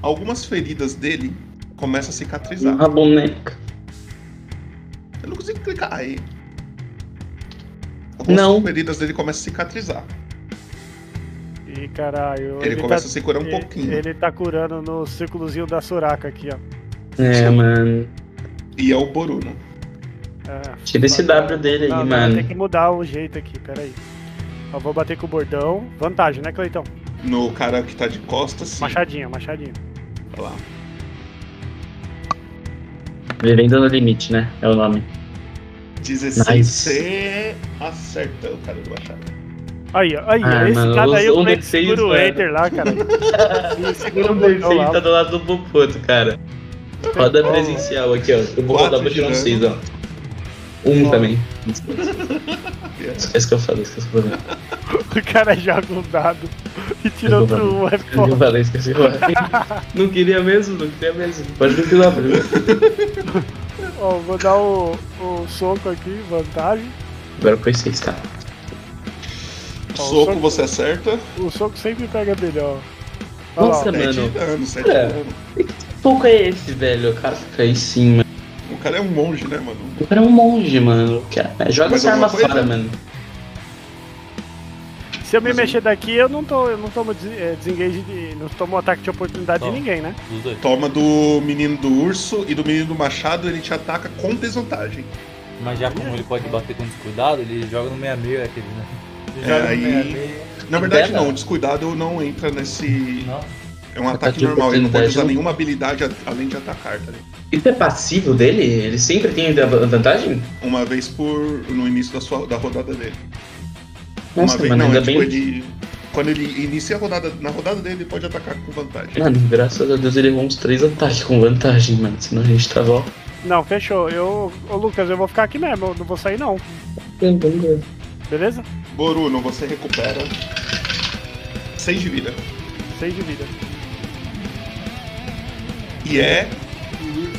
A: Algumas feridas dele começam a cicatrizar.
E: Uma boneca.
A: Eu não consigo clicar aí. Algumas
E: Não.
A: feridas dele começam a cicatrizar.
C: Ih, caralho.
A: Ele, começa a se curar um
C: ele- tá
A: pouquinho.
C: Ele tá curando no círculozinho da Soraka aqui, ó.
E: É, mano.
A: E é o Boruno.
C: É,
E: Tira esse W dele aí,
C: não, não,
E: mano.
C: Tem que mudar o jeito aqui, peraí. Eu vou bater com o bordão. Vantagem, né, Cleitão?
A: No cara que tá de costas, sim.
C: Machadinha, machadinha.
A: Olha lá.
E: Vivendo no limite, né? É o nome.
A: 16
E: Nice.
A: C acerta o cara do machado.
C: Aí, ó, aí, ó,
E: Ah,
C: esse
E: mano,
C: cara aí,
E: os-
C: o
E: os
C: Cleiton
E: D6,
C: segura o
E: mano.
C: Enter lá, cara. Ele segura o
E: O
C: bordão
E: Berzinho
C: lá.
E: tá do lado do Popoto, cara. Roda presencial aqui, ó. Eu vou
A: Quatro
E: rodar pra tirar um
A: de
E: 6, ó. Um
C: Ó.
E: também. Esquece que eu falei, esquece que eu falei.
C: O cara joga um dado e tira
E: Eu
C: outro
E: vou
C: um, é
E: Esquece que eu
C: foda.
E: falei, esquece que eu falei. Não queria mesmo, não queria mesmo. Pode continuar, pode continuar.
C: Ó, vou dar o, o soco aqui, vantagem.
E: Agora foi 6, tá?
A: Soco você acerta.
C: O soco sempre pega melhor. Olha
E: Nossa,
C: lá,
E: mano.
A: 7 de dano, 7 de
E: É.
A: dano.
E: Pouco é esse, velho? Cara, fica aí sim, mano.
A: O cara é um monge, né, mano?
E: O cara é um monge, mano. Cara, Joga
A: Mais
E: essa arma
A: alguma coisa?
E: fora, mano.
C: se eu me
A: Mas-
C: mexer daqui, eu não tô, eu não tomo des- eh, desengage de. não tomo ataque de oportunidade
I: Não.
C: de ninguém, né?
I: Dos dois.
A: Toma do menino do urso e do menino do machado, ele te ataca com desvantagem.
I: Mas já como ele pode bater com descuidado, ele joga no meia meio aquele, né?
A: É, aí- Na verdade, não, descuidado não entra nesse.
B: Não.
E: Hum.
A: É um
D: Ataque
A: ataque
D: de
A: normal, ele não pode
D: oportunidade,
E: um
A: usar
D: não.
A: nenhuma habilidade a- além de atacar, tá ligado?
E: Isso é passivo dele? Ele sempre tem da- vantagem?
A: Uma vez por. no início da, sua, da rodada dele.
E: Nossa,
A: uma vez
E: mano,
A: não,
E: ainda
A: é tipo,
E: bem.
A: ele. Quando ele inicia a rodada. Na rodada dele, ele pode atacar com vantagem.
E: Mano, graças a Deus ele errou uns três ataques com vantagem, mano. Senão a gente tava. ó.
C: Não, fechou. Eu, ô Lucas, eu vou ficar aqui mesmo, eu não vou sair não, beleza?
A: Boruno, você recupera. 6 de vida.
C: Seis de vida.
A: E é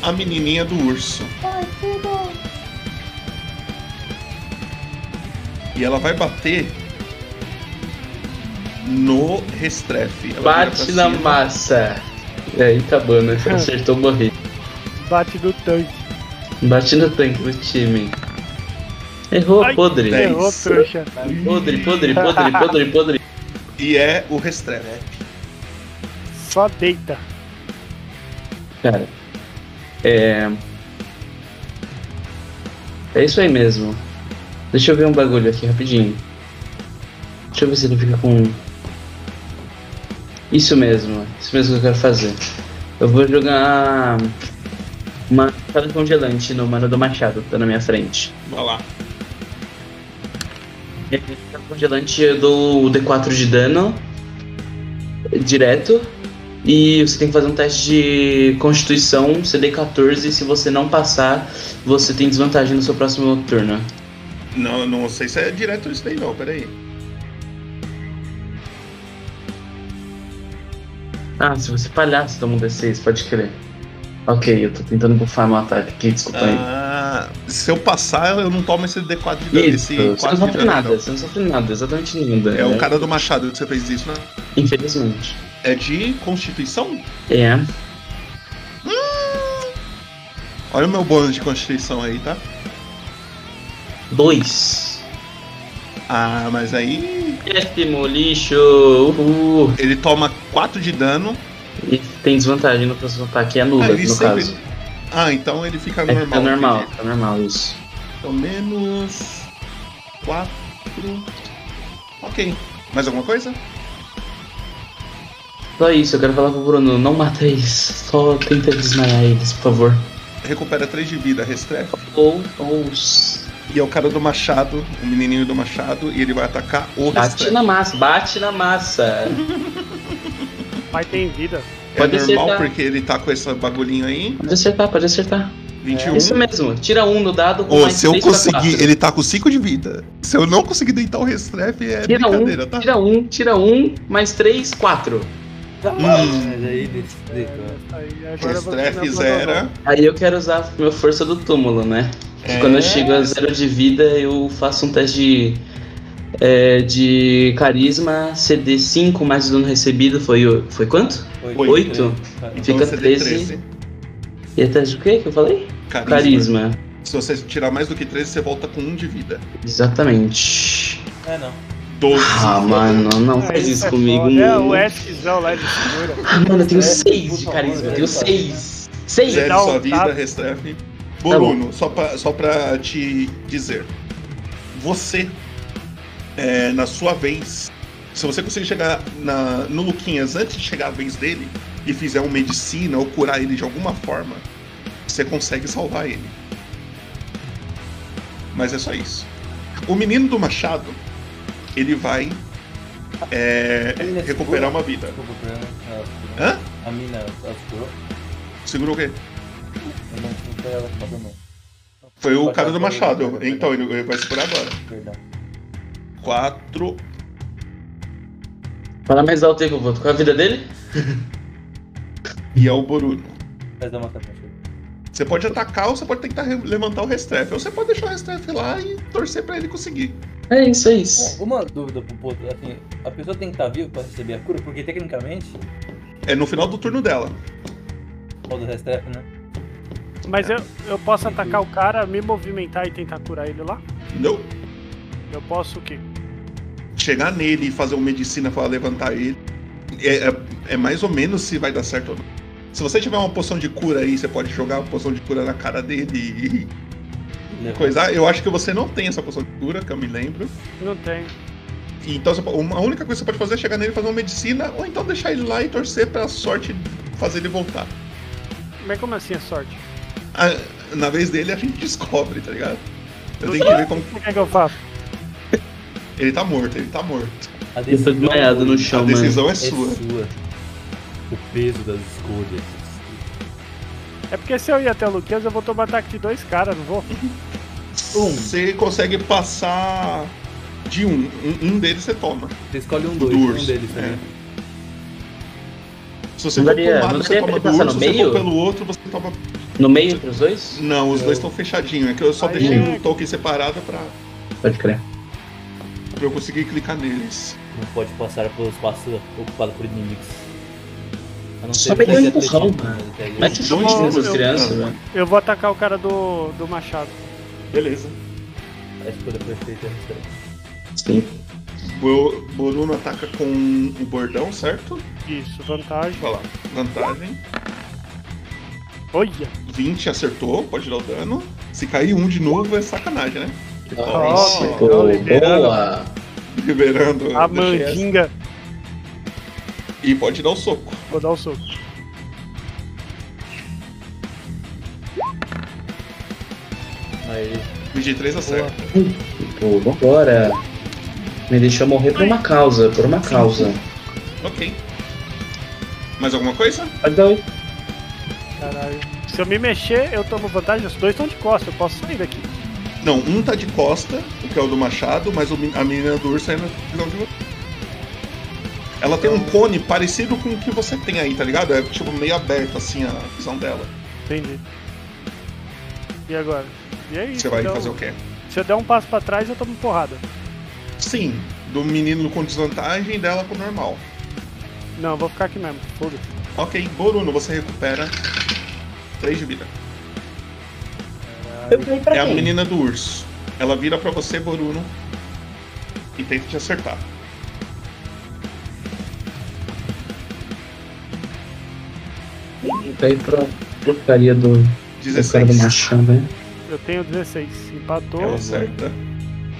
A: a menininha do urso. E ela vai bater no restrefe. Ela
E: Bate
A: vira pra
E: na
A: cima.
E: massa. E aí acabou, né? Acertou morrer.
C: Bate do tanque.
E: Bate no tanque do time. Errou,
C: Ai,
E: podre.
A: dez.
C: Errou, trouxa.
E: Podre, podre, podre, podre, podre.
A: E é o restrefe.
C: Só deita.
E: Cara. É. É isso aí mesmo. Deixa eu ver um bagulho aqui rapidinho. Deixa eu ver se ele fica com. um. Isso mesmo, isso mesmo que eu quero fazer. Eu vou jogar uma espada congelante no mano do machado, que tá na minha frente.
A: Vai lá.
E: E aí, espada congelante eu dou o D4 de dano direto. E você tem que fazer um teste de constituição, CD 14, se você não passar, você tem desvantagem no seu próximo turno.
A: Não, não sei se é direto isso daí não, peraí.
E: Ah, se você falhar, você toma um D6, pode crer. Ok, eu tô tentando bufar meu ataque aqui, desculpa Tá aí.
A: Ah, se eu passar, eu não tomo esse D4 de dano.
E: Isso,
A: Esse
E: você não
A: 4 de
E: sofre
A: dano,
E: nada,
A: não.
E: você não sofre nada, exatamente nada.
A: então. É
E: né?
A: o cara do machado que você fez isso, né?
E: Infelizmente.
A: É de constituição?
E: É,
A: Olha o meu bônus de constituição aí, tá?
E: dois.
A: Ah, mas aí
E: Décimo lixo, uhul.
A: ele toma 4 de dano.
E: E tem desvantagem no próximo ataque, é nula,
A: Ah, ele
E: no
A: sempre-
E: caso.
A: Ah, então ele fica
E: É,
A: normal.
E: tá normal,
A: entendi.
E: tá normal isso.
A: Então menos 4. Ok. Mais alguma coisa?
E: Só isso, eu quero falar pro Bruno, não mata eles, só tenta desmaiar eles, por favor.
A: Recupera 3 de vida, restrefe.
E: Ou, ou, s-
A: E é o cara do machado, o menininho do machado, e ele vai atacar o
E: bate
A: restrefe.
E: na massa, bate na massa.
C: Pai tem vida.
A: É
E: Pode
A: normal
E: acertar.
A: porque ele tá com esse bagulhinho aí.
E: Pode acertar, pode acertar.
A: 21.
E: É, Isso mesmo, tira um no dado com
A: É Ô,
E: mais
A: se eu
E: três pra
A: conseguir,
E: quatro.
A: ele tá com 5 de vida. Se eu não conseguir deitar o restrefe, é
E: Tira
A: brincadeira,
E: um,
A: tá?
E: tira um, tira um, mais três, quatro.
B: Tá Mas aí desse
C: É,
B: jeito,
C: aí, agora você
A: Restrefe
C: não é
A: zera.
E: Aí eu quero usar meu força do túmulo, né?
A: É.
E: Quando eu chego a zero de vida, eu faço um teste de, é, de carisma, CD 5 mais o dano recebido, foi, o- foi quanto?
B: ó.
A: Oito.
B: três.
E: Fica
A: CD
E: 13. E é teste de quê que eu falei?
A: Carisma.
E: Carisma.
A: Se você tirar mais do que 13, você volta com 1 de vida.
E: Exatamente.
B: É, não.
A: 12.
E: Ah, mano, não
C: Ah,
E: faz isso
C: é
E: comigo,
C: foda. É, o
E: mano.
C: Eskizão lá, ele segura.
E: Ah, mano, eu tenho
B: É,
E: 6 de
B: por favor,
E: carisma, eu
B: é, cara.
E: tenho 6. 6!
A: Zero
C: Então,
A: sua vida,
C: tá.
A: restrefe.
E: Tá
A: Bruno, só, pra, só pra te dizer. Você, é, na sua vez, se você conseguir chegar na- no Luquinhas antes de chegar a vez dele e fizer uma medicina ou curar ele de alguma forma, você consegue salvar ele. Mas é só isso. O menino do machado, ele vai é,
B: Ele é
A: recuperar
B: seguro?
A: uma vida.
B: Desculpa, o problema. Ela segurou.
A: Hã?
B: A mina, ela segurou.
A: Segura o quê?
B: Eu não não foi ela que falou, não.
A: Foi o
B: Pode
A: cara
B: dar
A: do
B: pra ele,
A: machado.
B: pode dar pra ele.
A: Então, ele ele vai segurar agora.
B: Perdão.
A: 4.
E: Fala mais alto aí que eu vou. Qual é a vida dele?
A: E é o Boruno.
B: Faz dar uma cabeça.
A: Você pode atacar ou você pode tentar re- levantar o Restrefe. Ou você pode deixar o Restrefe lá e torcer pra ele conseguir.
E: É isso, é isso.
B: Uma dúvida pro Poto, assim, a pessoa tem que estar viva pra receber a cura, porque tecnicamente,
A: É no final do turno dela.
B: ou do restrefe, né?
C: Mas eu, eu posso atacar o cara, me movimentar e tentar curar ele lá?
A: Entendeu?
C: Eu posso o quê?
A: Chegar nele e fazer uma medicina pra levantar ele. É, é- é mais ou menos se vai dar certo ou não. Se você tiver uma poção de cura aí, você pode jogar uma poção de cura na cara dele e ah,
B: Levanta.
A: coisar. Eu acho que você não tem essa poção de cura, que eu me lembro.
C: Não tem.
A: Então você po- uma- a única coisa que você pode fazer é chegar nele e fazer uma medicina, ou então deixar ele lá e torcer pra sorte fazer ele voltar.
C: Mas como assim é sorte?
A: A- na vez dele a gente descobre, tá ligado? Eu tenho que ver como.
C: O que é que eu faço?
A: Ele tá morto, ele tá morto.
B: A
E: Eu tô
B: decisão
E: desmaiado no
A: A
E: chão, mano.
A: decisão é
B: é
A: sua.
B: sua. O peso das escolhas.
C: É porque se eu ir até o Luquinhas, eu vou tomar ataque de dois caras, não vou?
A: Você consegue passar de um. Um, um deles você toma.
B: Você escolhe um
A: O
B: dois,
A: do
B: um
A: urso,
B: deles também.
A: é. Se você
D: Não
A: for
D: daria-
A: por um lado,
D: não
A: você
D: daria pra
A: toma
D: ele
A: do
D: passar
A: urso,
D: no
A: se
D: meio?
A: for pelo outro, você toma.
D: No meio entre os dois?
A: Não, os
B: Eu-
A: dois estão fechadinhos. É que eu só
C: Aí
A: deixei
C: é-
A: um token separado pra,
D: Pode crer.
A: pra eu conseguir clicar neles.
B: Não pode passar pelo espaço ocupado por inimigos. é A não
D: Só
B: ser que
D: pegar um
B: você
D: empurrão,
B: atletismo,
D: mano.
B: mas aí-
D: Mete o chão
A: Dois
D: nessas
A: eu-
D: crianças, né?
A: eu-
D: velho.
C: Eu vou atacar o cara do, do machado.
A: Beleza.
B: A escolha perfeita é essa.
D: Sim.
A: Bo- Boruno ataca com o bordão, certo?
C: Isso, vantagem.
A: Vai lá. Vantagem.
C: Olha!
A: 20 acertou, pode dar o dano. Se cair um de novo é sacanagem, né?
D: Nossa,
A: Nossa,
D: pô,
C: tô liberando.
D: boa.
A: Liberando.
C: A
A: deixei essa.
C: mandinga.
A: E pode dar o soco.
C: Vou dar o soco.
B: Mas
A: 23 acerta.
D: Pô, vambora. Me deixou morrer por uma causa, por uma causa.
A: Ok. Mais alguma coisa?
D: Pode dar oito.
C: Caralho. Se eu me mexer, eu tomo vantagem. Os dois estão de costas, eu posso sair daqui.
A: Não, um tá de costa, o que é o do machado, mas o men- a menina do urso ainda não de você. Ela tem um cone parecido com o que você tem aí, tá ligado? É tipo meio aberto assim a visão dela.
C: Entendi. E agora? E é isso.
A: Você vai
C: então,
A: fazer o quê?
C: Se eu der um passo pra trás, eu tomo porrada.
A: Sim, do menino com desvantagem e dela com normal.
C: Não, eu vou ficar aqui mesmo. Foda-se.
A: Ok, Boruno, você recupera 3 de vida.
E: Eu fui pra
A: é a
E: quem?
A: menina do urso. Ela vira pra você, Boruno, e tenta te acertar.
D: Tá aí pra porcaria do, do cara do
A: 16.
D: machado, né?
C: Eu tenho 16. Empatou.
A: Ela acerta.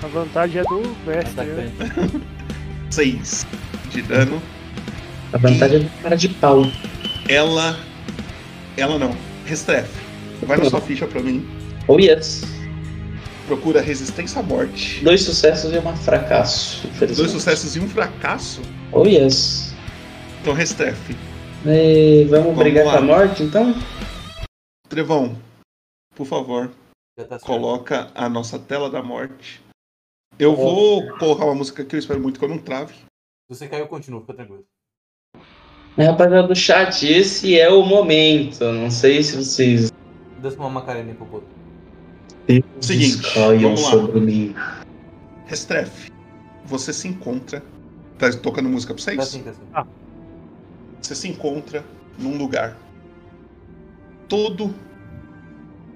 C: A vantagem é do mestre. né?
B: atacante.
A: 6 de dano.
D: A vantagem é do cara de pau.
A: Ela. Ela não. Restrefe. Vai na sua ficha pra mim.
D: Oh yes.
A: Procura resistência à morte.
D: Dois sucessos e um fracasso. infelizmente.
A: Dois sucessos e um fracasso.
D: Oh yes.
A: Então restrefe.
D: E vamos,
A: Vamos
D: brigar
A: lá.
D: com a morte então?
A: Trevão, por favor,
I: Já tá certo.
A: coloca a nossa tela da morte. Eu vou colocar uma música que eu espero muito que eu não trave.
I: Se você cair, eu continuo, fica tranquilo.
D: Mas, É, Rapaziada do chat, esse é o momento. Não sei se vocês
I: Desce uma macarena aí pro outro.
A: Seguinte,
D: descoiam
A: vamos lá.
D: sobre mim.
A: Restrefe, você se encontra. Tá tocando música pra
I: Tá
A: vocês?
I: sim, tá
B: assim.
I: sim.
A: Você se encontra num lugar todo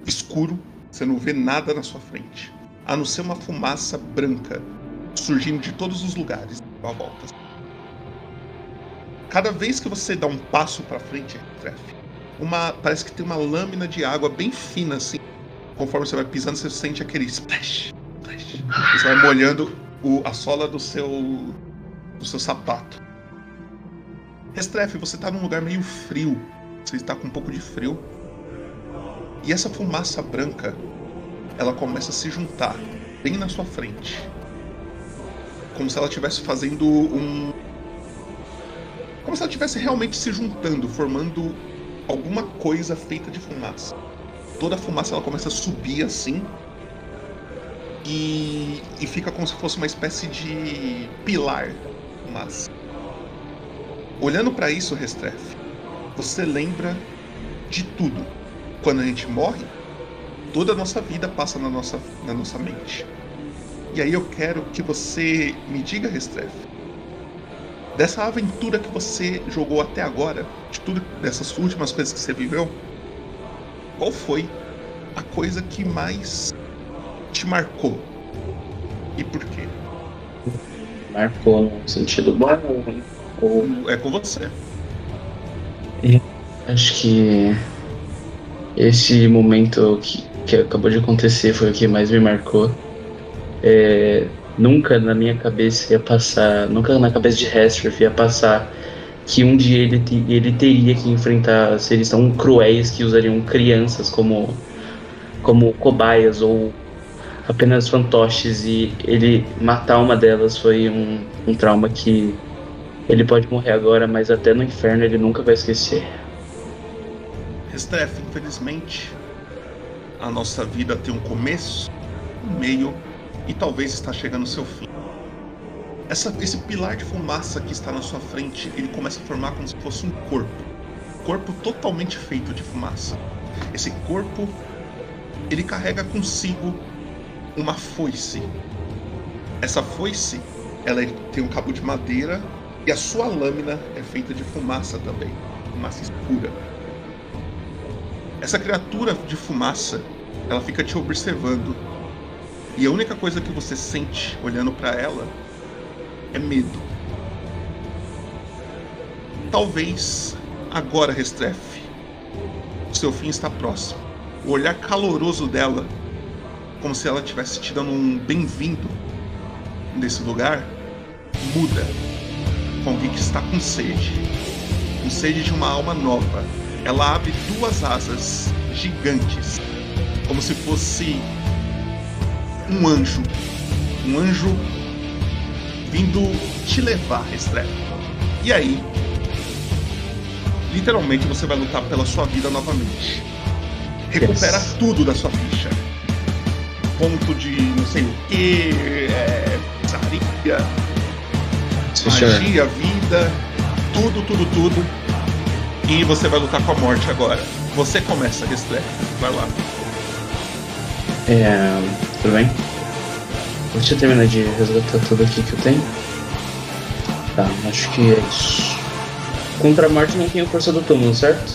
A: escuro, você não vê nada na sua frente, a não ser uma fumaça branca surgindo de todos os lugares à volta. Cada vez que você dá um passo para frente, trefe, uma parece que tem uma lâmina de água bem fina assim. Conforme você vai pisando, você sente aquele splash, splash. Você vai molhando o- a sola do seu do seu sapato. Restrefe, você tá num lugar meio frio. Você está com um pouco de frio. E essa fumaça branca, ela começa a se juntar bem na sua frente. Como se ela estivesse fazendo um. Como se ela estivesse realmente se juntando, formando alguma coisa feita de fumaça. Toda a fumaça ela começa a subir assim. E, e fica como se fosse uma espécie de pilar de fumaça. Olhando pra isso, Restrefe, você lembra de tudo. Quando a gente morre, toda a nossa vida passa na nossa, na nossa mente. E aí eu quero que você me diga, Restrefe, dessa aventura que você jogou até agora, de tudo dessas últimas coisas que você viveu, qual foi a coisa que mais te marcou? E por quê?
D: Marcou no sentido bom. Ou
A: É com você.
D: acho que esse momento que, que acabou de acontecer foi o que mais me marcou. É,
E: Nunca na minha cabeça ia passar, nunca na cabeça de Hesworth ia passar que um dia ele, te- ele teria que enfrentar seres tão cruéis que usariam crianças como, como cobaias ou apenas fantoches e ele matar uma delas foi um, um trauma que ele pode morrer agora, mas até no inferno ele nunca vai esquecer.
A: Restrefe, é, infelizmente, a nossa vida tem um começo, um meio e talvez está chegando ao seu fim. Essa- esse pilar de fumaça que está na sua frente, ele começa a formar como se fosse um corpo. Corpo totalmente feito de fumaça. Esse corpo, ele carrega consigo uma foice. Essa foice, ela tem um cabo de madeira e a sua lâmina é feita de fumaça também. Fumaça escura. Essa criatura de fumaça, ela fica te observando. E a única coisa que você sente olhando pra ela é medo. Talvez agora restrefe. O seu fim está próximo. O olhar caloroso dela, como se ela tivesse te dando um bem-vindo nesse lugar, muda com alguém que está com sede com sede de uma alma nova. Ela abre duas asas gigantes, como se fosse um anjo. Um anjo vindo te levar, Restrepo. E aí, literalmente você vai lutar pela sua vida novamente. Recupera
E: Yes.
A: tudo da sua ficha. Ponto de não sei o que, é, pizzaria,
E: Sim, senhor.
A: magia, vida, tudo, tudo, tudo. E você vai lutar com a morte agora. Você começa, Restrepo. Vai lá.
E: É, tudo bem? Deixa eu terminar de resgatar tudo aqui que eu tenho. Tá, acho que é isso. Contra a morte não tem força do túmulo, certo?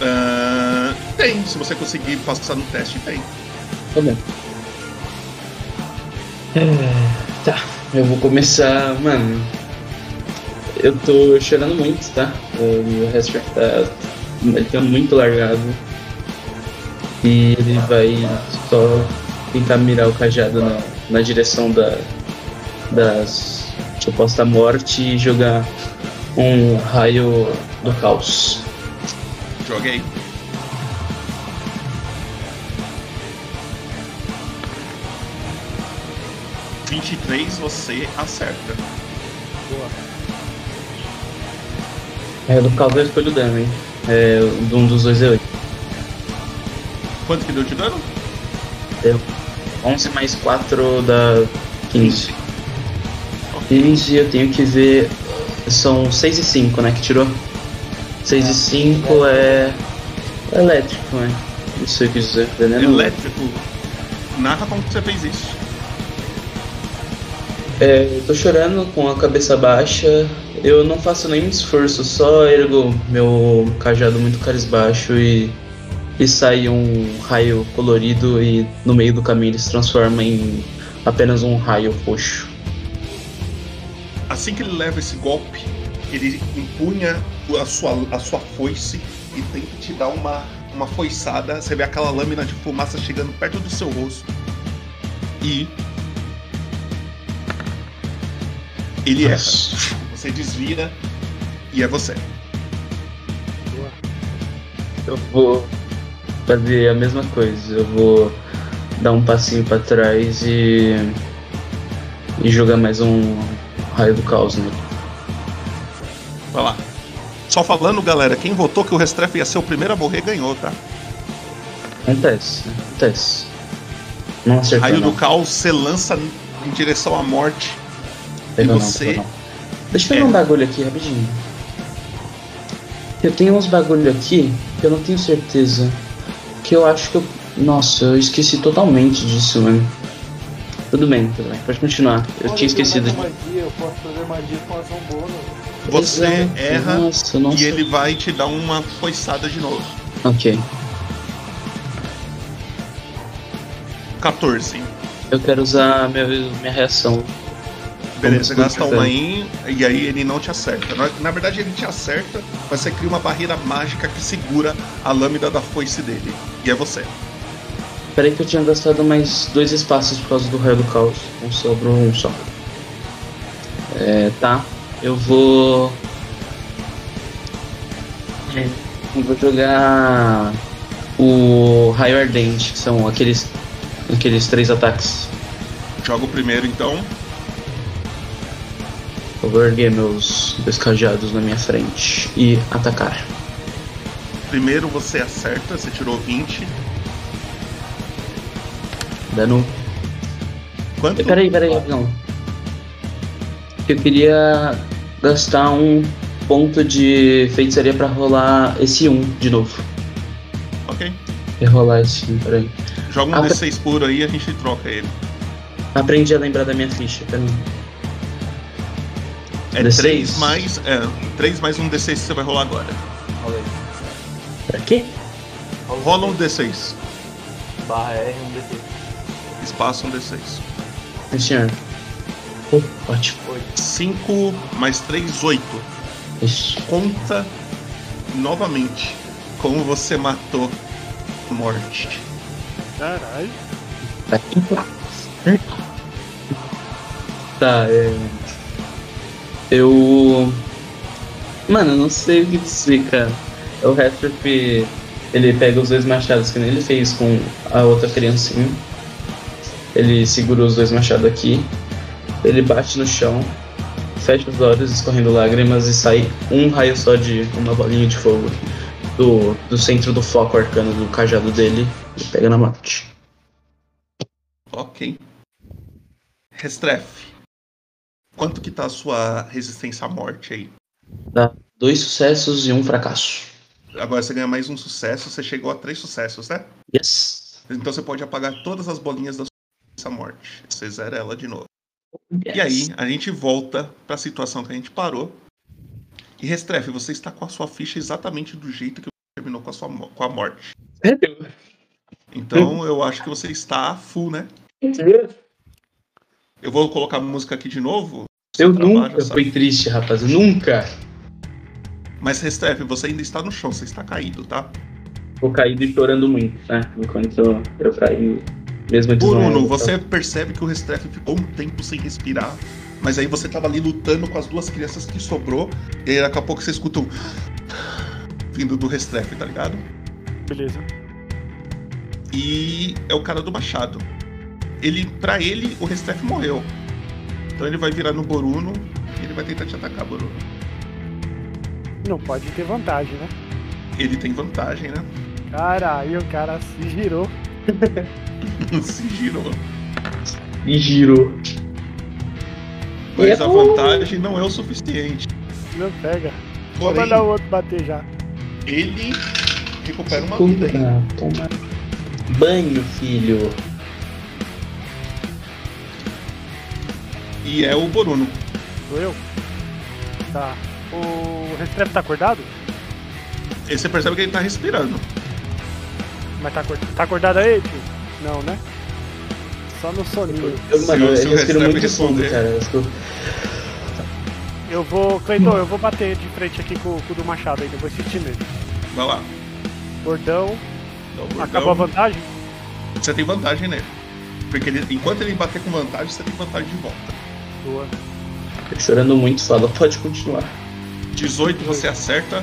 A: Ah, tem, se você conseguir passar no teste, tem.
E: Tá bom. É, tá, eu vou começar, mano. Eu tô chorando muito, tá? O meu Hester tá. Ele tá muito largado. E ele vai só tentar mirar o cajado na, na direção da. das. suposta morte e jogar um raio do caos.
A: Joga aí. três você acerta.
E: Raio É, do caos eu escolho o dano, hein? É, um dos dois é 8.
A: Quanto que deu de dano?
E: 11 mais 4 dá 15. 15 eu tenho que ver. São 6 e 5, né? Que tirou? 6 e 5 é. Elétrico, né? Não sei o que dizer. Veneno
A: Elétrico. Narra como que você fez isso.
E: É, eu tô chorando com a cabeça baixa. Eu não faço nenhum esforço, só ergo meu cajado muito carisbaixo e, e sai um raio colorido e no meio do caminho ele se transforma em apenas um raio roxo.
A: Assim que ele leva esse golpe, ele empunha a sua, a sua foice e tenta te dar uma, uma foiçada. Você vê aquela lâmina de fumaça chegando perto do seu rosto. E. Ele erra. Você desvira e é você.
E: Eu vou fazer a mesma coisa. Eu vou dar um passinho pra trás e. e jogar mais um raio do caos né? nele.
A: Vai lá. Só falando, galera, quem votou que o Restrefe ia ser o primeiro a morrer ganhou, tá?
E: Acontece, acontece. Não acertou.
A: Raio
E: não.
A: do caos, você lança em direção à morte.
E: Pegou
A: E
E: não,
A: você-
E: pegou não. Deixa eu pegar
A: É.
E: um bagulho aqui rapidinho. Eu tenho uns bagulho aqui que eu não tenho certeza. Que eu acho que eu. Nossa, eu esqueci totalmente disso, mano. Tudo bem, tudo bem. Pode continuar. Eu tinha esquecido.
I: Magia, eu posso fazer magia com ação bônus.
A: Você
E: Exato.
A: erra
E: Nossa, nossa.
A: e ele vai te dar uma foiçada de novo.
E: Ok.
A: 14.
E: Eu quero usar meu, minha reação.
A: Beleza,
E: Como
A: gasta
E: escuta.
A: uma aí e aí ele não te acerta. Na, na verdade ele te acerta, mas você cria uma barreira mágica que segura a lâmina da foice dele. E é você.
E: Peraí que eu tinha gastado mais dois espaços por causa do raio do caos. Um sobrou um só. É, tá. Eu vou. É, Eu vou jogar o raio ardente, que são aqueles. aqueles três ataques.
A: Joga o primeiro então.
E: Eu vou erguer meus dois cadeados na minha frente e atacar.
A: Primeiro você acerta, você tirou 20.
E: Dano.
A: Quanto?
E: Peraí, peraí, não. Eu queria gastar um ponto de feitiçaria pra rolar esse 1 de novo.
A: Ok.
E: E rolar esse 1, peraí.
A: Joga um
E: Ah, tá.
A: D6 puro aí e a gente troca ele.
E: Aprendi a lembrar da minha ficha, peraí.
A: É
E: D6?
A: 3 mais. É, 3 mais um D6 que você vai rolar agora.
I: Olha aí.
E: Pra quê?
A: Rola um D6.
I: Barra R, um D6.
A: Espaço um D6.
E: Sim, senhor. Oh, ótimo.
A: 5 mais 3, 8.
E: Isso.
A: Conta novamente como você matou Morte.
C: Caralho.
E: Tá, é. Eu. Mano, eu não sei o que dizer, cara. O Hattrip, ele pega os dois machados que nem ele fez com a outra criancinha. Ele segura os dois machados aqui. Ele bate no chão, fecha os olhos, escorrendo lágrimas, e sai um raio só de uma bolinha de fogo do, do centro do foco arcano do cajado dele e pega na morte.
A: Ok. Restrefe. Quanto que tá a sua resistência à morte aí?
E: Dois sucessos e um fracasso.
A: Agora você ganha mais um sucesso, você chegou a três sucessos, né?
E: Yes.
A: Então você pode apagar todas as bolinhas da sua morte. Você zera ela de novo. E
E: Yes.
A: aí, a gente volta pra situação que a gente parou. E Restrefe, você está com a sua ficha exatamente do jeito que você terminou com a, sua, mo- com a morte.
E: Sério?
A: Então eu acho que você está full, né? Eu vou colocar a música aqui de novo.
E: Eu
A: Seu trabalho,
E: nunca
A: sabe?
E: fui triste, rapaz. Eu nunca
A: Mas Restrefe, você ainda está no chão, você está caído, tá?
E: vou caído e chorando muito, né? Enquanto eu, eu caí mesmo
C: é.
A: Bruno,
E: desmaiado,
A: você percebe que o Restrefe ficou um tempo sem respirar. Mas aí você tava ali lutando com as duas crianças que sobrou. E aí daqui a pouco você escuta um. vindo do Restrefe, tá ligado?
C: Beleza.
A: E é o cara do Machado. Ele, pra ele, o Restrefe morreu. Então ele vai virar no Boruno e ele vai tentar te atacar, Boruno.
C: Não pode ter vantagem, né?
A: Ele tem vantagem, né?
C: Caralho, o cara se girou.
A: Se girou.
E: tá? E girou.
A: Mas a
E: Eu-
A: vantagem não é o suficiente.
C: Não pega. Vou
A: Porém,
C: mandar o outro bater já.
A: ele recupera uma vida
E: Puta,
A: aí.
E: toma banho, filho.
A: E é o Boruno.
C: Sou eu? Tá. O Restrepo tá acordado?
A: E você percebe que ele tá respirando.
C: Mas tá, acor- tá acordado aí, tio? Não, né? Só no soninho.
E: Eu, mano,
A: Se o- se
E: eu
A: o
E: respiro
A: Restrepo
E: muito fundo,
A: responder.
E: cara. Eu fico-
C: Eu vou. Cleiton, eu vou bater de frente aqui com, com o do Machado ainda, vou insistir nele.
A: Vai lá.
C: Bordão,
A: Dá o bordão.
C: acabou a vantagem?
A: Você tem vantagem nele. Porque ele- enquanto ele bater com vantagem, você tem vantagem de volta.
C: Boa.
E: eu chorando muito, fala, pode continuar.
A: 18 você acerta.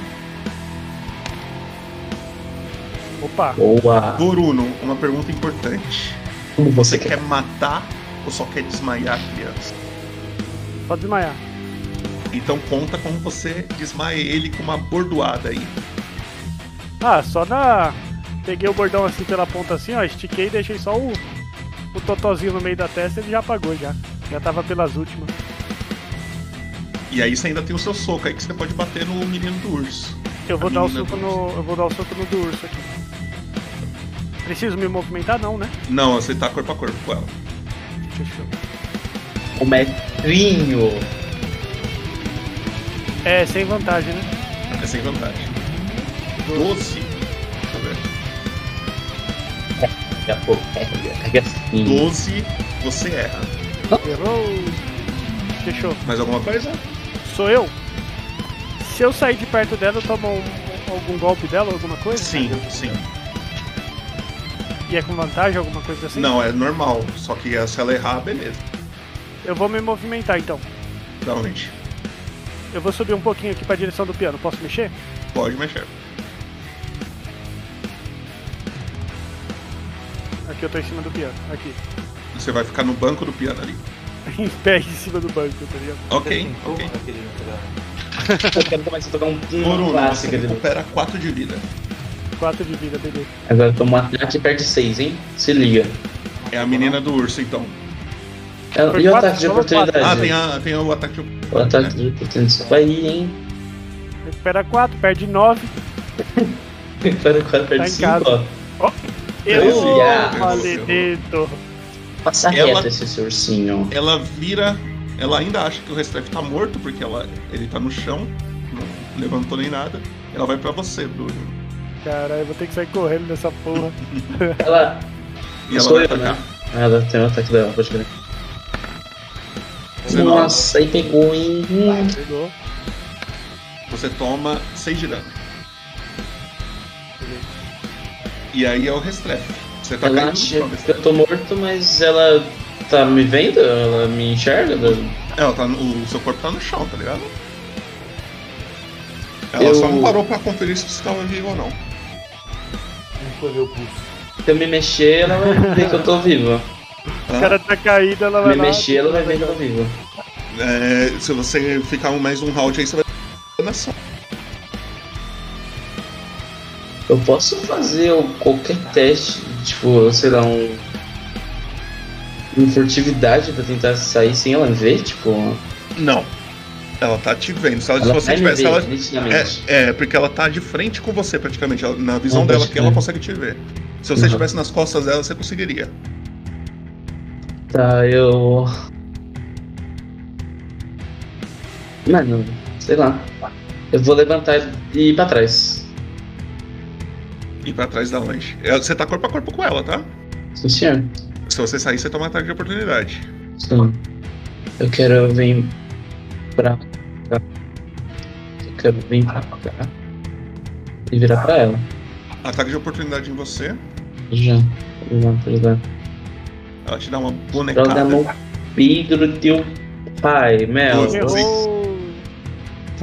C: Opa,
E: Boa.
A: Boruno, uma pergunta importante.
E: Como
A: Você
E: você quer?
A: quer matar ou só quer desmaiar a criança?
C: pode desmaiar.
A: Então conta como você desmaia ele com uma bordoada aí.
C: Ah, só na. Peguei o bordão assim pela ponta assim, ó, estiquei e deixei só o, o totozinho no meio da testa, ele já apagou já. Já tava pelas últimas.
A: E aí você ainda tem o seu soco aí que você pode bater no menino do urso.
C: Eu vou
A: A
C: dar o
A: menina
C: soco
A: do
C: no. Eu vou dar o soco no do urso aqui. Preciso me movimentar não, né?
A: Não, você tá corpo a corpo com ela.
C: Fechou.
E: O metrinho.
C: É, sem vantagem, né?
A: É sem vantagem. 12. Deixa eu ver.
E: Daqui a pouco. Daqui a pouco.
A: 12, você erra.
C: Errou. Fechou.
A: Mais alguma coisa?
C: Sou eu? Se eu sair de perto dela, eu tomo um- algum golpe dela, alguma coisa?
A: Sim, sim.
C: E é com vantagem, alguma coisa assim?
A: Não, é normal. Só que se ela errar, beleza.
C: Eu vou me movimentar então.
A: Pra onde?
C: Eu vou subir um pouquinho aqui pra direção do piano. Posso mexer?
A: Pode mexer.
C: Aqui eu tô em cima do piano. Aqui.
A: Você vai ficar no banco do piano ali.
C: em pé em cima do banco, tá ligado?
A: Ok, ok.
E: Eu quero começar a tocar um
A: Por
E: pulo
A: um, você
E: clássico. dele.
A: recupera 4 de vida.
C: 4 de vida, beleza.
E: Agora eu tomo um ataque e perde 6, hein? Se liga.
A: É a menina do urso, então.
E: É,
C: Foi
E: E o
C: quatro,
E: ataque de
C: só quatro.
E: oportunidade?
A: Ah, tem, a, tem o ataque de... um-
E: O ataque de oportunidade. Vai aí, hein?
C: Recupera 4, perde 9.
E: Agora o cara
C: Tá
E: perde
C: em
E: 5,
C: casa.
E: ó.
C: Eu
A: Esse-
E: yeah.
C: maledeto.
E: Passa
A: Ela-
E: reto Tá esse seu ursinho.
A: É. Ela vira... Ela ainda acha que o Restrefe tá morto, porque ela, ele tá no chão. Não levantou nem nada. Ela vai pra você, Bruno.
C: Caralho, eu vou ter que sair correndo dessa porra.
E: Ela.
A: É. E ela
E: Sou
A: vai
E: eu, né?
A: atacar.
E: Ah, ela tem o ataque dela, pode crer.
A: Dezenove.
E: Nossa, aí pegou, hein? Hum.
C: Pegou.
A: Você toma 6 de dano. E aí é o Restrefe. Você tá
E: Ela
A: caindo no
E: acha
A: chão,
E: que
A: Restrefe.
E: eu tô morto, mas ela tá me vendo? Ela me enxerga?
A: Ela tá no, o seu corpo tá no chão, tá ligado? Ela
E: Eu-
A: só não parou pra conferir se você tava vivo ou não.
I: Não foi ver o pulso.
E: Se eu me mexer, ela vai ver que eu tô vivo.
C: O
A: Hã?
C: cara tá caído, ela vai
E: Me
C: lá.
E: mexer, ela vai ver que eu tô vivo.
A: É, se você ficar mais um round aí, você vai. Na ação.
E: Eu posso fazer o- qualquer teste, tipo, sei lá, um. Uma furtividade pra tentar sair sem ela ver, tipo.
A: Não. Ela tá te vendo. Se, ela, se
E: Ela
A: você
E: vai me
A: tivesse.
E: ver,
A: Ela...
E: nitidamente.
A: É, é, porque ela tá de frente com você praticamente. Ela- na visão
E: Não,
A: dela
E: pode
A: que ela
E: crer.
A: consegue te ver. Se você
E: Uhum.
A: estivesse nas costas dela, você conseguiria. É.
E: Tá, eu. Mano, sei lá. Eu vou levantar e ir pra trás.
A: E pra trás da lanche. É, Você tá corpo a corpo com ela, tá?
E: Sim, senhor.
A: Se você sair, você toma ataque de oportunidade.
E: Sim. Eu quero vir pra cá. Eu quero vir pra cá. E virar pra ela.
A: Ataque de oportunidade em você.
E: Já. Vamos lá, pra ajudar.
A: Ela te dá uma
E: Pra dar
A: bonecada.
E: no vidro do teu pai, Mel.
A: Doze.
C: Errou.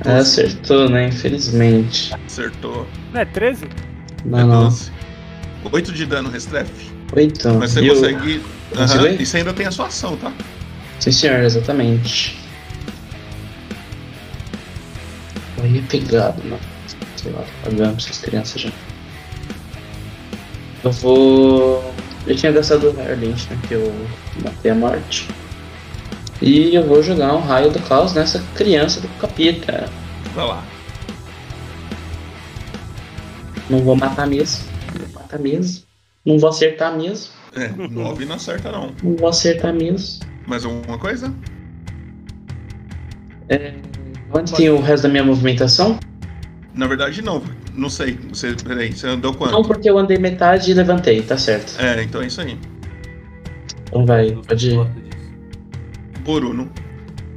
E: Ela acertou, né? Infelizmente.
A: Acertou.
C: Não é 13?
E: Não, Ah, não.
A: 8 de dano, Restrefe.
E: Oito.
A: Mas você
E: E eu-
A: consegue.
E: Consigo
A: Aham,
E: ir?
A: E você ainda tem a sua ação, tá?
E: Sim, senhor, exatamente. Eu ia pegar, mano. Sei lá, tô pagando essas crianças já. Eu vou. Eu tinha gastado o Rare Lynch, né? Que eu matei a morte. E eu vou jogar um raio do caos nessa criança do capeta.
A: Vai lá.
E: Não vou matar mesmo. Não vou matar mesmo. Não vou acertar mesmo.
A: É, 9 não acerta, não.
E: Não vou acertar mesmo.
A: Mais alguma coisa?
E: Onde É, tem o resto da minha movimentação?
A: Na verdade, não. Não sei. Você, peraí, você andou quanto?
E: Não, porque eu andei metade e levantei, tá certo.
A: É, então é isso aí.
E: Então vai, pode ir.
I: Gosto disso.
A: Boruno,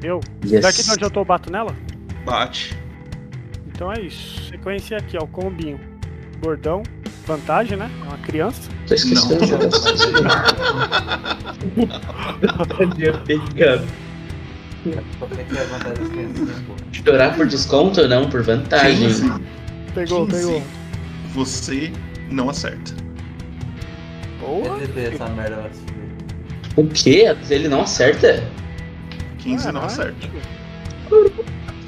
C: Eu.
E: Yes.
C: Daqui de onde eu tô, eu bato nela?
A: bate.
C: Então é isso. Sequência aqui, ó. O combinho. Bordão. Vantagem, né? É uma criança.
E: Tô esquecendo de jogar essas
I: Só pra
E: coisas.
I: é que a vantagem das crianças, né, pô?
E: Chorar por desconto ou não? Por vantagem.
A: 15.
C: Pegou,
A: 15.
C: pegou.
A: Você não acerta.
C: Porra.
I: Deve ter essa merda vai se fuder.
E: O quê? Ele não acerta?
A: 15 não
C: Caralho.
A: acerta.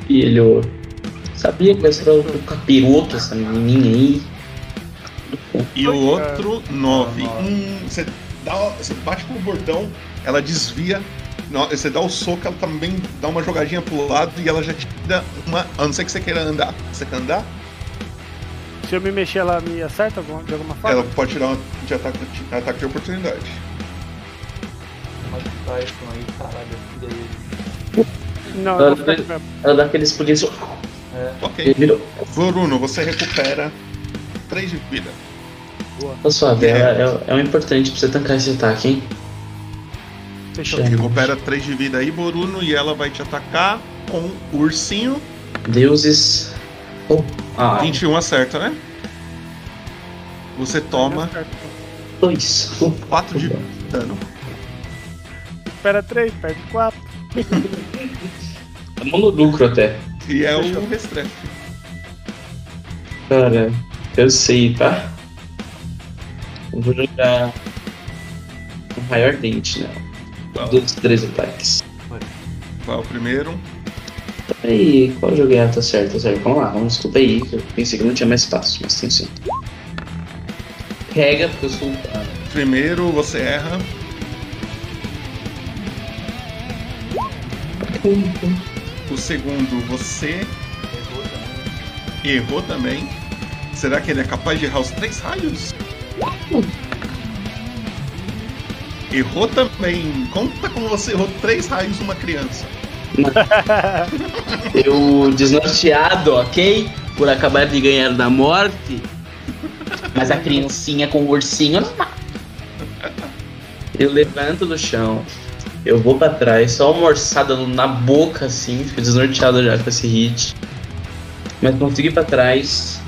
E: Filho. Sabia que esse era o capiroto, essa menininha aí.
A: E o
C: Ai, cara.
A: outro, 9.
I: Ah,
A: Hum, você, dá, você bate com o bordão, ela desvia. no- Você dá o soco, ela também dá uma jogadinha pro lado e ela já te dá uma. A não ser que você queira andar. Você quer andar?
C: Se eu me mexer, ela me acerta alguma- de alguma forma?
A: Ela pode tirar um de ataque, de ataque de oportunidade.
I: Mas que tá isso aí, caralho, eu fudei ele.
C: Não, eu
E: Ela-
C: vou ficar de mesmo.
E: Ela dá aqueles polícias. Ele
I: É.
A: Ok.
E: virou.
A: Voruno, você recupera 3 de vida.
E: Tá suave, ela é, é o importante pra você tancar esse ataque, hein?
C: Fechou.
A: Recupera 3 de vida aí, Boruno, e ela vai te atacar com o ursinho.
E: Deuses. Oh, ah,
A: 21 acerta, né? Você toma
C: Tá certo.
E: Dois.
A: Quatro de dano.
C: Espera três, perde quatro.
E: Tamo é no lucro até.
A: E é o restrefe.
E: Cara, eu sei, tá? Eu vou jogar um maior dente, né?
A: Qual?
E: Dos três ataques.
A: Vai o primeiro.
E: Peraí, qual eu joguei? Ah, tá certo, tá certo. Vamos lá, vamos escutar aí. que Eu pensei que não tinha mais espaço, mas tem sim. Pega, porque eu sou. Ah,
A: Primeiro você erra. O segundo você errou também. Será que ele é capaz de errar os três raios? Errou também. Conta como você errou três raios numa criança.
E: Eu desnorteado, ok? Por acabar de ganhar da morte. Mas a criancinha com o ursinho não mata. Eu levanto do chão. Eu vou pra trás, só uma orçada na boca assim, fico desnorteado já com esse hit. Mas consegui ir pra trás.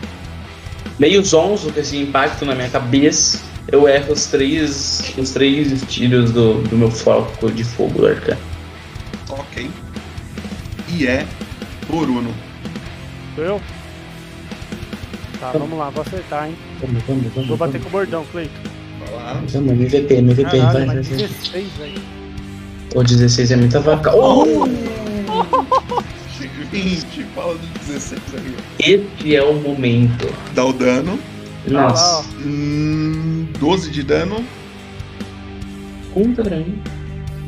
E: Meio zonzo com esse impacto na minha cabeça. Eu erro os três. os três tiros do, do meu foco de fogo, arcano.
A: Ok. E é Bruno.
C: Sou eu? Tá, vamos lá, vou acertar, hein?
E: Vamos, vamos, vamos.
C: Vou bater com o bordão, Cleiton.
A: Vai lá.
E: Vamos, MVP, MVP, vai,
C: Caralho,
E: vai,
C: mas
E: vai.
C: 16, velho.
E: O 16 é muita vaca. Oh!
A: 20, fala do 16 aí.
E: Esse é o momento.
A: Dá o dano.
E: Nossa,
A: Hum, 12 de dano.
E: conta pra mim.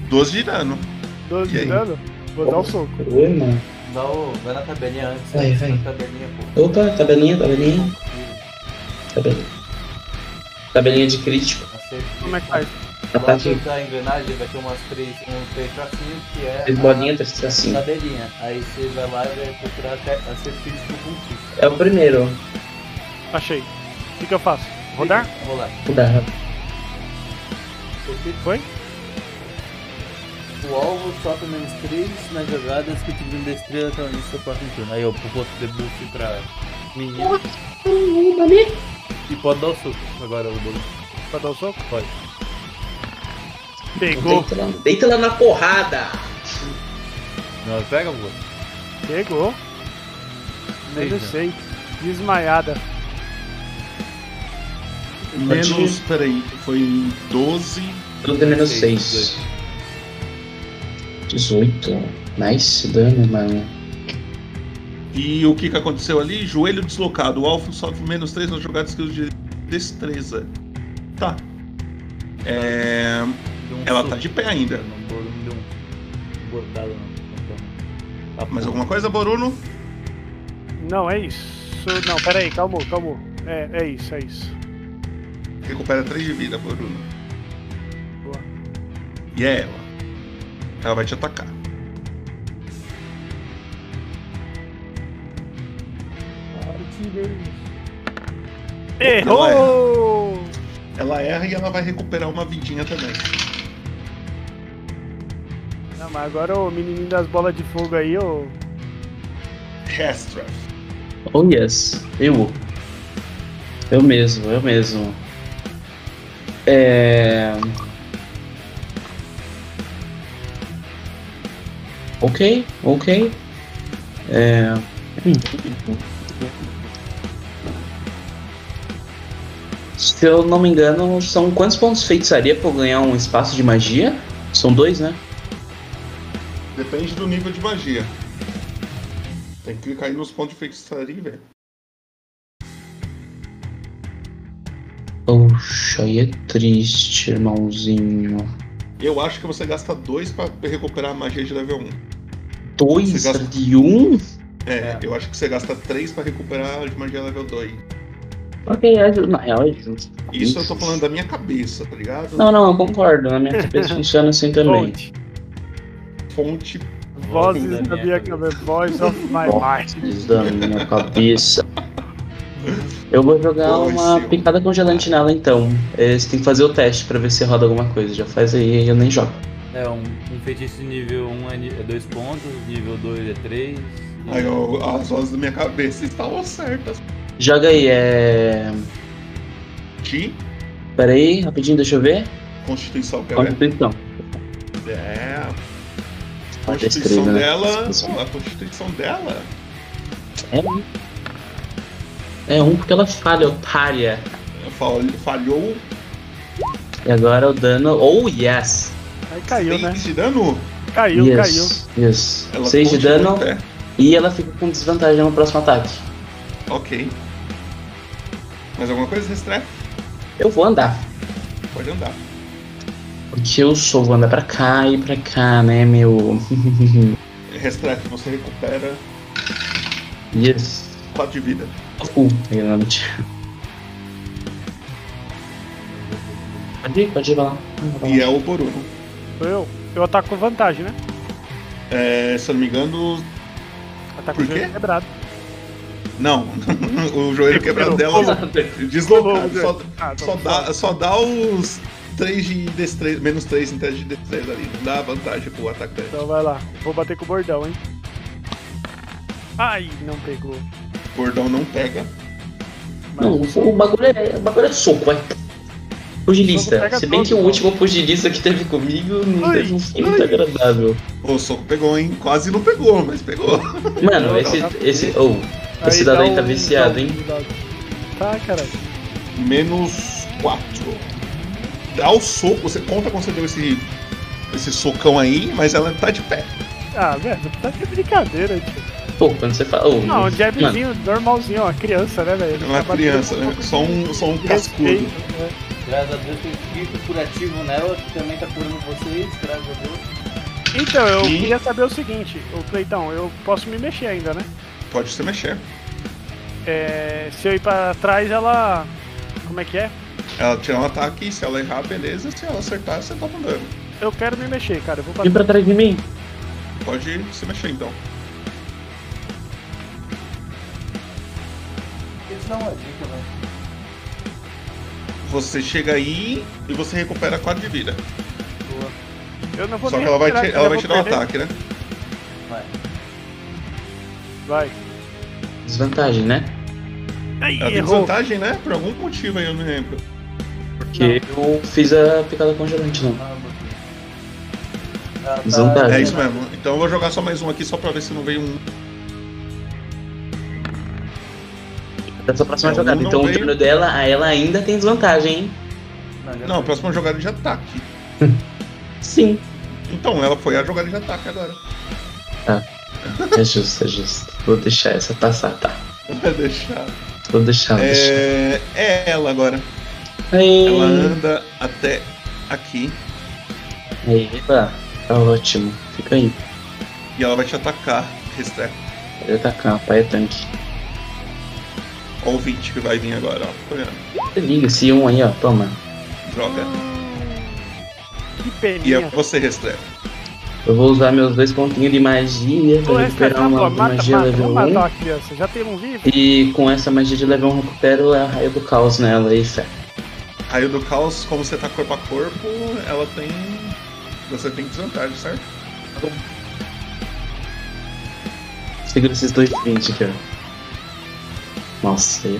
A: 12 de dano.
C: 12
A: E aí?
C: de dano? Vou dar o soco.
E: Oi, mano.
I: Dá o- vai na tabelinha antes.
E: Vai,
I: né?
E: vai.
I: Na tabelinha, pô.
E: Opa, tabelinha, tabelinha. Tabelinha. Tabelinha de crítico. tá
I: Acertei.
C: Como é que faz?
I: Lá
E: Ataque
I: dentro da engrenagem vai ter umas três, um três tracinhos que é
E: de bolinha, três assim. tracinho.
I: tabelinha. Aí você vai lá e vai procurar até acertista do culto.
E: É o primeiro.
C: Achei. O que, que eu faço? Rodar?
I: Vamos lá.
E: Dá.
I: Acertista.
C: Foi?
I: O alvo sofre menos 3 nas jogadas que tiverem destreza até o início do seu próximo turno. Aí eu boto o debuff pra menina. E pode dar o suco agora, o bolo.
C: Pra dar o soco?
I: Pode.
C: Pegou.
E: Deita lá, deita lá na porrada.
B: Não, pega, pô.
C: Pegou.
B: Eita.
I: né?
C: Menos 6. Desmaiada.
A: Menos. Peraí, foi 12.
E: Tudo é menos
B: Seis,
E: 6. 18. Nice dano, mano.
A: E o que, que aconteceu ali? Joelho deslocado. O alvo sofre menos 3 nas jogadas que de destreza. Tá. É,
I: Deu um
A: Ela
I: suco.
A: tá de pé ainda.
I: Não, bolo não deu um bordado, não. Então, tá
A: Mais
I: bom.
A: alguma coisa, Boruno?
C: Não, é isso. Não, pera aí, calmou, calmou. É, é isso, é isso.
A: Recupera 3 de vida, Boruno.
C: Boa.
A: E é ela. Ela vai te atacar.
C: Errou!
A: Ela erra e ela vai recuperar uma vidinha também.
C: Não, mas agora o menininho das bolas de fogo aí, ô.
A: Restraf.
E: Oh yes, eu. Eu mesmo, eu mesmo. É. Ok, ok. É. Se eu não me engano, são quantos pontos de feitiçaria pra eu ganhar um espaço de magia? São dois, né?
A: Depende do nível de magia. Tem que clicar aí nos pontos de feitiçaria, velho.
E: Poxa, aí é triste, irmãozinho.
A: Eu acho que você gasta dois pra recuperar a magia de level 1.
E: Dois
A: Você gasta-
E: de um?
A: É, eu acho que você gasta três pra recuperar a de magia level 2.
E: Ok, é ju- na real é justo.
A: Isso eu tô falando da minha cabeça, tá ligado?
E: Não, não, eu concordo. Na minha cabeça funciona assim também.
C: Fonte.
A: Fonte.
C: Vozes
I: Fonte
C: da
I: da
C: minha
I: minha
C: cabeça. Voice of my mind.
E: Isso Da minha cabeça. Eu vou jogar
A: Pois
E: uma
A: eu.
E: picada congelante nela então. É, você tem que fazer o teste pra ver se roda alguma coisa. Já faz aí, eu nem jogo.
B: É, um, um feitiço de nível 1 é 2 pontos, nível 2 é 3.
A: Aí eu- as vozes da minha tá cabeça estavam certas.
E: Joga aí, é.
A: Ti,
E: Pera aí, rapidinho, deixa eu ver. então.
A: Constituição, quer ver?
E: Constituição.
A: É. A
E: Tá
A: Constituição
E: escrevendo, né?
A: dela.
E: Constituição.
A: Pô, a Constituição dela.
E: É um. É um porque ela falha, otária.
A: fal- Falhou
E: E agora o dano. Oh, yes!
C: Aí caiu, né?
A: seis de dano.
C: Caiu, caiu.
E: yes. Yes.
A: Ela
E: 6 de
A: continua
E: dano
A: até.
E: e ela fica com desvantagem no próximo ataque.
A: Ok. Mais alguma coisa nesse treco?
E: Eu vou andar.
A: Pode andar.
E: Porque eu sou, vou andar pra cá e pra cá, né, meu.
A: Restrefe, você recupera
E: yes.
A: 4 de vida.
E: Uh, peguei na noite. Pode ir, pode ir, vai lá.
A: E
E: Tá.
A: é o Boruno.
C: Sou eu. Eu ataco com vantagem, né?
A: É, se eu não me engano.
C: Ataco
A: Por
C: com o joelho
A: quê?
C: quebrado.
A: Não. o joelho quebrado dela deslocado. Só,
C: Ah, tô
A: só, dá, só dá os 3 de destreza. Menos 3 em teste de destreza ali. Não dá vantagem pro atacante.
C: Então vai lá. Vou bater com o bordão, hein? Ai, não pegou.
A: O bordão não pega.
C: Mas
E: Não, o bagulho é, o bagulho é soco, vai.
C: Soco pega
E: Pugilista. Se bem que o
C: todo,
E: último pugilista que teve comigo não
C: Ai,
E: teve um fim muito
C: ai.
E: agradável.
A: O soco pegou, hein? Quase não pegou, mas pegou.
E: Mano, esse. esse. Oh, esse dado
C: dá
E: aí tá
C: um-
E: viciado, hein?
C: Tá, caralho.
A: Menos 4. Dá o soco. Você conta quando você deu esse, esse socão aí, mas ela tá de pé.
C: Ah, velho, tá de brincadeira, tio.
E: Pô, quando você fala. Oh,
C: Não, um
E: mano,
C: jabzinho normalzinho, ó. Criança, né, velho?
A: É uma
C: Tá
A: criança,
C: batendo
A: né? Só um, só um
C: com
A: cascudo.
C: respeito, né?
I: Graças a Deus tem espírito curativo nela, que também tá curando vocês, graças a Deus.
C: Então, eu
A: E-
C: queria saber o seguinte, ô Cleitão, eu posso me mexer ainda, né?
A: Pode se mexer.
C: É, se eu ir pra trás, ela. Como é que é?
A: Ela tira um ataque, se ela errar, beleza. Se ela acertar, você toma um dano.
C: Eu quero me mexer, cara. Eu vou pra
E: Vem pra trás de mim.
A: Pode se mexer então.
I: Deixa eu te dar uma dica, né? velho.
A: Você chega aí e você recupera 4 de vida.
C: Eu não vou
A: Só
C: nem
A: que ela vai,
C: respirar,
A: ti- ela
C: cara,
A: vai
C: eu vou
A: tirar um
C: perder.
A: ataque, né?
C: Vai.
E: Desvantagem, né?
C: Ai,
A: Ela tem
C: errou.
A: desvantagem, né? Por algum motivo aí, eu não lembro.
E: Porque eu fiz a picada congelante, não.
I: Ah, botei. Ah, tá.
E: Desvantagem.
A: É isso mesmo. Então eu vou jogar só mais um aqui, só pra ver se não veio um.
E: Essa próxima
A: Não,
E: jogada.
A: não
E: Então o
A: veio.
E: turno dela, a ela ainda tem desvantagem, hein?
I: já
A: Não, a
I: foi.
A: próxima jogada de ataque.
E: Sim.
A: Então, ela foi a jogada de ataque agora.
E: É justo, é justo. Vou deixar essa passar, tá?
A: Vai deixar.
E: Vou deixar, vou deixar.
A: É, é ela agora.
E: Aí,
A: Ela anda até aqui
E: aí, tá. Tá ótimo. Fica aí.
A: e ela vai te atacar. Restrefe.
E: Pode atacar, pai é tanque.
A: Ó o 20 que vai vir agora, ó. Tô olhando.
E: Se liga, esse um aí, ó. Toma.
A: Droga.
C: Que
A: E é
C: peninha.
A: você, Restrefe.
E: Eu vou usar meus dois pontinhos de magia
C: Pô,
E: pra
C: essa cara,
E: recuperar
C: mata,
E: uma
C: tá mata,
E: magia
C: mata.
E: level
C: Vamos
E: 1.
C: matar a criança. Já tem um vivo?
E: E com essa magia de level 1 eu recupero a raio do caos nela e fé.
A: Raio do Caos, como você tá corpo a corpo, ela tem. Você tem desvantagem, certo?
E: Segura esses dois 20 aqui, ó. Nossa, aí é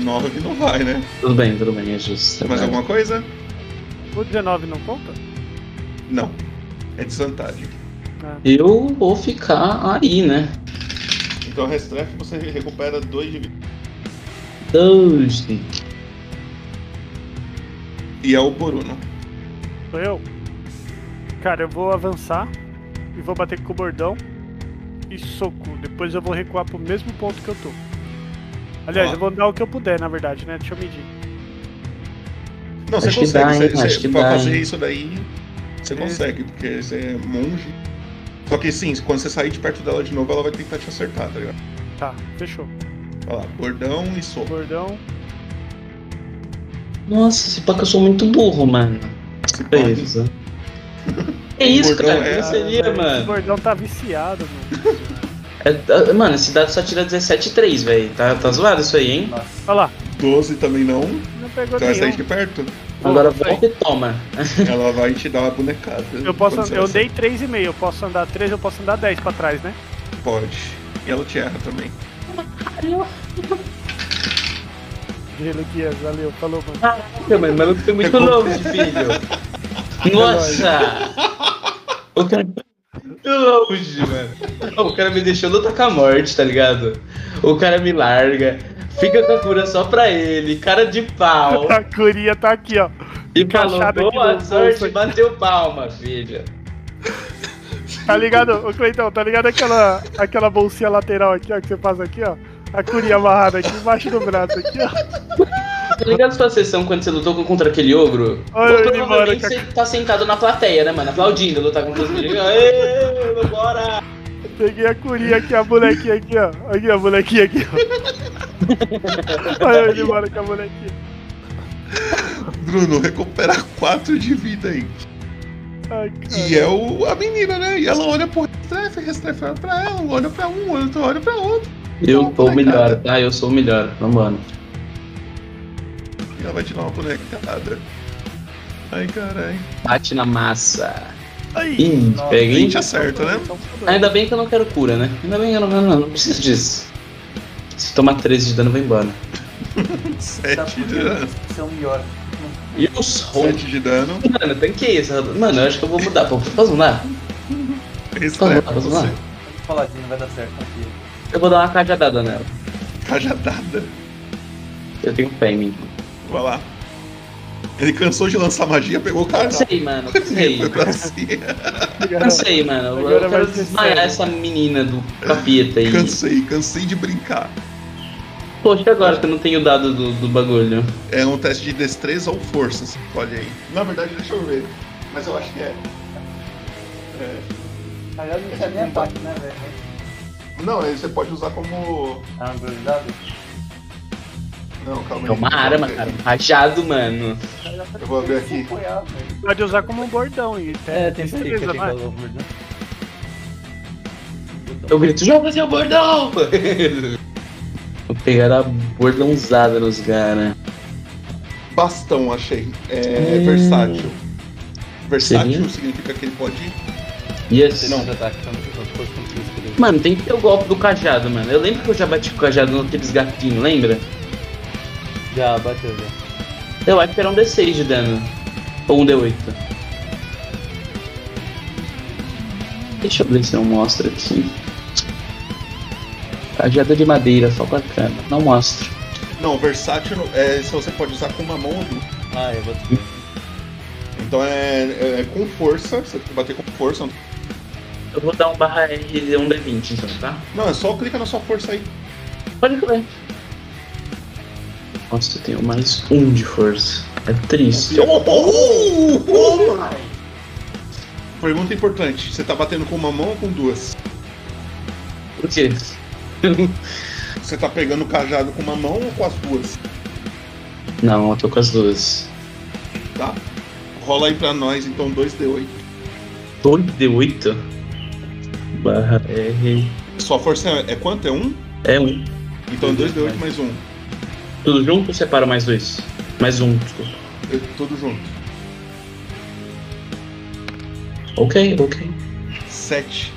A: 9, 9 não vai, né?
E: Tudo bem, tudo bem, é justo.
A: Mais alguma coisa?
C: O 19 não conta?
A: Não. É desvantagem.
C: É,
E: Eu vou ficar aí, né?
A: Então, Restrefe, você recupera 2 de vida.
E: Dois.
A: E é o Boruno.
C: Sou eu? Cara, eu vou avançar e vou bater com o bordão e soco. Depois eu vou recuar pro mesmo ponto que eu tô. Aliás,
A: Ó.
C: eu vou dar o que eu puder, na verdade, né? Deixa eu medir.
A: Não, você
E: Acho que
A: consegue.
E: dá, hein?
A: você,
E: Acho
A: você-
E: que
A: pra
E: dá,
A: fazer
E: hein?
A: isso daí, você
C: É.
A: consegue, porque você é monge. Só que sim, quando você sair de perto dela de novo, ela vai tentar te acertar, tá ligado?
C: Tá, fechou.
A: Olha lá, bordão e soco.
C: Bordão.
E: Nossa, esse paca eu sou muito burro, mano.
A: Se
E: É
A: pá,
E: isso. É isso,
A: Gordão
E: cara.
A: é-
E: que seria,
C: O
E: mano.
C: bordão tá viciado, mano.
E: É, tá- mano, esse dado só tira 17,3, velho. Tá, tá zoado isso aí, hein?
I: Nossa.
C: Olha lá,
A: 12 também não.
C: não pegou
A: Então vai sair
C: nenhum.
A: de perto.
C: Pô,
E: Agora
C: sai.
E: volta e toma.
A: Ela vai te dar uma bonecada.
C: Eu posso
A: Quando
C: andar, eu
A: você
C: andei 3,5, eu posso andar 3, eu posso andar 10 pra trás, né?
A: acerta. Pode. E ela te erra também.
C: Reliquias, é, valeu, falou, mano.
E: Caraca, mano, o maluco foi muito longe, filho. Nossa! O cara foi muito longe, mano. O cara me deixou lutar com a morte, tá ligado? O cara me larga, fica com a cura só pra ele, cara de pau.
C: A curia tá aqui, ó.
E: E falou,
C: encaixado aqui no
E: boa
C: bolso
E: sorte,
C: aqui."
E: bateu palma, filho.
C: Tá ligado, ô Cleitão, tá ligado aquela, aquela bolsinha lateral aqui, ó, que você passa aqui, ó? A curia amarrada aqui embaixo do braço aqui, ó.
E: Tá ligado sua sessão quando você lutou contra aquele ogro?
C: Olha ele
E: Provavelmente
C: embora,
E: você tá sentado na plateia, né, mano? Aplaudindo lutar contra os inimigos. Ê, vambora!
C: Peguei a curia aqui, a bonequinha aqui, ó. Aqui, a bonequinha aqui, ó. Olha ele embora com a bonequinha.
A: Bruno, recuperar 4 de vida aí.
C: Ai,
A: E
C: cara.
A: é o, a menina, né? E ela olha pro Restrefe, Restrefe olha pra ela, olha pra um, outro olha pra outro.
E: Eu tô o melhor, tá? Eu sou o melhor. Vambora.
A: E ela vai te dar uma conectada. Ai, caralho.
E: Bate na massa.
C: Ai,
E: Ih,
C: nossa.
E: pega, hein?
A: Gente, acerta, né?
I: Então,
E: Ainda bem que eu não quero cura, né? Ainda bem que eu não, não, não preciso disso. Se tomar 13 de dano, vai embora.
A: 7 de
I: fudido,
A: dano.
I: Isso é o melhor.
E: E os rolos.
A: 7 de dano.
E: Mano, tanquei essa. Mano, eu acho que eu vou mudar. Pô, posso mudar?
A: Restrefe,
E: Vamos lá, vamos
A: você.
I: Vamos falar assim, não vai dar certo aqui.
E: Eu vou dar uma cajadada nela.
A: tá Cajadada.
E: Eu tenho fé em mim.
A: Vai lá. Ele cansou de lançar magia, pegou o cara.
E: Cansei, mano. Cansei.
A: Foi pra cima.
E: Cansei, mano. Eu,
C: Agora
E: quero
C: vai ser
E: desmaiar
C: sério.
E: essa menina do capeta aí.
A: Cansei, cansei de brincar.
E: Poxa, agora que eu não tenho o dado do, do bagulho.
A: É um teste de destreza ou força, você escolhe aí. Na verdade, deixa eu ver. Mas eu acho que é.
I: Aliás, não tinha nem ataque, né, velho?
A: Não, aí você pode usar como.
I: Ah, improvisado?
A: Não, calma aí.
E: É uma
A: Eu vou
E: arma,
A: ver.
E: cara. Rajado, mano.
A: Eu vou ver aqui.
C: Pode usar como um bordão e até.
I: É, tem isso aí, que
C: Beleza,
I: achei que
C: vai.
I: era o bordão.
E: Eu grito, joga seu bordão! Vou pegar a bordãozada nos caras.
A: Bastão, achei. É
E: Hum.
A: versátil. Versátil
E: Seria?
A: significa que ele pode.
E: Yes.
A: Não.
I: Não. ataque, então, se fosse com física dele.
E: Mano, tem que ter o golpe do cajado, mano. Eu lembro que eu já bati com o cajado naqueles gatinhos, lembra?
I: Já, bateu, já.
E: Eu acho que era um D6 de dano. Ou um D8. Deixa eu ver se eu mostro aqui. Cajado de madeira, só bacana. Não mostro.
A: Não, versátil é se você pode usar com uma mão ou duas.
I: Ah, eu vou.
A: Então é, é- é com força, você tem que bater com força.
E: Eu vou dar um barra R um D20 então, tá?
A: Não, é só clica na sua força aí.
E: Pode comer. Nossa, eu tenho mais um de força. É triste.
A: Oh, oh, oh, oh. Pergunta importante: você tá batendo com uma mão ou com duas?
E: Por quê?
A: Você tá pegando o cajado com uma mão ou com as duas?
E: Não, eu tô com as duas.
A: Tá? Rola aí pra nós, então, 2D8.
E: 2D8? Barra R.
A: Sua força é é quanto? É 1? Um?
E: É um.
A: Então 2D8 mais 1. Um.
E: Tudo junto ou separa mais dois? Mais um, desculpa.
A: Eu- Tudo junto.
E: Ok, ok.
A: 7.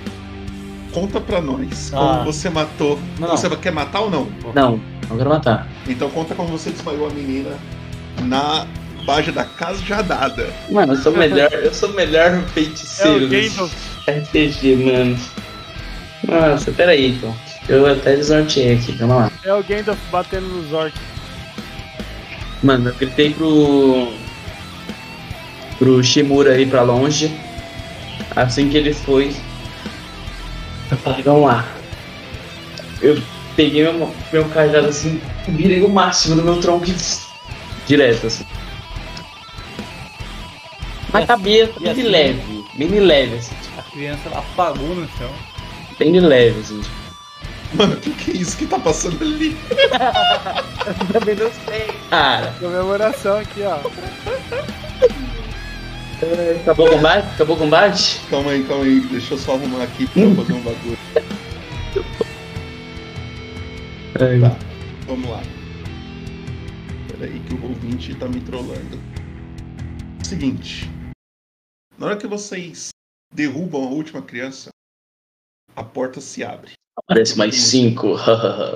A: Conta pra nós
I: Ah.
A: como você matou.
I: Não.
A: Você quer matar ou não?
E: Não, não quero matar.
A: Então conta como você desmaiou a menina na baixa da casa jadada.
E: Mano, eu sou o melhor, eu sou o melhor
C: É
E: feiticeiro
C: o
E: do
C: Gable.
E: RPG, mano. Nossa, peraí, então. Eu até desnorteei aqui, calma lá.
C: É o Gandalf batendo nos orcs.
E: Mano, eu gritei pro. pro Shimura aí pra longe. Assim que ele foi. Eu falei, vamos lá. Eu peguei meu, meu cajado assim, virei o máximo do meu tronco e. direto assim. Mas cabia
I: e
E: bem de
I: assim?
E: leve, bem de leve, assim,
I: A criança ela apagou no chão.
E: bem de leve, assim.
A: Mano, o que, que é isso que tá passando ali?
E: Também não sei, cara.
C: Comemoração aqui, ó.
E: Acabou o combate? Acabou o combate?
A: Calma aí, calma aí. Deixa eu só arrumar aqui pra eu fazer um bagulho. Tá. Vamos lá. Peraí que o ouvinte tá me trollando. Seguinte. Na hora que vocês derrubam a última criança, a porta se abre.
E: Parece mais cinco.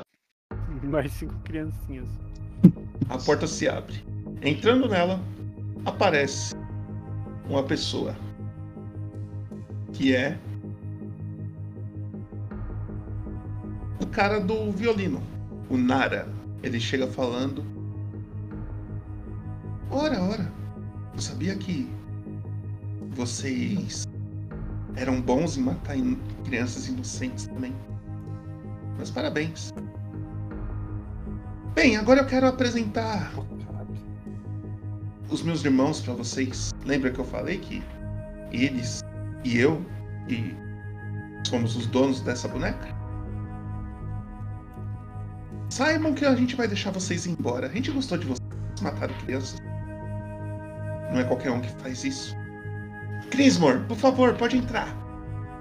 C: Mais cinco criancinhas.
A: A porta se abre. Entrando nela, aparece uma pessoa que é o cara do violino, o Nara. Ele chega falando: Ora, ora, eu sabia que vocês eram bons em matar in- crianças inocentes também. Mas parabéns. Bem, agora eu quero apresentar os meus irmãos para vocês. Lembra que eu falei que eles e eu e somos os donos dessa boneca? Saibam que a gente vai deixar vocês ir embora. A gente gostou de vocês mataram crianças. Não é qualquer um que faz isso. Crismor, por favor, pode entrar.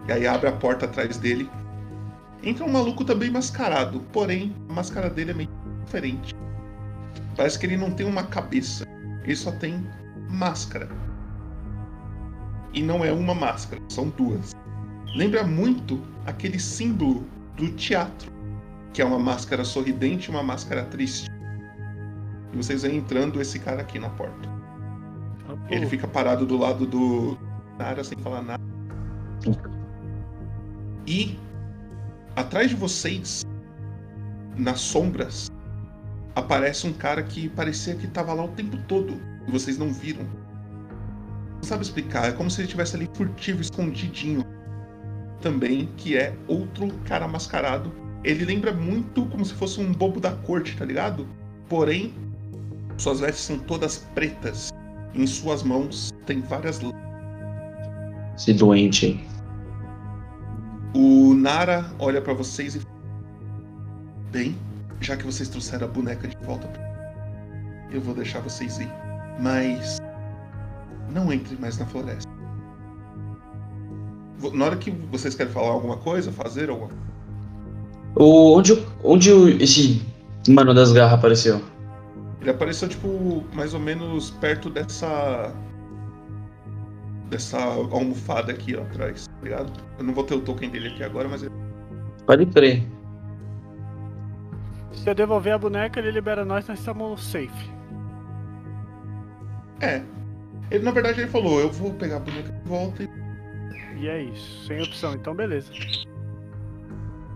A: E aí abre a porta atrás dele. Entra um maluco também mascarado, porém a máscara dele é meio diferente. Parece que ele não tem uma cabeça, ele só tem máscara. E não é uma máscara, são duas. Lembra muito aquele símbolo do teatro, que é uma máscara sorridente e uma máscara triste. E vocês vêm entrando esse cara aqui na porta. Ele fica parado do lado do Nara sem falar nada. E atrás de vocês, nas sombras, aparece um cara que parecia que tava lá o tempo todo e vocês não viram. Não sabe explicar, é como se ele estivesse ali furtivo, escondidinho. Também, que é outro cara mascarado. Ele lembra muito como se fosse um bobo da corte, tá ligado? Porém, suas vestes são todas pretas em suas mãos tem várias. lâ-
E: Esse doente aí.
A: O Nara olha pra vocês e. Bem, já que vocês trouxeram a boneca de volta, eu vou deixar vocês ir. Mas. Não entrem mais na floresta. Vo- Na hora que vocês querem falar alguma coisa, fazer alguma coisa.
E: O, onde o- onde o- esse mano das garras apareceu?
A: Ele apareceu, tipo, mais ou menos perto dessa. Dessa almofada aqui, ó, atrás, tá ligado? Eu não vou ter o token dele aqui agora, mas ele.
E: Pode crer.
C: Se eu devolver a boneca, ele libera nós, nós estamos safe.
A: É. Ele, na verdade, ele falou, eu vou pegar a boneca de volta e.
C: E é isso, sem opção, então beleza.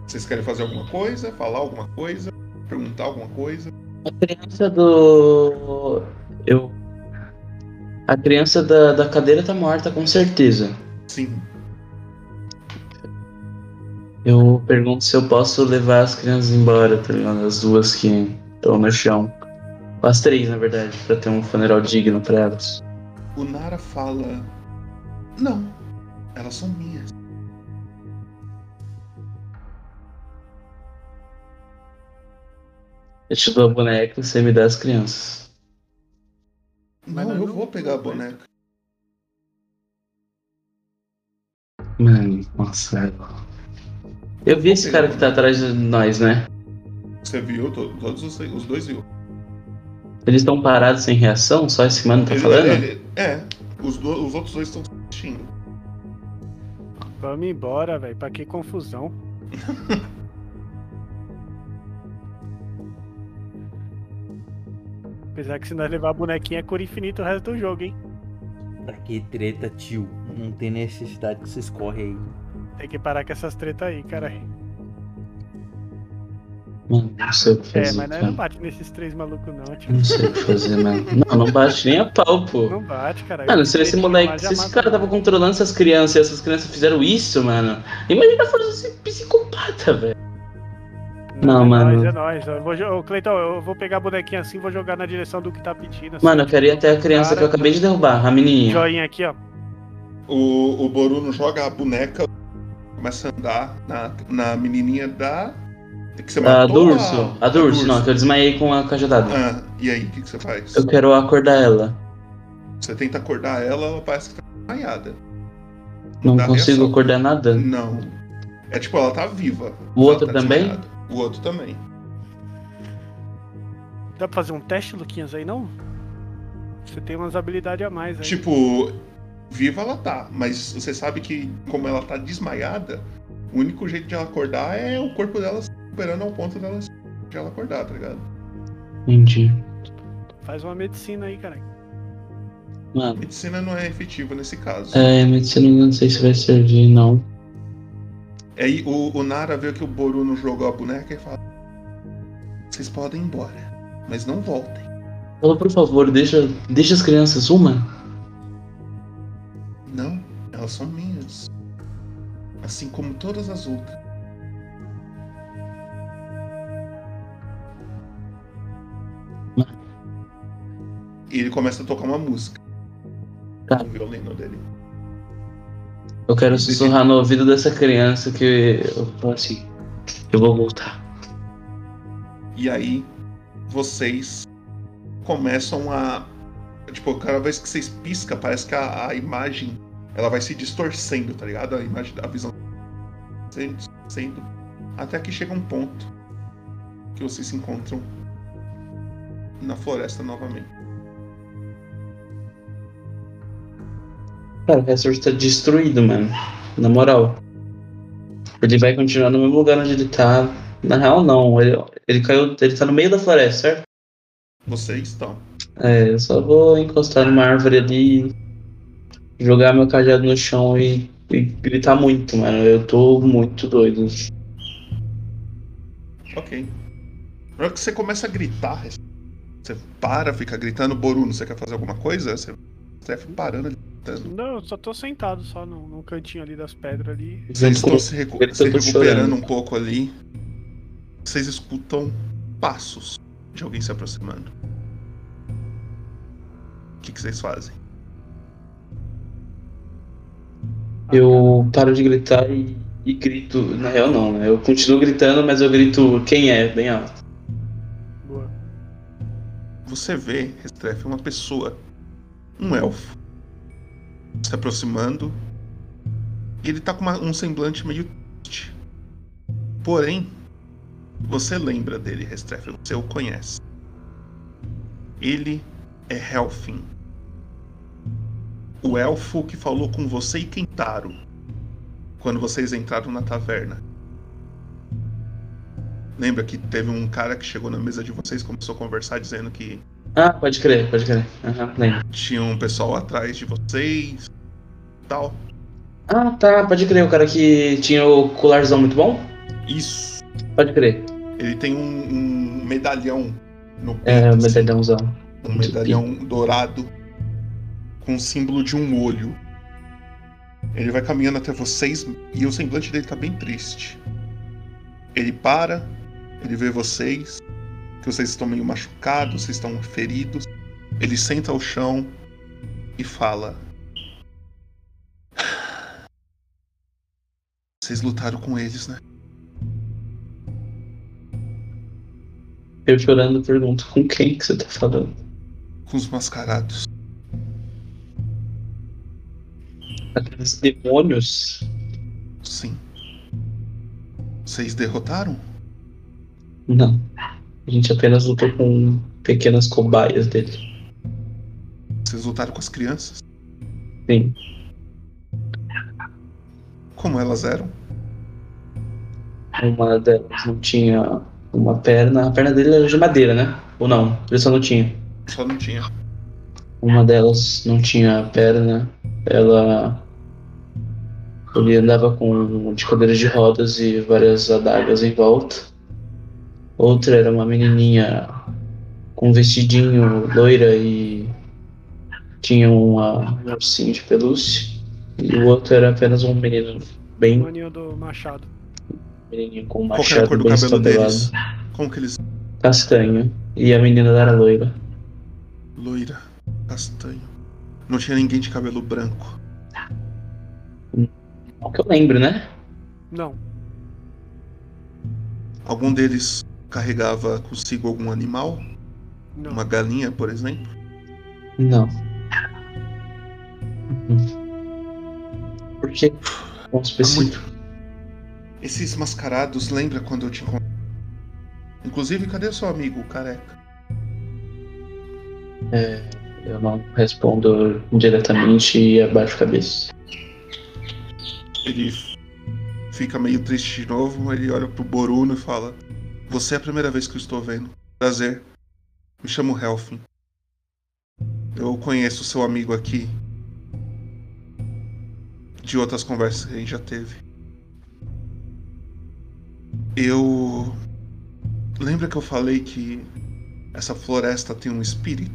A: Vocês querem fazer alguma coisa? Falar alguma coisa? Perguntar alguma coisa?
E: A criança do. Eu. A criança da, da cadeira tá morta, com certeza.
A: Sim.
E: Eu pergunto se eu posso levar as crianças embora, tá ligado? As duas que estão no chão. As três, na verdade, pra ter um funeral digno pra elas.
A: O Nara fala. Não, elas são minhas.
E: Eu te dou a boneca e você me dá as crianças.
A: Não, eu vou pegar a boneca.
E: Mano, nossa. velho. Eu vi esse cara que tá atrás de nós, né?
A: Você viu? To- Todos os, os dois viu.
E: Eles estão parados sem reação? Só esse mano tá
A: Ele-
E: falando?
A: ele- é, os, do- os outros dois estão assistindo.
C: Vamos embora, velho. Pra que confusão? Apesar que se nós levar a bonequinha é cor infinita o resto do jogo, hein?
B: Pra que treta, tio? Não tem necessidade que vocês correm aí.
C: Tem que parar com essas tretas aí, cara.
E: Mano, não sei o que
C: É,
E: fazer.
C: mas nós
E: cara.
C: não bate nesses três malucos, não, tio.
E: Não sei o que fazer, mano. Não, não bate nem a pau, pô.
C: Não bate, cara.
E: Mano, se esse
C: Ele
E: moleque,
C: jamais
E: se esse
C: amassa-
E: cara tava controlando essas crianças e essas crianças fizeram isso, mano. Imagina a força desse psicopata, velho. Não,
C: é
E: mano.
C: nóis, é nóis. Eu vou, jo- ô, Cleitão, eu vou pegar a bonequinha assim e vou jogar na direção do que tá pedindo. Assim.
E: Mano, eu quero ir até a criança que eu acabei de derrubar, a menininha.
C: Joinha aqui, ó.
A: O, o Boruno joga a boneca, começa a andar na, na menininha da. Que você
E: A
A: matou,
E: do urso.
C: Ah,
E: A do urso, não, que eu desmaiei com a cajadada.
A: Ah, e aí, o que, que você
C: Ah.
A: faz?
E: Eu quero acordar ela.
A: Você tenta acordar ela, ela parece que tá desmaiada.
E: Não
A: dá
E: consigo
A: reação.
E: acordar
C: Hum.
E: nada.
A: Não. É tipo, ela tá viva.
E: O
A: Ela
E: outro
A: tá
E: também?
A: desmaiada. O outro também.
C: Dá pra fazer um teste, Luquinhas, aí não? Você tem umas habilidades a mais aí.
A: Tipo, viva ela tá, mas você sabe que como ela tá desmaiada, o único jeito de ela acordar é o corpo dela se recuperando ao ponto dela se- de ela acordar, tá ligado?
E: Entendi.
C: Faz uma medicina aí, cara.
E: Mano,
A: Medicina não é efetiva nesse caso.
E: é, medicina não sei se vai servir, não.
A: Aí o, o Nara vê que o Boruno jogou a boneca e fala: Vocês podem ir embora, mas não voltem.
E: Fala, por favor, deixa, deixa as crianças uma.
A: Não, elas são minhas. Assim como todas as outras. E ele começa a tocar uma música.
E: Tá.
A: O violino dele.
E: Eu quero sussurrar no ouvido dessa criança que eu falo assim. Eu vou voltar.
A: E aí vocês começam a. Tipo, cada vez que vocês pisca, parece que a, a imagem ela vai se distorcendo, tá ligado? A imagem, a visão se distorcendo. Até que chega um ponto que vocês se encontram na floresta novamente.
E: Cara, o Resort tá destruído, mano. Na moral. Ele vai continuar no mesmo lugar onde ele tá. Na real, não. Ele, ele caiu. Ele tá no meio da floresta, certo?
A: Vocês estão.
E: É, eu só vou encostar numa árvore ali, jogar meu cajado no chão e, e gritar muito, mano. Eu tô muito doido.
A: Ok. Na hora que você começa a gritar, você para, fica gritando, Boruno, você quer fazer alguma coisa? Você você vai parando gritando.
C: Não, eu só tô sentado só no, no cantinho ali das pedras ali.
A: Vocês estão se, recu-
E: Ele tá
A: se
E: todo
A: recuperando
E: chorando.
A: um pouco ali. Vocês escutam passos de alguém se aproximando. O que, que vocês fazem?
E: Eu paro de gritar e, e grito. Na real, não, né? Eu continuo gritando, mas eu grito quem é, bem alto.
C: Ah, Boa.
A: Você vê, Restrefe, uma pessoa, um elfo, se aproximando. E ele tá com uma- um semblante meio triste. Porém, você lembra dele, Restrefe, você o conhece. Ele é Helfin. O elfo que falou com você e Kentaro quando vocês entraram na taverna. Lembra que teve um cara que chegou na mesa de vocês e começou a conversar dizendo que
E: Ah, pode crer, pode crer. Aham, lembro.
A: tinha um pessoal atrás de vocês tal.
E: Ah, tá, pode crer. O cara que tinha o colarzão muito bom?
A: Isso.
E: Pode crer.
A: Ele tem um, um medalhão no peito,
E: É, o
A: assim,
E: medalhãozão.
A: um medalhão dourado com o símbolo de um olho. Ele vai caminhando até vocês e o semblante dele tá bem triste. Ele para, ele vê vocês, que vocês estão meio machucados, vocês estão feridos. Ele senta ao chão e fala: Vocês lutaram com eles, né?
E: Eu chorando pergunto com quem que você tá falando.
A: Com os mascarados.
E: Aqueles demônios?
A: Sim. Vocês derrotaram?
E: Não. A gente apenas lutou com pequenas cobaias dele.
A: Vocês lutaram com as crianças?
E: Sim.
A: Como elas eram?
E: Uma delas não tinha uma perna. A perna dele era de madeira, né? Ou não? Ele só não tinha.
A: Só não tinha.
E: Uma delas não tinha perna. Ela. Ele andava com de cadeira de rodas e várias adagas em volta. Outra era uma menininha com um vestidinho loira e tinha uma um ursinho de pelúcia. E o outro era apenas um menino bem
C: Maninho do Machado.
E: menininho com um
A: Qual que era a
E: machado
A: cor do
E: bem
A: cabelo
E: estabelado,
A: deles? Como que eles.
E: castanho. E a menina era loira.
A: Loira, castanho. Não tinha ninguém de cabelo branco.
E: Não que eu lembro, né?
C: Não.
A: Algum deles carregava consigo algum animal?
C: Não.
A: Uma galinha, por exemplo?
E: Não. Por que? Bom específico.
A: Esses mascarados, lembra quando eu te encontrei? Inclusive, cadê seu amigo, o careca?
E: Eu não respondo diretamente e abaixo a cabeça.
A: Ele fica meio triste de novo, ele olha pro Boruno e fala: Você é a primeira vez que eu estou vendo. Prazer. Me chamo Helfin. Eu conheço seu amigo aqui. De outras conversas que a gente já teve. Eu. Lembra que eu falei que essa floresta tem um espírito?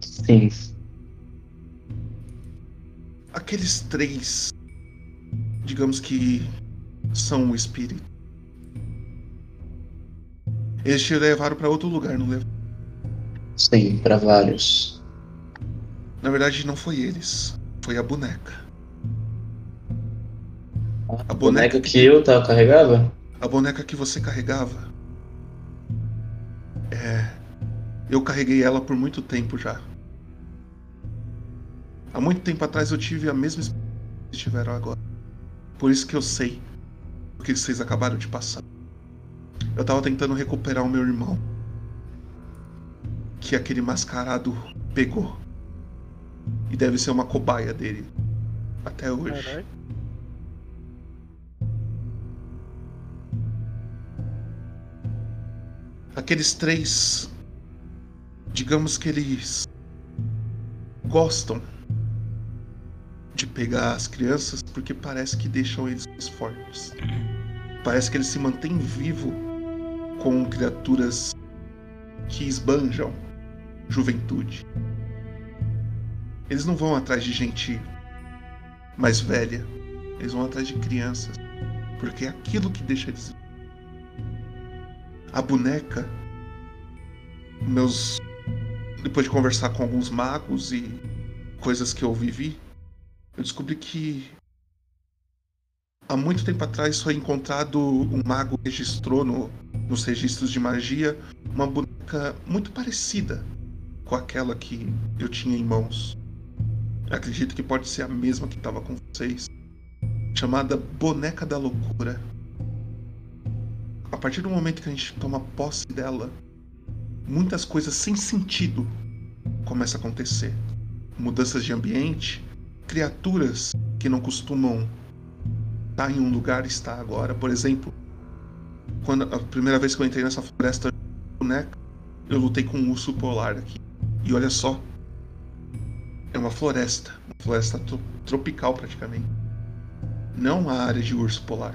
E: Sim.
A: Aqueles três. Digamos que. São o espírito. Eles te levaram para outro lugar, não levaram?
E: Sim, para vários.
A: Na verdade, não foi eles. Foi a boneca.
E: A, a boneca, boneca que eu tava, carregava?
A: A boneca que você carregava. É. Eu carreguei ela por muito tempo já. Há muito tempo atrás eu tive a mesma experiência que tiveram agora. Por isso que eu sei o que vocês acabaram de passar. Eu tava tentando recuperar o meu irmão. Que aquele mascarado pegou. E deve ser uma cobaia dele. Até hoje. Caralho. Aqueles três. Digamos que eles. Gostam de pegar as crianças porque parece que deixam eles mais fortes. Parece que eles se mantêm vivo com criaturas que esbanjam juventude. Eles não vão atrás de gente mais velha, eles vão atrás de crianças, porque é aquilo que deixa eles. A boneca, meus. Depois de conversar com alguns magos e coisas que eu vivi, eu descobri que há muito tempo atrás foi encontrado um mago registrou no, nos registros de magia uma boneca muito parecida com aquela que eu tinha em mãos. Eu acredito que pode ser a mesma que estava com vocês, chamada boneca da loucura. A partir do momento que a gente toma posse dela, muitas coisas sem sentido começam a acontecer. Mudanças de ambiente, criaturas que não costumam estar em um lugar está agora. Por exemplo, quando a primeira vez que eu entrei nessa floresta boneca, eu lutei com um urso polar aqui. E olha só, é uma floresta, uma floresta tro tropical praticamente. Não uma área de urso polar.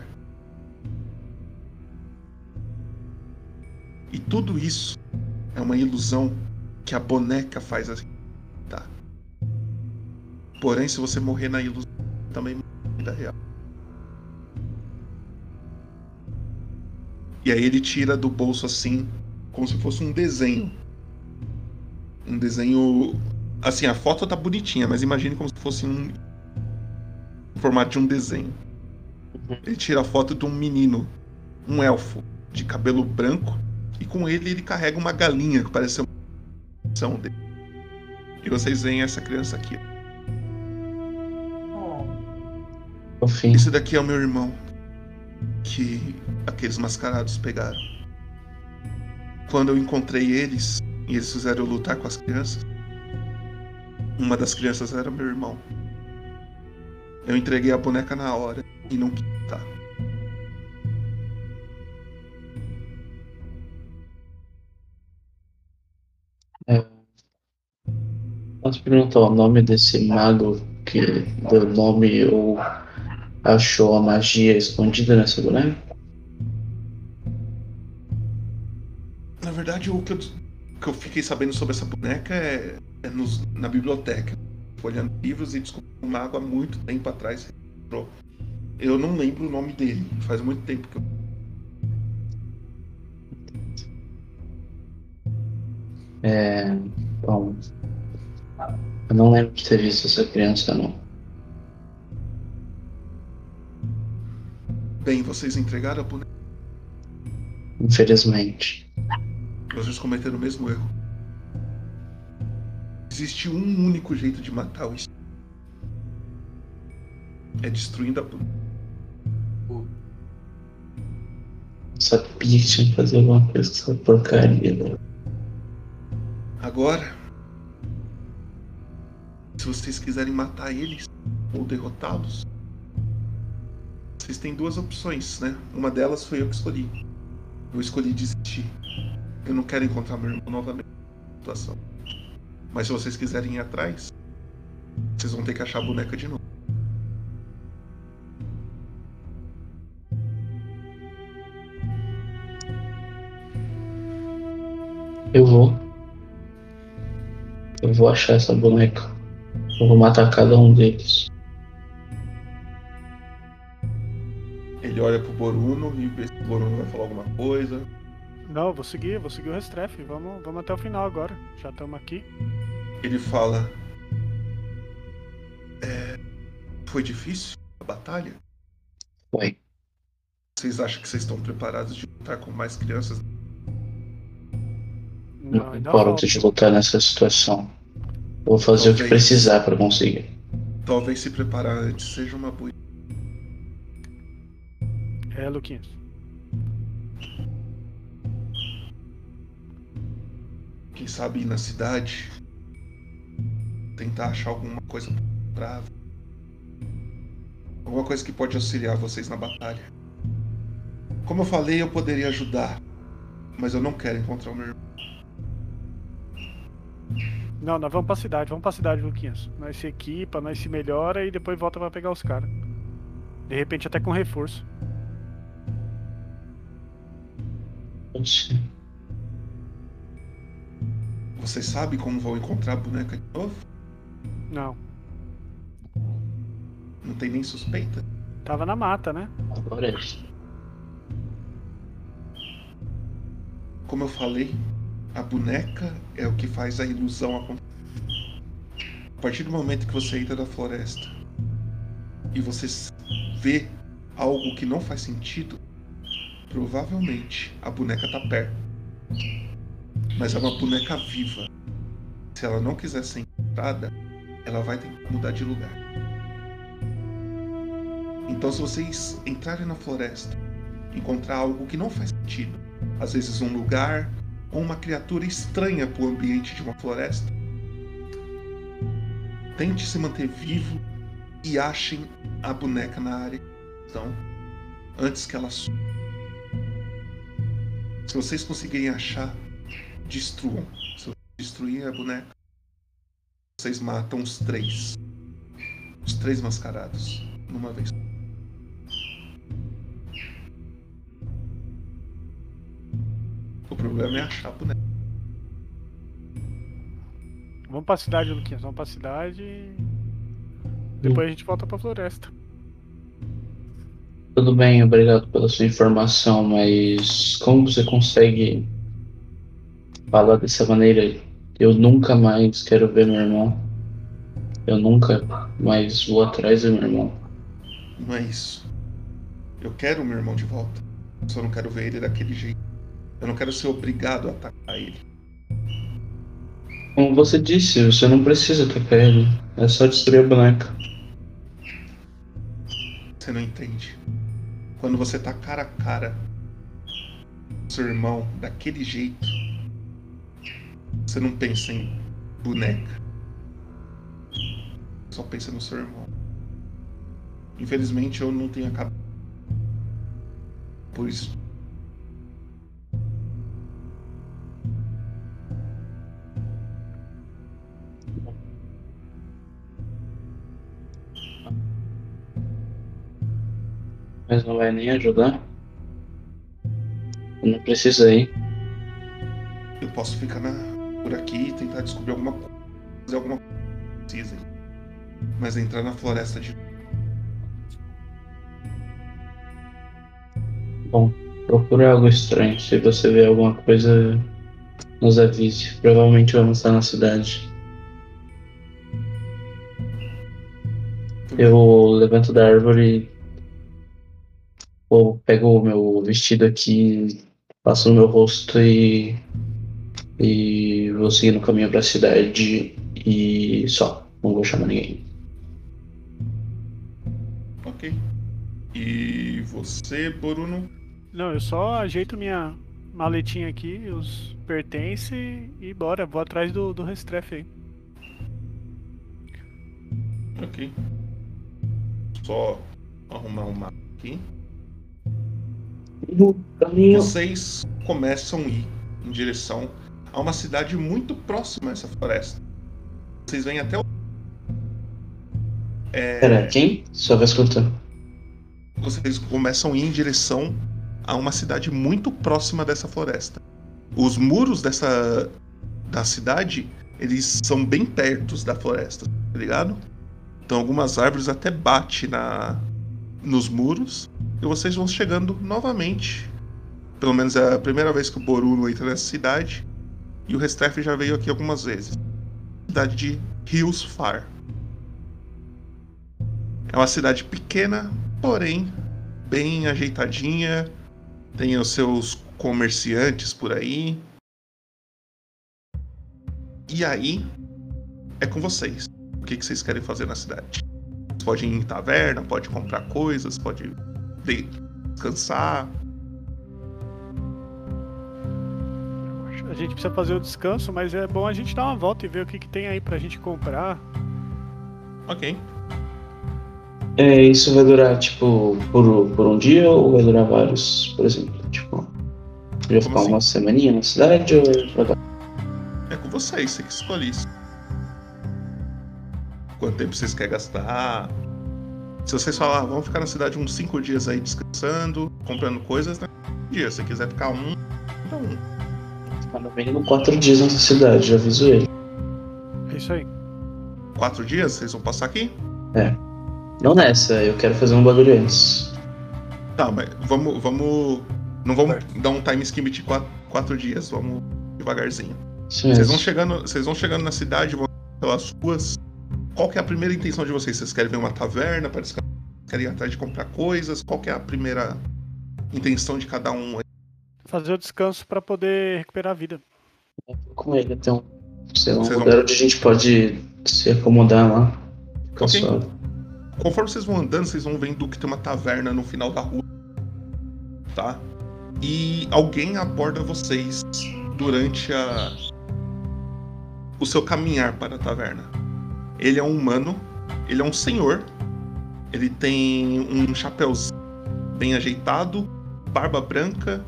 A: E tudo isso é uma ilusão que a boneca faz assim. Tá. Porém, se você morrer na ilusão, também morre na vida real. E aí ele tira do bolso assim, como se fosse um desenho. Um desenho. Assim, a foto tá bonitinha, mas imagine como se fosse um. formato de um desenho. Ele tira a foto de um menino, um elfo, de cabelo branco, e com ele ele carrega uma galinha, que parece uma. dele. E vocês veem essa criança aqui.
E: Enfim.
A: Esse daqui é o meu irmão, que aqueles mascarados pegaram. Quando eu encontrei eles e eles fizeram lutar com as crianças, uma das crianças era meu irmão. Eu entreguei a boneca na hora e não quis lutar.
E: É. Posso perguntar o nome desse mago que deu nome ou achou a magia escondida nessa boneca?
A: Na verdade, o que eu, que eu fiquei sabendo sobre essa boneca é, é nos, na biblioteca. Olhando livros e descobri um mago há muito tempo atrás. Eu não lembro o nome dele, faz muito tempo que eu.
E: É. Bom. Eu não lembro de ter visto essa criança, não.
A: Bem, vocês entregaram a boneca?
E: Infelizmente.
A: Vocês cometeram o mesmo erro. Existe um único jeito de matar o espírito. É destruindo a boneca.
E: Oh. Sabia que tinha que fazer alguma coisa com essa porcaria. Né?
A: Agora, se vocês quiserem matar eles ou derrotá-los, vocês têm duas opções, né? Uma delas foi eu que escolhi. Eu escolhi desistir. Eu não quero encontrar meu irmão novamente. situação. Mas se vocês quiserem ir atrás, vocês vão ter que achar a boneca de novo.
E: Eu vou. Eu vou achar essa boneca. Eu vou matar cada um deles.
A: Ele olha pro Boruno e vê se o Boruno vai falar alguma coisa.
C: Não, vou seguir, vou seguir o Restref. Vamos, vamos até o final agora. Já estamos aqui.
A: Ele fala. "É, foi difícil a batalha?
E: Foi.
A: Vocês acham que vocês estão preparados de lutar com mais crianças?
E: Não
C: ainda
E: importa
C: falta.
E: de lutar nessa situação. Vou fazer o que
A: Talvez.
E: precisar pra conseguir.
A: Talvez se preparar antes seja uma boa.
C: É, Luquinhas.
A: Quem sabe ir na cidade. Tentar achar alguma coisa pra. Alguma coisa que pode auxiliar vocês na batalha. Como eu falei, eu poderia ajudar. Mas eu não quero encontrar o meu irmão.
C: Não, nós vamos pra cidade, vamos pra cidade, Luquinhas. Nós se equipa, nós se melhora e depois volta pra pegar os caras. De repente até com reforço.
E: Oxi.
A: Vocês sabem como vão encontrar a boneca de novo?
C: Não.
A: Não tem nem suspeita?
C: Tava na mata, né?
E: Agora é.
A: Como eu falei, a boneca é o que faz a ilusão acontecer. A partir do momento que você entra na floresta e você s- vê algo que não faz sentido, provavelmente a boneca tá perto. Mas é uma boneca viva. Se ela não quiser ser encontrada, ela vai ter que mudar de lugar. Então, se vocês entrarem na floresta, encontrar algo que não faz sentido, às vezes um lugar ou uma criatura estranha para o ambiente de uma floresta. Tente se manter vivo e achem a boneca na área. Então, antes que ela suma. Se vocês conseguirem achar, destruam. Se vocês destruírem a boneca, vocês matam os três. Os três mascarados, numa vez. O problema é achar a boneca.
C: Vamos pra cidade, Luquinhas. Vamos pra cidade e. Depois a gente volta pra floresta.
E: Tudo bem, obrigado pela sua informação, mas como você consegue falar dessa maneira? Eu nunca mais quero ver meu irmão. Eu nunca mais vou atrás do meu irmão.
A: Não é isso. Eu quero o meu irmão de volta. Só não quero ver ele daquele jeito. Eu não quero ser obrigado a atacar ele.
E: Como você disse, você não precisa atacar ele. É só destruir a boneca.
A: Você não entende. Quando você tá cara a cara com seu irmão daquele jeito, você não pensa em boneca. Só pensa no seu irmão. Infelizmente eu não tenho a cabeça. Por isso.
E: Mas não vai nem ajudar. Eu não precisa ir.
A: Eu posso ficar na- por aqui e tentar descobrir alguma coisa, fazer alguma coisa que precisem. Mas entrar na floresta de.
E: Procure algo estranho. Se você vê alguma coisa, nos avise. Provavelmente vamos estar na cidade. Eu levanto da árvore, ou pego o meu vestido aqui, passo no meu rosto e, e vou seguindo o caminho pra cidade e só. Não vou chamar ninguém.
A: Ok. E você, Bruno?
C: Não, eu só ajeito minha maletinha aqui, os pertence e bora. Vou atrás do, do Restref aí.
A: Ok. Só arrumar um mapa aqui.
E: No caminho.
A: Vocês começam a ir em direção a uma cidade muito próxima a essa floresta. Vocês vêm até o.
E: Pera, quem? Só vai escutando.
A: Vocês começam a ir em direção a uma cidade muito próxima dessa floresta. Os muros dessa da cidade, eles são bem pertos da floresta, tá ligado? Então algumas árvores até bate na nos muros e vocês vão chegando novamente. Pelo menos é a primeira vez que o Boruno entra nessa cidade e o Restrefe já veio aqui algumas vezes. Cidade de Hills Far. É uma cidade pequena, porém bem ajeitadinha, tem os seus comerciantes por aí. E aí é com vocês. O que, que vocês querem fazer na cidade? Vocês podem ir em taverna, pode comprar coisas, pode de- descansar.
C: A gente precisa fazer o descanso, mas é bom a gente dar uma volta e ver o que, que tem aí pra gente comprar.
A: Ok.
E: É, isso vai durar, tipo, por, por um dia ou vai durar vários, por exemplo? Tipo, vai ficar
A: assim?
E: uma semaninha na cidade ou vai dar?
A: É com vocês, você que escolhe isso. Quanto tempo vocês querem gastar? Se vocês falar, "Ah, vamos ficar na cidade uns 5 dias aí descansando, comprando coisas, né? Um Dia, se você quiser ficar um, então um.
E: Tá no mínimo quatro dias nessa cidade, já aviso ele.
C: É isso aí.
A: Quatro dias, vocês vão passar aqui?
E: Não nessa, eu quero fazer um bagulho antes.
A: Tá, mas vamos. vamos não vamos dar um time skip de quatro, quatro dias, vamos devagarzinho.
E: Isso
A: Vocês vão
E: mesmo.
A: chegando, vocês vão chegando na cidade, vão pelas ruas. Qual que é a primeira intenção de vocês? Vocês querem ver uma taverna para descansar? Querem ir atrás de comprar coisas? Qual que é a primeira intenção de cada um? aí?
C: Fazer o descanso pra poder recuperar a vida.
E: Com ele até um, sei lá, um
A: Vocês vão-
E: lugar onde a gente pode se acomodar lá. Ficar
A: Ok.
E: só.
A: Conforme vocês vão andando, vocês vão vendo que tem uma taverna no final da rua, tá? E alguém aborda vocês durante a o seu caminhar para a taverna. Ele é um humano, ele é um senhor, ele tem um chapéuzinho bem ajeitado, barba branca,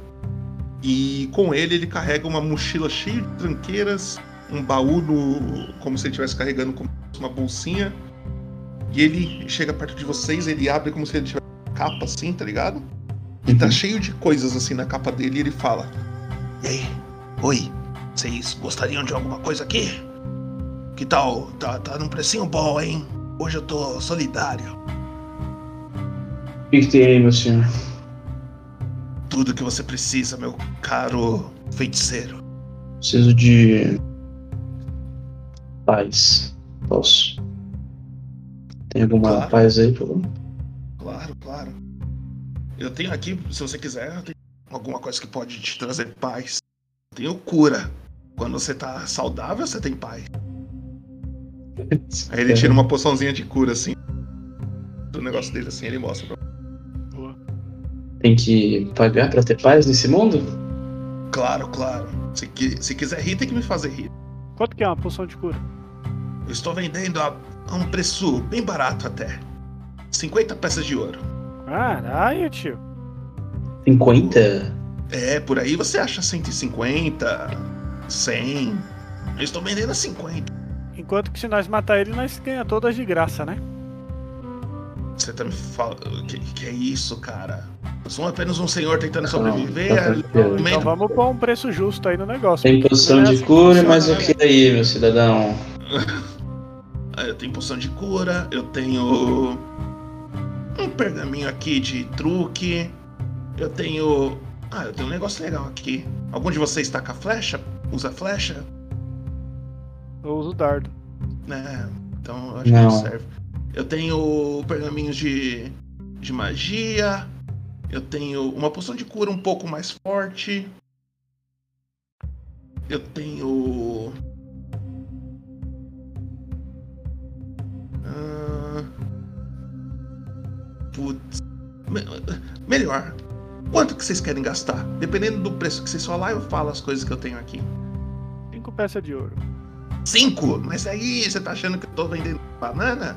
A: e com ele ele carrega uma mochila cheia de tranqueiras, um baú no, como se ele estivesse carregando como se fosse uma bolsinha, e ele chega perto de vocês, ele abre como se ele tivesse uma capa assim, tá ligado? E tá cheio de coisas assim na capa dele e ele fala: E aí? Oi, vocês gostariam de alguma coisa aqui? Que tal? Tá, tá num precinho bom, hein? Hoje eu tô solidário.
E: O que, que tem aí, meu senhor?
A: Tudo que você precisa, meu caro feiticeiro.
E: Preciso de. paz. Posso? Tem alguma
A: Claro.
E: paz aí, por favor?
A: Claro, claro. Eu tenho aqui, se você quiser, eu tenho alguma coisa que pode te trazer paz. Tenho cura. Quando você tá saudável, você tem paz. Aí ele tira
E: Uhum.
A: uma poçãozinha de cura, assim. Do negócio dele, assim, ele mostra. pra-
E: Tem que pagar pra ter paz nesse mundo?
A: Claro, claro. Se, qui- se quiser rir, tem que me fazer rir.
C: Quanto que é uma poção de cura?
A: Eu estou vendendo a, a um preço bem barato até. 50 peças de ouro.
C: Caralho, tio.
E: 50?
A: É, por aí você acha 150, 100. Eu estou vendendo a 50.
C: Enquanto que se nós matar ele, nós ganha todas de graça, né?
A: Você tá me falando. Que, que é isso, cara? Eu sou apenas um senhor tentando
E: Não,
A: sobreviver. é
E: tá tranquilo.
A: alimento-
C: Então vamos pôr um preço justo aí no negócio.
E: Tem poção
A: é
E: de cura,
A: assim
E: mas o que aí, meu cidadão?
A: Ah, Eu tenho poção de cura, eu tenho um pergaminho aqui de truque, eu tenho. Ah, eu tenho um negócio legal aqui. Algum de vocês tá com a flecha? Usa flecha?
C: Eu uso o dardo.
A: Né? Então eu acho
E: Não.
A: que não serve. Eu tenho pergaminhos de. de magia. Eu tenho uma poção de cura um pouco mais forte. Eu tenho. Ah, Putz. Me- Melhor. Quanto que vocês querem gastar? Dependendo do preço que vocês falar, eu falo as coisas que eu tenho aqui.
C: Cinco peças de ouro.
A: Cinco? Mas aí você tá achando que eu tô vendendo banana?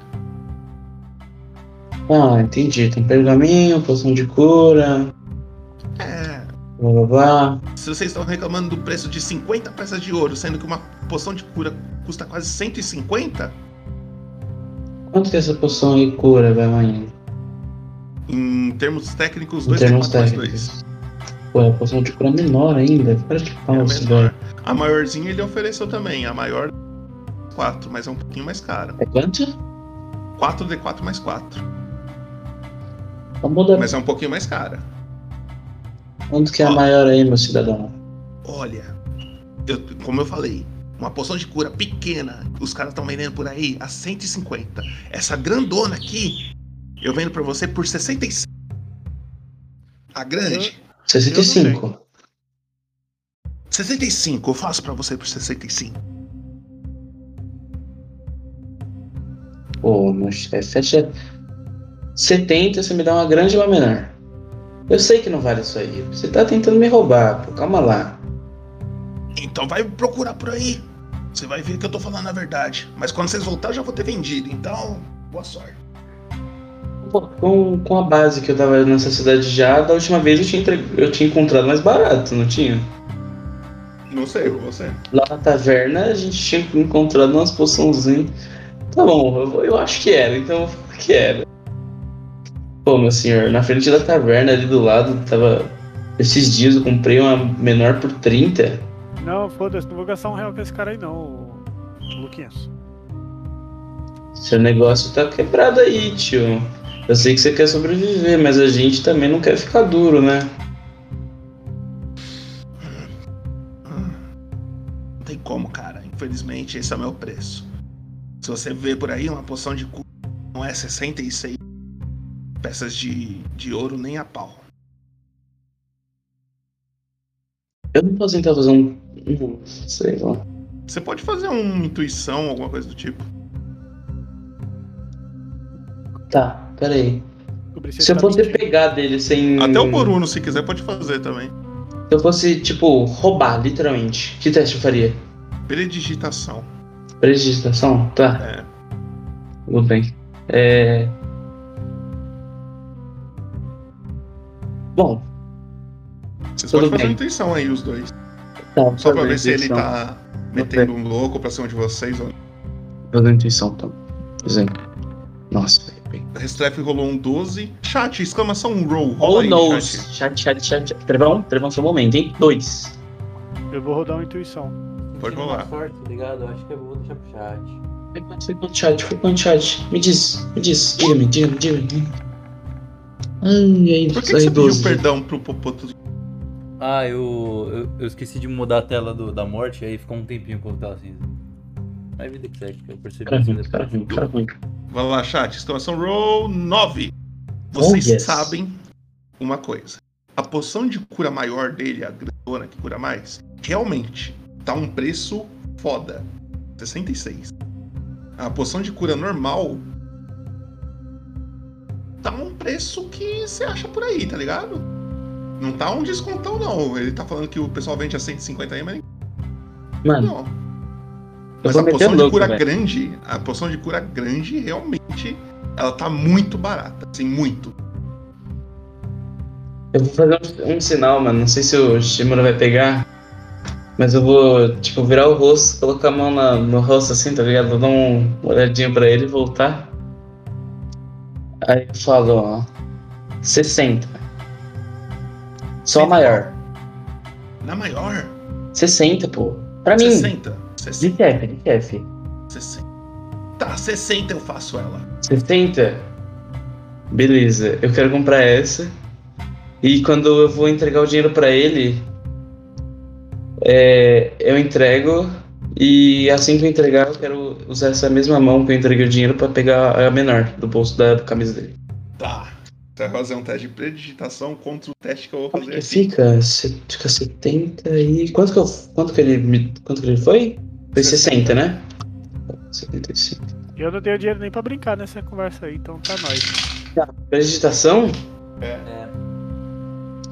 E: Ah, entendi. Tem pergaminho, poção de cura.
A: É.
E: Blá blá blá.
A: Se vocês estão reclamando do preço de 50 peças de ouro, sendo que uma poção de cura custa quase 150,
E: Quanto que essa poção aí cura, velho, ainda?
A: em termos técnicos,
E: Em termos
A: 2,42.
E: técnicos. Pô, a poção de cura é menor ainda. Para de pau,
A: É
E: esse
A: menor.
E: dólar.
A: A maiorzinha ele ofereceu também, a maior 4, mas é um pouquinho mais cara.
E: É quanto?
A: 4D4 mais 4,
E: Tá mudando.
A: mas é um pouquinho mais cara.
E: Quanto que é a
A: Ó.
E: maior aí, meu cidadão?
A: Olha, eu- como eu falei, uma poção de cura pequena, os caras estão vendendo por aí a 150. Essa grandona aqui, eu vendo pra você por 65. A grande,
E: 65.
A: 65, eu faço pra você por 65.
E: Pô, é meu chefe, acha 70, você me dá uma grande e uma menor. Eu sei que não vale isso aí. Você tá tentando me roubar, pô. Calma lá.
A: Então vai procurar por aí. Você vai ver que eu tô falando a verdade. Mas quando vocês voltar, eu já vou ter vendido. Então, boa sorte.
E: Pô, com, com a base que eu tava nessa cidade já, da última vez eu tinha, entre- eu tinha encontrado mais barato, não tinha?
A: Não sei, por você.
E: Lá na taverna a gente tinha encontrado umas poçãozinhas. Tá bom, eu, vou- eu acho que era, então eu vou falar que era. Pô, meu senhor, na frente da taverna ali do lado, tava. Esses dias eu comprei uma menor por 30.
C: Não, foda-se, não vou gastar um real com esse cara aí não, ô Luquinhas.
E: Seu negócio tá quebrado aí, tio. Eu sei que você quer sobreviver, mas a gente também não quer ficar duro, né?
A: Não tem como, cara. Infelizmente, esse é o meu preço. Se você vê por aí, uma poção de cu não é 66 peças de, de ouro nem a pau.
E: Eu não posso tentar fazer um. um- sei lá.
A: Você pode fazer uma intuição, alguma coisa do tipo.
E: Tá, peraí.
C: Descobri
E: Se
C: ele
E: eu
C: tá
E: fosse
C: mentindo.
E: pegar dele sem.
A: Até o Boruno, se quiser, pode fazer também.
E: Se eu fosse, tipo, roubar, literalmente, que teste eu faria?
A: Predigitação.
E: Predigitação? Tá,
A: É.
E: tudo bem. É. Bom,
A: Vocês podem
E: Tudo
A: fazer
E: bem.
A: uma intuição aí, os dois.
E: tá,
A: Só pra
E: fazer
A: ver se ele
E: intuição.
A: tá metendo um louco pra cima de vocês. ou-
E: Fazer intuição, tá. Dizendo. Nossa, bem.
A: Restrefe rolou um 12. Chat, exclamação roll. Rola
E: Oh,
A: aí,
E: no!
A: chat.
E: Chat, chat, chat. chat. Trevão, trevão, seu momento, hein? Dois.
C: Eu vou rodar uma intuição.
A: Pode
B: Tem
A: rolar.
B: uma Sorte, tá ligado? Eu acho que eu vou deixar pro chat.
E: Foi quanto, foi quanto chat? Foi quanto chat? Me diz, me diz. Diga-me, diga-me, diga-me. Ai, aí,
A: Por que, que
E: aí,
A: você pediu
E: doze.
A: perdão pro Popoto?
B: Ah, eu, eu, eu esqueci de mudar a tela do- da morte, aí ficou um tempinho com a tela cinza. Mas vida que segue, eu percebi
E: Cara
B: isso
E: ruim, cara
B: depois.
E: ruim, cara ruim.
A: Vai lá, chat. Exclamação roll 9. Vocês
E: Oh, yes.
A: sabem uma coisa. A poção de cura maior dele, a grandona que cura mais, realmente tá um preço foda. 66. A poção de cura normal tá um preço que você acha por aí, tá ligado? Não tá um descontão, não. Ele tá falando que o pessoal vende a 150 aí, mas
E: Mano,
A: não.
E: eu
A: Mas a
E: vou meter
A: poção de
E: louco,
A: cura
E: velho.
A: grande, a poção de cura grande realmente, ela tá muito barata, assim, muito.
E: Eu vou fazer um, um sinal, mano. Não sei se o Shimura vai pegar. Mas eu vou, tipo, virar o rosto, colocar a mão na- no rosto assim, tá ligado? Vou dar uma olhadinha pra ele e voltar. Aí eu falo, ó. 60. Só a maior.
A: Na maior,
E: 60, pô. Pra mim.
A: 60.
E: De
A: 60,
E: chefe, de chefe.
A: 60. Tá, 60 eu faço ela.
E: 70? Beleza, eu quero comprar essa. E quando eu vou entregar o dinheiro pra ele, é, eu entrego. E assim que eu entregar, eu quero usar essa mesma mão que eu entreguei o dinheiro pra pegar a menor do bolso da camisa dele.
A: Tá. Você vai fazer um teste de predigitação contra o teste é que eu vou
E: Como
A: fazer
E: que
A: aqui.
E: fica? Se- Fica 70 e. Quanto que, eu, quanto que, ele, me- quanto que ele foi? Foi 60, né? 75.
C: Eu não tenho dinheiro nem pra brincar nessa conversa aí, então tá nóis.
E: Predigitação?
B: É.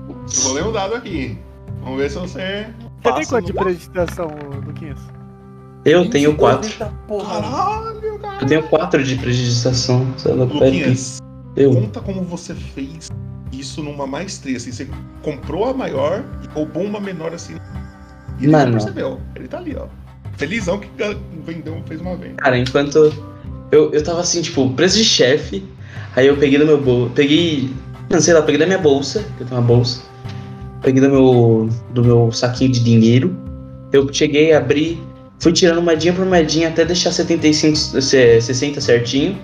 A: Eu vou ler um dado aqui. Vamos ver se você.
C: Você tem
A: passa
C: quanto de
A: no-
C: predestinação, ô Luquinhas?
E: Eu tenho 4.
B: Eita porra.
A: Caralho,
E: Eu
A: cara.
E: é
A: Um
E: tenho 4 de predigitação. Sei lá, peraí.
A: Luquinhas,
E: tá Eu.
A: conta como você fez Isso numa maestria, assim, você comprou a maior e roubou uma menor assim. E ele
E: Mano.
A: não percebeu. Ele tá ali, ó. Felizão que ga- vendeu, fez uma venda.
E: Cara, enquanto. Eu, eu tava assim, tipo, preso de chefe. Aí eu peguei do meu bolso. Peguei. Não sei lá, peguei da minha bolsa, que eu tenho uma bolsa. Peguei do meu. do meu saquinho de dinheiro. Eu cheguei, abri, fui tirando moedinha por moedinha até deixar 75, se- 60 certinho.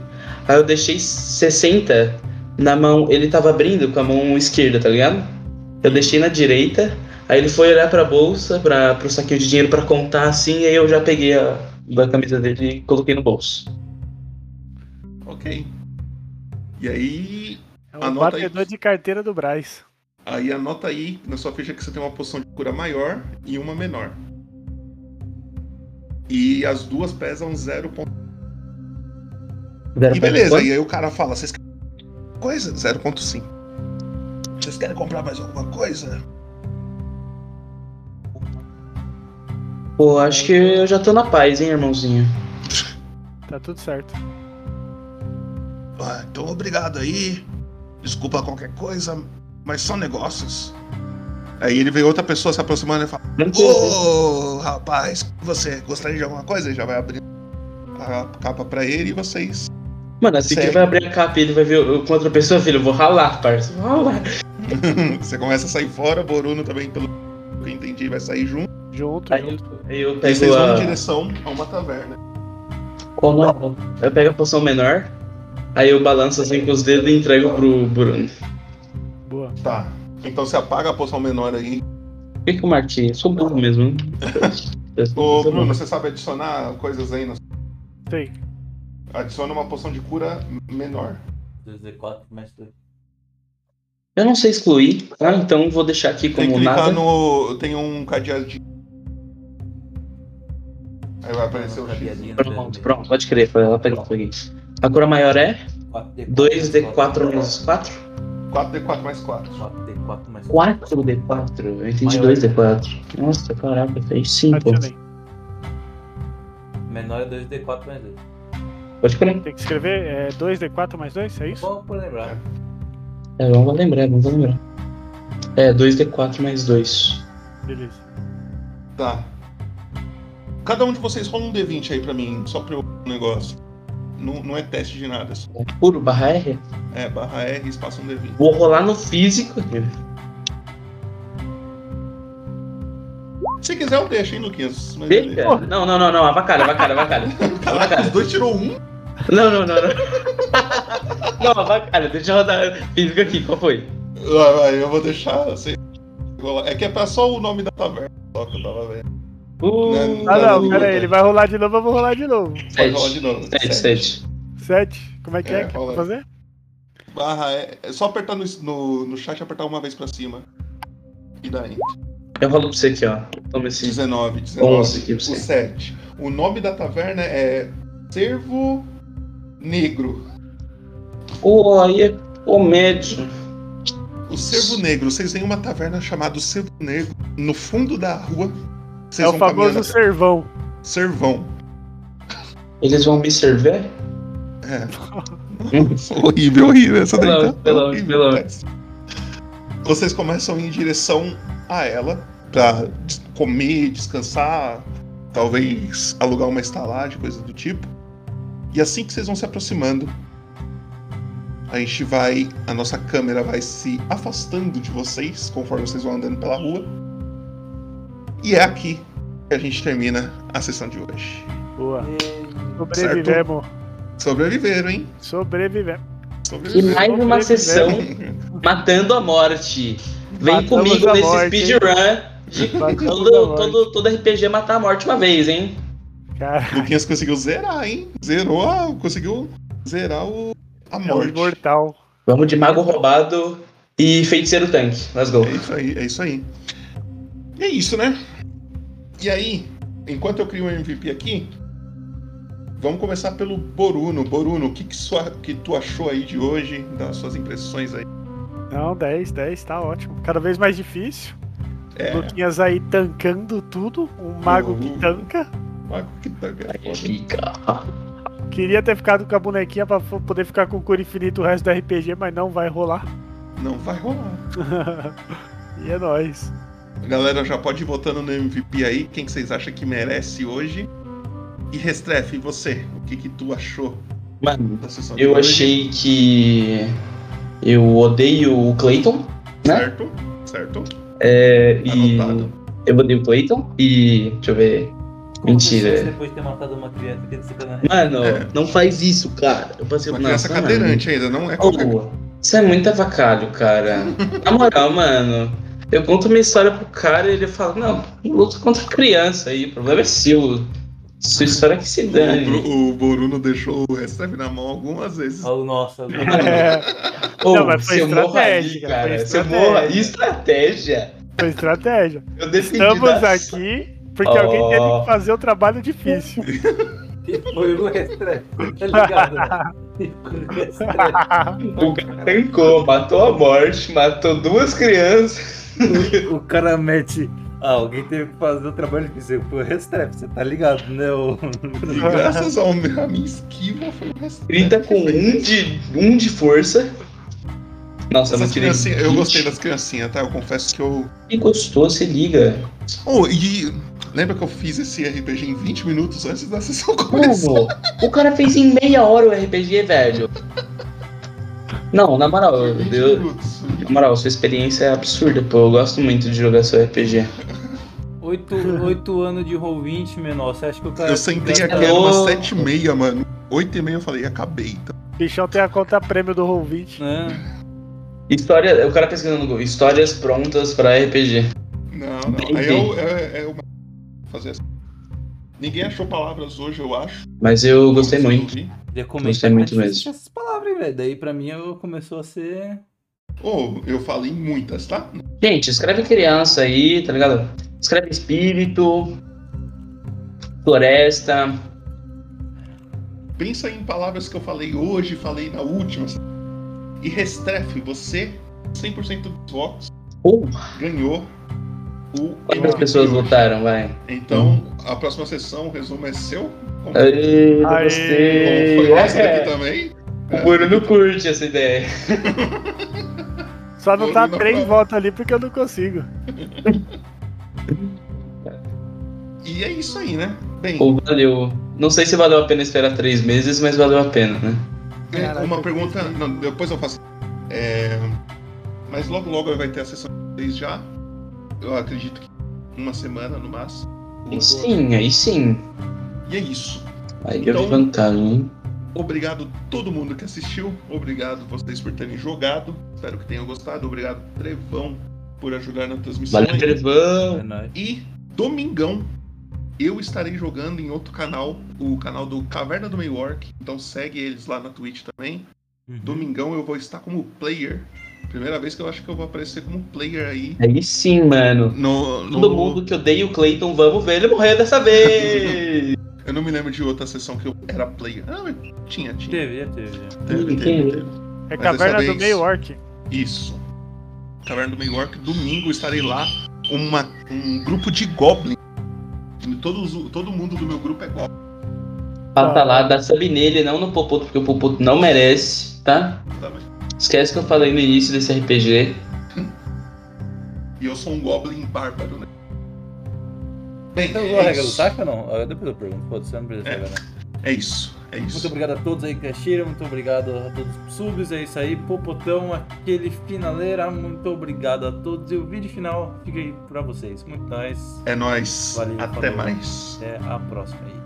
E: Aí eu deixei 60 na mão. Ele tava abrindo com a mão esquerda, tá ligado? Eu deixei na direita. Aí ele foi olhar pra bolsa, pra, pro saquinho de dinheiro pra contar assim, e aí eu já peguei a, da camisa dele e coloquei no bolso.
A: Ok. E aí,
C: É um
A: Anota aí.
C: batedor de carteira do Braz.
A: Aí anota aí na sua ficha que você tem uma poção de cura maior e uma menor. E as duas pesam 0. E beleza, e aí o cara fala, vocês querem coisa? 0.5. Vocês querem comprar mais alguma coisa?
E: Pô, acho que eu já tô na paz, hein, irmãozinho.
C: Tá tudo certo.
A: Ah, então obrigado aí. Desculpa qualquer coisa, mas são negócios. Aí ele vê outra pessoa se aproximando e fala: Ô rapaz, você gostaria de alguma coisa? Ele já vai abrir a capa pra ele e vocês
E: Mano, assim que
A: Sério?
E: ele vai abrir a capa e ele vai ver eu com outra pessoa, filho, eu vou ralar, parça. Vou ralar.
A: Você começa a sair fora, Boruno também, pelo que eu entendi, vai sair junto.
C: Junto,
E: Aí
C: junto.
E: eu, aí eu
A: E vocês
E: pego
A: vão em
E: a.
A: direção a uma taverna.
E: Qual o nome? Eu pego a poção menor, aí eu balanço assim com os dedos e entrego pro Bruno.
C: Boa.
A: Tá. Então você apaga a poção menor aí.
E: Por que, que eu marquei? Eu sou burro mesmo, hein? Eu
A: Ô,
E: sou burro.
A: Bruno, você sabe adicionar coisas aí? No...
C: Sei.
A: Adiciona uma poção de cura menor.
B: 2D4 mais 2.
E: Eu não sei excluir, tá? Então vou deixar aqui
A: Tem que
E: como
A: clicar
E: nada.
A: no. Tem um cadeado de. Aí vai aparecer o X.
E: Pronto, pronto, pode crer, foi ela pegou, peguei. A cura maior é 2D4 menos 4?
A: 4D4 mais 4.
B: 4D4 mais 4.
E: 4D4, eu entendi
B: Maior.
E: 2D4. Nossa, caraca, fez 5.
C: Adicionei.
B: Menor é 2D4 mais 2.
E: Pode crer.
C: Tem que escrever é, 2D4 mais 2, é isso?
B: Bom por lembrar.
E: É, vamos lembrar, vamos lembrar. É, 2D4 mais 2.
C: Beleza.
A: Tá. Cada um de vocês rola um D20 aí pra mim, só pra eu negócio. Não, não é teste de nada.
E: É puro barra R?
A: É barra R, espaço um D20.
E: Vou rolar no físico.
A: Se quiser, eu deixo, hein, Luquinhas. Mas beleza.
E: Fica? Não, não, não, não, avacalha, avacalha, avacalha.
A: Caraca, os dois tirou um.
E: Não, não, não, não. Não, avacalha, deixa eu rodar físico aqui, qual foi?
A: Vai, vai, eu vou deixar. Assim. Vou lá. É que é pra só o nome da taverna. Só que eu tava vendo.
E: Uh,
A: Tá
C: Ah não,
A: no
C: pera
A: Google.
C: aí, ele vai rolar de novo, eu vou rolar de novo.
A: Pode rolar de novo.
E: 7,
A: Sete.
E: 7.
C: 7, como é que é?
A: É,
C: que
A: rola aí.
C: fazer?
A: Barra é, é só apertar no, no, no chat e apertar uma vez pra cima. E daí?
E: Eu rolo pra você aqui, ó. Toma esse
A: 19, 19.
E: 11 aqui pra
A: O
E: você.
A: 7. O nome da taverna é Servo Negro.
E: Pô, aí é comédia.
A: O Servo Negro. Vocês têm uma taverna chamada Servo Negro no fundo da rua.
C: É
A: Vocês
C: o
A: vão caminhando
C: famoso servão.
A: até- Servão.
E: Eles vão me servir?
A: É. horrível, horrível essa daí.
E: Pelo amor,
A: tá?
E: pelo amor,
A: Horrível,
E: pelo amor.
A: péssimo. Vocês começam a ir em direção a ela pra des- comer, descansar, talvez alugar uma estalagem, coisa do tipo. E assim que vocês vão se aproximando, a gente vai, a nossa câmera vai se afastando de vocês conforme vocês vão andando pela rua. E é aqui que a gente termina a sessão de hoje.
C: Boa. Sobrevivemos.
A: Sobreviveram, hein?
C: Sobrevivemos.
E: E
A: Sobreviveram.
E: mais uma
C: Eles
E: sessão matando a morte. Vem
C: Matamos
E: comigo
C: a
E: nesse
C: morte, hein?
E: speedrun de
C: Matamos a
E: todo,
C: morte.
E: todo, todo RPG matar a morte uma vez, hein?
C: Cara,
A: Luquinhas conseguiu zerar, hein? Zerou, a- conseguiu zerar o, a
C: é um
A: morte.
C: imortal.
E: Vamos de mago roubado e feiticeiro tanque. Let's go.
A: É isso aí, é isso aí. E é isso, né? E aí, enquanto eu crio o MVP aqui, vamos começar pelo Boruno. Boruno, o que, que, sua- que tu achou aí de hoje, das suas impressões aí?
C: Não, 10, 10, tá ótimo. Cada vez mais difícil.
A: É,
C: Luquinhas aí tancando tudo. Um mago que
A: Uhum.
C: tanca.
A: Marco, que tá- que é foda.
E: Fica.
C: Queria ter ficado com a bonequinha pra f- poder ficar com cura infinita o resto do RPG, mas não vai rolar.
A: Não vai rolar.
C: e é nóis.
A: Galera, já pode ir votando no MVP aí, quem que vocês acham que merece hoje. E Restrefe, você, o que que tu achou
E: Mano, da sessão eu achei hoje? que eu odeio o Clayton, né?
A: Certo, certo.
E: É, Anotado. e eu odeio o Clayton e deixa eu ver.
B: Como Mentira. Depois de ter matado uma criança que disciplinar.
E: Mano, é. não faz isso, cara. Eu passei
A: uma não, criança mano. cadeirante ainda, não é qualquer... oh,
E: Isso é muito avacalho, cara. Na moral, mano. Eu conto minha história pro cara e ele fala, não, luta contra criança aí, o problema é seu. Sua história é que se dane.
A: O, o Boruno deixou o Recep na mão algumas vezes.
B: Oh, nossa.
C: é.
E: oh, não, mas foi se estratégia, eu morro ali, cara. Se eu morro ali, estratégia.
C: Foi estratégia. Eu Estamos aqui porque oh. alguém teve que fazer o trabalho difícil.
B: Foi o Lester, tá ligado? Né?
E: o cara trancou, matou a morte, matou duas crianças.
B: o cara mete. Ah, alguém teve que fazer o trabalho difícil. Foi o Restrep, você tá ligado, né? O...
A: E graças ao meu, a minha esquiva foi o
E: Restrep. 30 com um de, um de força.
A: Nossa, Essas eu, criancinha, assim, eu gostei das criancinhas, tá? Eu confesso que eu.
E: E gostou, se liga.
A: Oh, e lembra que eu fiz esse RPG em 20 minutos antes da sessão começar? Mano,
E: o cara fez em meia hora o RPG, velho. Não, na moral, eu, eu, na moral, sua experiência é absurda, pô. Eu gosto muito de jogar seu RPG.
B: Oito, oito anos de roll 20, menor. Você acha que o cara.
A: Eu sentei aqui, era umas sete e meia, mano. Oito e meia eu falei, acabei. Tá?
C: Bichão tem a conta prêmio do roll 20.
B: É.
E: História, o cara pesquisando no Google, histórias prontas pra RPG.
A: Não, não. Aí eu, é, uma... fazer assim. Ninguém achou palavras hoje, eu acho.
E: Mas eu gostei muito.
B: Eu
E: gostei muito mesmo.
B: Essas palavras, velho. Daí pra mim eu começou a ser.
A: Ô, oh, eu falei muitas, tá?
E: Gente, escreve criança aí, tá ligado? Escreve espírito, floresta.
A: Pensa em palavras que eu falei hoje, falei na última. E Restrefe, você, 100% dos votos,
E: uh.
A: ganhou o.
E: Quantas pessoas hoje. votaram, vai?
A: Então, a próxima sessão, o resumo é seu.
E: Aê, Aê. gostei.
A: Foi essa daqui é. também?
E: O é. Bruno não curte essa ideia.
C: Só não tá três votos ali porque eu não consigo.
A: e é isso aí, né?
E: Bem. Pô, valeu. Não sei se valeu a pena esperar três meses, mas valeu a pena, né?
A: Caraca, uma pergunta. Não, depois eu faço. É, mas logo logo vai ter a sessão de vocês já. Eu acredito que uma semana no máximo.
E: Aí sim, aí sim.
A: E é isso.
E: Aí então, eu vantagem, hein?
A: Obrigado todo mundo que assistiu. Obrigado vocês por terem jogado. Espero que tenham gostado. Obrigado, Trevão, por ajudar na transmissão.
E: Valeu, Trevão!
A: E domingão eu estarei jogando em outro canal, o canal do Caverna do Meio Orc. Então segue eles lá na Twitch também. Uhum. Domingão eu vou estar como player. Primeira vez que eu acho que eu vou aparecer como player aí.
E: Aí sim, mano.
A: No, no...
E: Todo mundo que odeia o Clayton, vamos ver ele morrer dessa vez!
A: eu não me lembro de outra sessão que eu era player. Ah, tinha, tinha.
B: Teve, teve.
A: Teve, teve, teve.
C: É Caverna vez... do Meio Orc.
A: Isso. Caverna do Meio Orc, domingo estarei lá. Uma, um grupo de goblins todo, todo mundo do meu grupo é golpe.
E: Passa lá, dá sub nele, não no Popoto, porque o Popoto não merece, tá?
A: tá
E: Esquece que eu falei no início desse RPG.
A: e eu sou um Goblin bárbaro, né?
B: Bem, então, é regra do taco ou não? Depois eu pergunto, pode ser, não precisa
A: é,
B: saber, né?
A: É isso, é isso.
B: Muito obrigado a todos aí que assistiram, muito obrigado a todos os subs, é isso aí, Popotão, aquele finaleira, muito obrigado a todos e o vídeo final fica aí pra vocês. Muito nóis.
A: É nóis. Valeu, Até falou. mais.
B: Até a próxima aí.